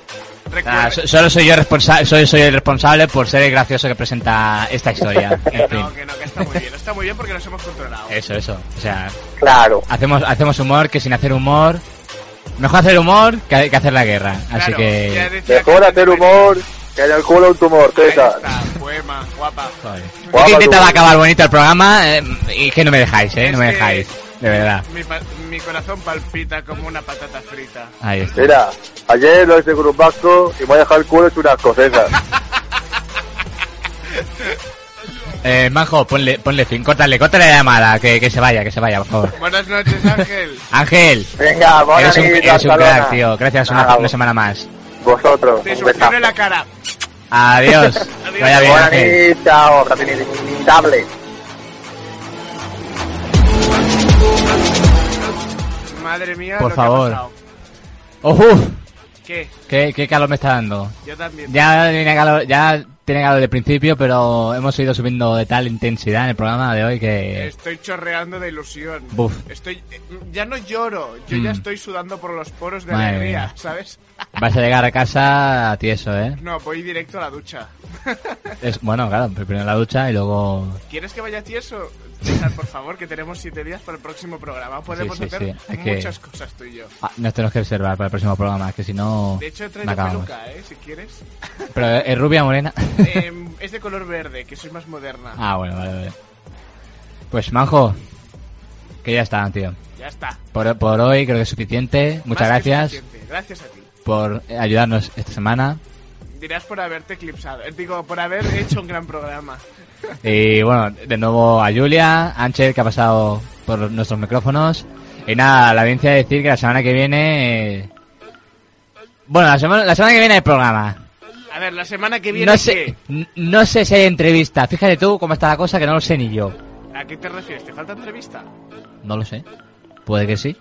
Speaker 1: Nada, Ah, so- solo soy yo responsable, soy, soy el responsable por ser el gracioso que presenta esta historia. En fin,
Speaker 2: No, que no, que está muy bien. Está muy bien porque nos hemos controlado.
Speaker 1: eso, eso, o sea,
Speaker 4: Claro.
Speaker 1: hacemos hacemos humor que sin hacer humor, mejor hacer humor que, que hacer la guerra, así que
Speaker 4: Mejor hacer humor que en el culo un tumor, César.
Speaker 2: Poema, guapa.
Speaker 1: Yo que
Speaker 4: Guapa
Speaker 1: intentaba
Speaker 4: tú.
Speaker 1: acabar bonito el programa eh, y que no me dejáis, eh, no me
Speaker 2: Es que-
Speaker 1: dejáis, de verdad.
Speaker 2: Mi, pa- mi corazón palpita como una patata frita.
Speaker 1: Ahí está.
Speaker 4: Mira, ayer lo hice con un vasco y me voy a dejar el culo hecho unas cosas.
Speaker 1: Eh, Manjo, ponle, ponle fin, córtale, córtale la llamada, que, que se vaya, que se vaya, por favor.
Speaker 2: Buenas noches, Ángel.
Speaker 1: Ángel,
Speaker 4: Venga, buena
Speaker 1: eres un,
Speaker 4: amiguita,
Speaker 1: eres un
Speaker 4: Barcelona.
Speaker 1: crack, tío. Gracias, una,
Speaker 4: Nada,
Speaker 1: una semana más.
Speaker 4: Vosotros,
Speaker 2: Te
Speaker 4: un
Speaker 2: succiono
Speaker 4: besazo.
Speaker 2: en la cara.
Speaker 1: Adiós. Que vaya bien,
Speaker 4: Buena
Speaker 1: Ángel.
Speaker 4: nit, chao, Rafinil, inimitable.
Speaker 2: Madre mía,
Speaker 1: Por
Speaker 2: lo
Speaker 1: favor.
Speaker 2: Que ha pasado.
Speaker 1: Oh, uf,
Speaker 2: ¿Qué?
Speaker 1: qué, qué calor me está dando.
Speaker 2: Yo también.
Speaker 1: Ya tiene calor, ya tiene calor de principio, pero hemos ido subiendo de tal intensidad en el programa de hoy que...
Speaker 2: Estoy chorreando de ilusión.
Speaker 1: Buf.
Speaker 2: Estoy, eh, ya no lloro, yo ya
Speaker 1: Mm.
Speaker 2: estoy sudando por los poros de
Speaker 1: Madre
Speaker 2: alegría,
Speaker 1: mía.
Speaker 2: ¿sabes?
Speaker 1: Vas a llegar a casa a ti eso, ¿eh?
Speaker 2: No, voy directo a la ducha.
Speaker 1: Es, bueno, claro, primero la ducha y luego...
Speaker 2: ¿Quieres que vaya a ti eso? César, por favor, que tenemos siete días para el próximo programa. Podemos
Speaker 1: sí,
Speaker 2: hacer
Speaker 1: sí, hay que-
Speaker 2: muchas cosas tú y yo.
Speaker 1: Ah, nos tenemos que observar para el próximo programa, que si no...
Speaker 2: De hecho, he
Speaker 1: no
Speaker 2: traído
Speaker 1: acabamos.
Speaker 2: peluca, ¿eh? Si quieres.
Speaker 1: Pero es rubia morena.
Speaker 2: Eh, es de color verde, que soy más moderna.
Speaker 1: Ah, bueno, vale, vale. Pues Manjo, que ya está, tío.
Speaker 2: Ya está.
Speaker 1: Por, por hoy creo que es suficiente. Muchas
Speaker 2: Más que
Speaker 1: gracias
Speaker 2: suficiente. Gracias a ti.
Speaker 1: por eh, ayudarnos esta semana.
Speaker 2: Dirás por haberte eclipsado. Eh, Digo, por haber hecho un gran programa.
Speaker 1: Y bueno, de nuevo a Julia, Ángel que ha pasado por nuestros micrófonos. Y nada, la audiencia de decir que la semana que viene... eh, Bueno, la semana, la semana que viene hay programa.
Speaker 2: A ver, la semana que viene.
Speaker 1: No sé, n- no sé si hay entrevista. Fíjate tú cómo está la cosa que no lo sé ni yo.
Speaker 2: ¿qué? ¿A qué te refieres? ¿Te falta entrevista?
Speaker 1: No lo sé. Puede que sí.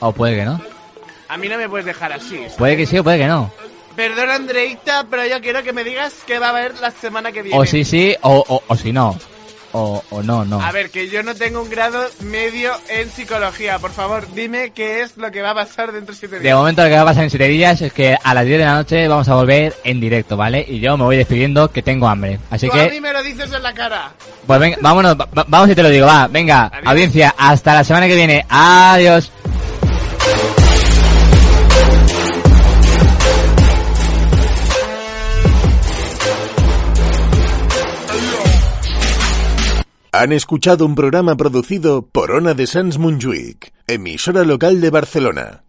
Speaker 1: O puede que no.
Speaker 2: A mí no me puedes dejar así.
Speaker 1: Puede que sí o puede que no.
Speaker 2: Perdona, Andreita, pero yo quiero que me digas qué va a haber la semana que viene.
Speaker 1: O Oh, sí, sí, o, o, o si no. O, o no, no.
Speaker 2: A ver, que yo no tengo un grado medio en psicología. Por favor, dime qué es lo que va a pasar dentro de siete
Speaker 1: De
Speaker 2: días.
Speaker 1: momento lo que va a pasar en siete días es que a las 10 de la noche vamos a volver en directo, ¿vale? Y yo me voy despidiendo que tengo hambre. Así
Speaker 2: Tú a mí
Speaker 1: que,
Speaker 2: me lo dices en la cara.
Speaker 1: pues venga, vámonos, va- va- vamos y te lo digo, va, venga,
Speaker 2: Adiós.
Speaker 1: audiencia, hasta la semana que viene. Adiós.
Speaker 11: Han escuchado un programa producido por Ona de Sans Montjuïc, emisora local de Barcelona.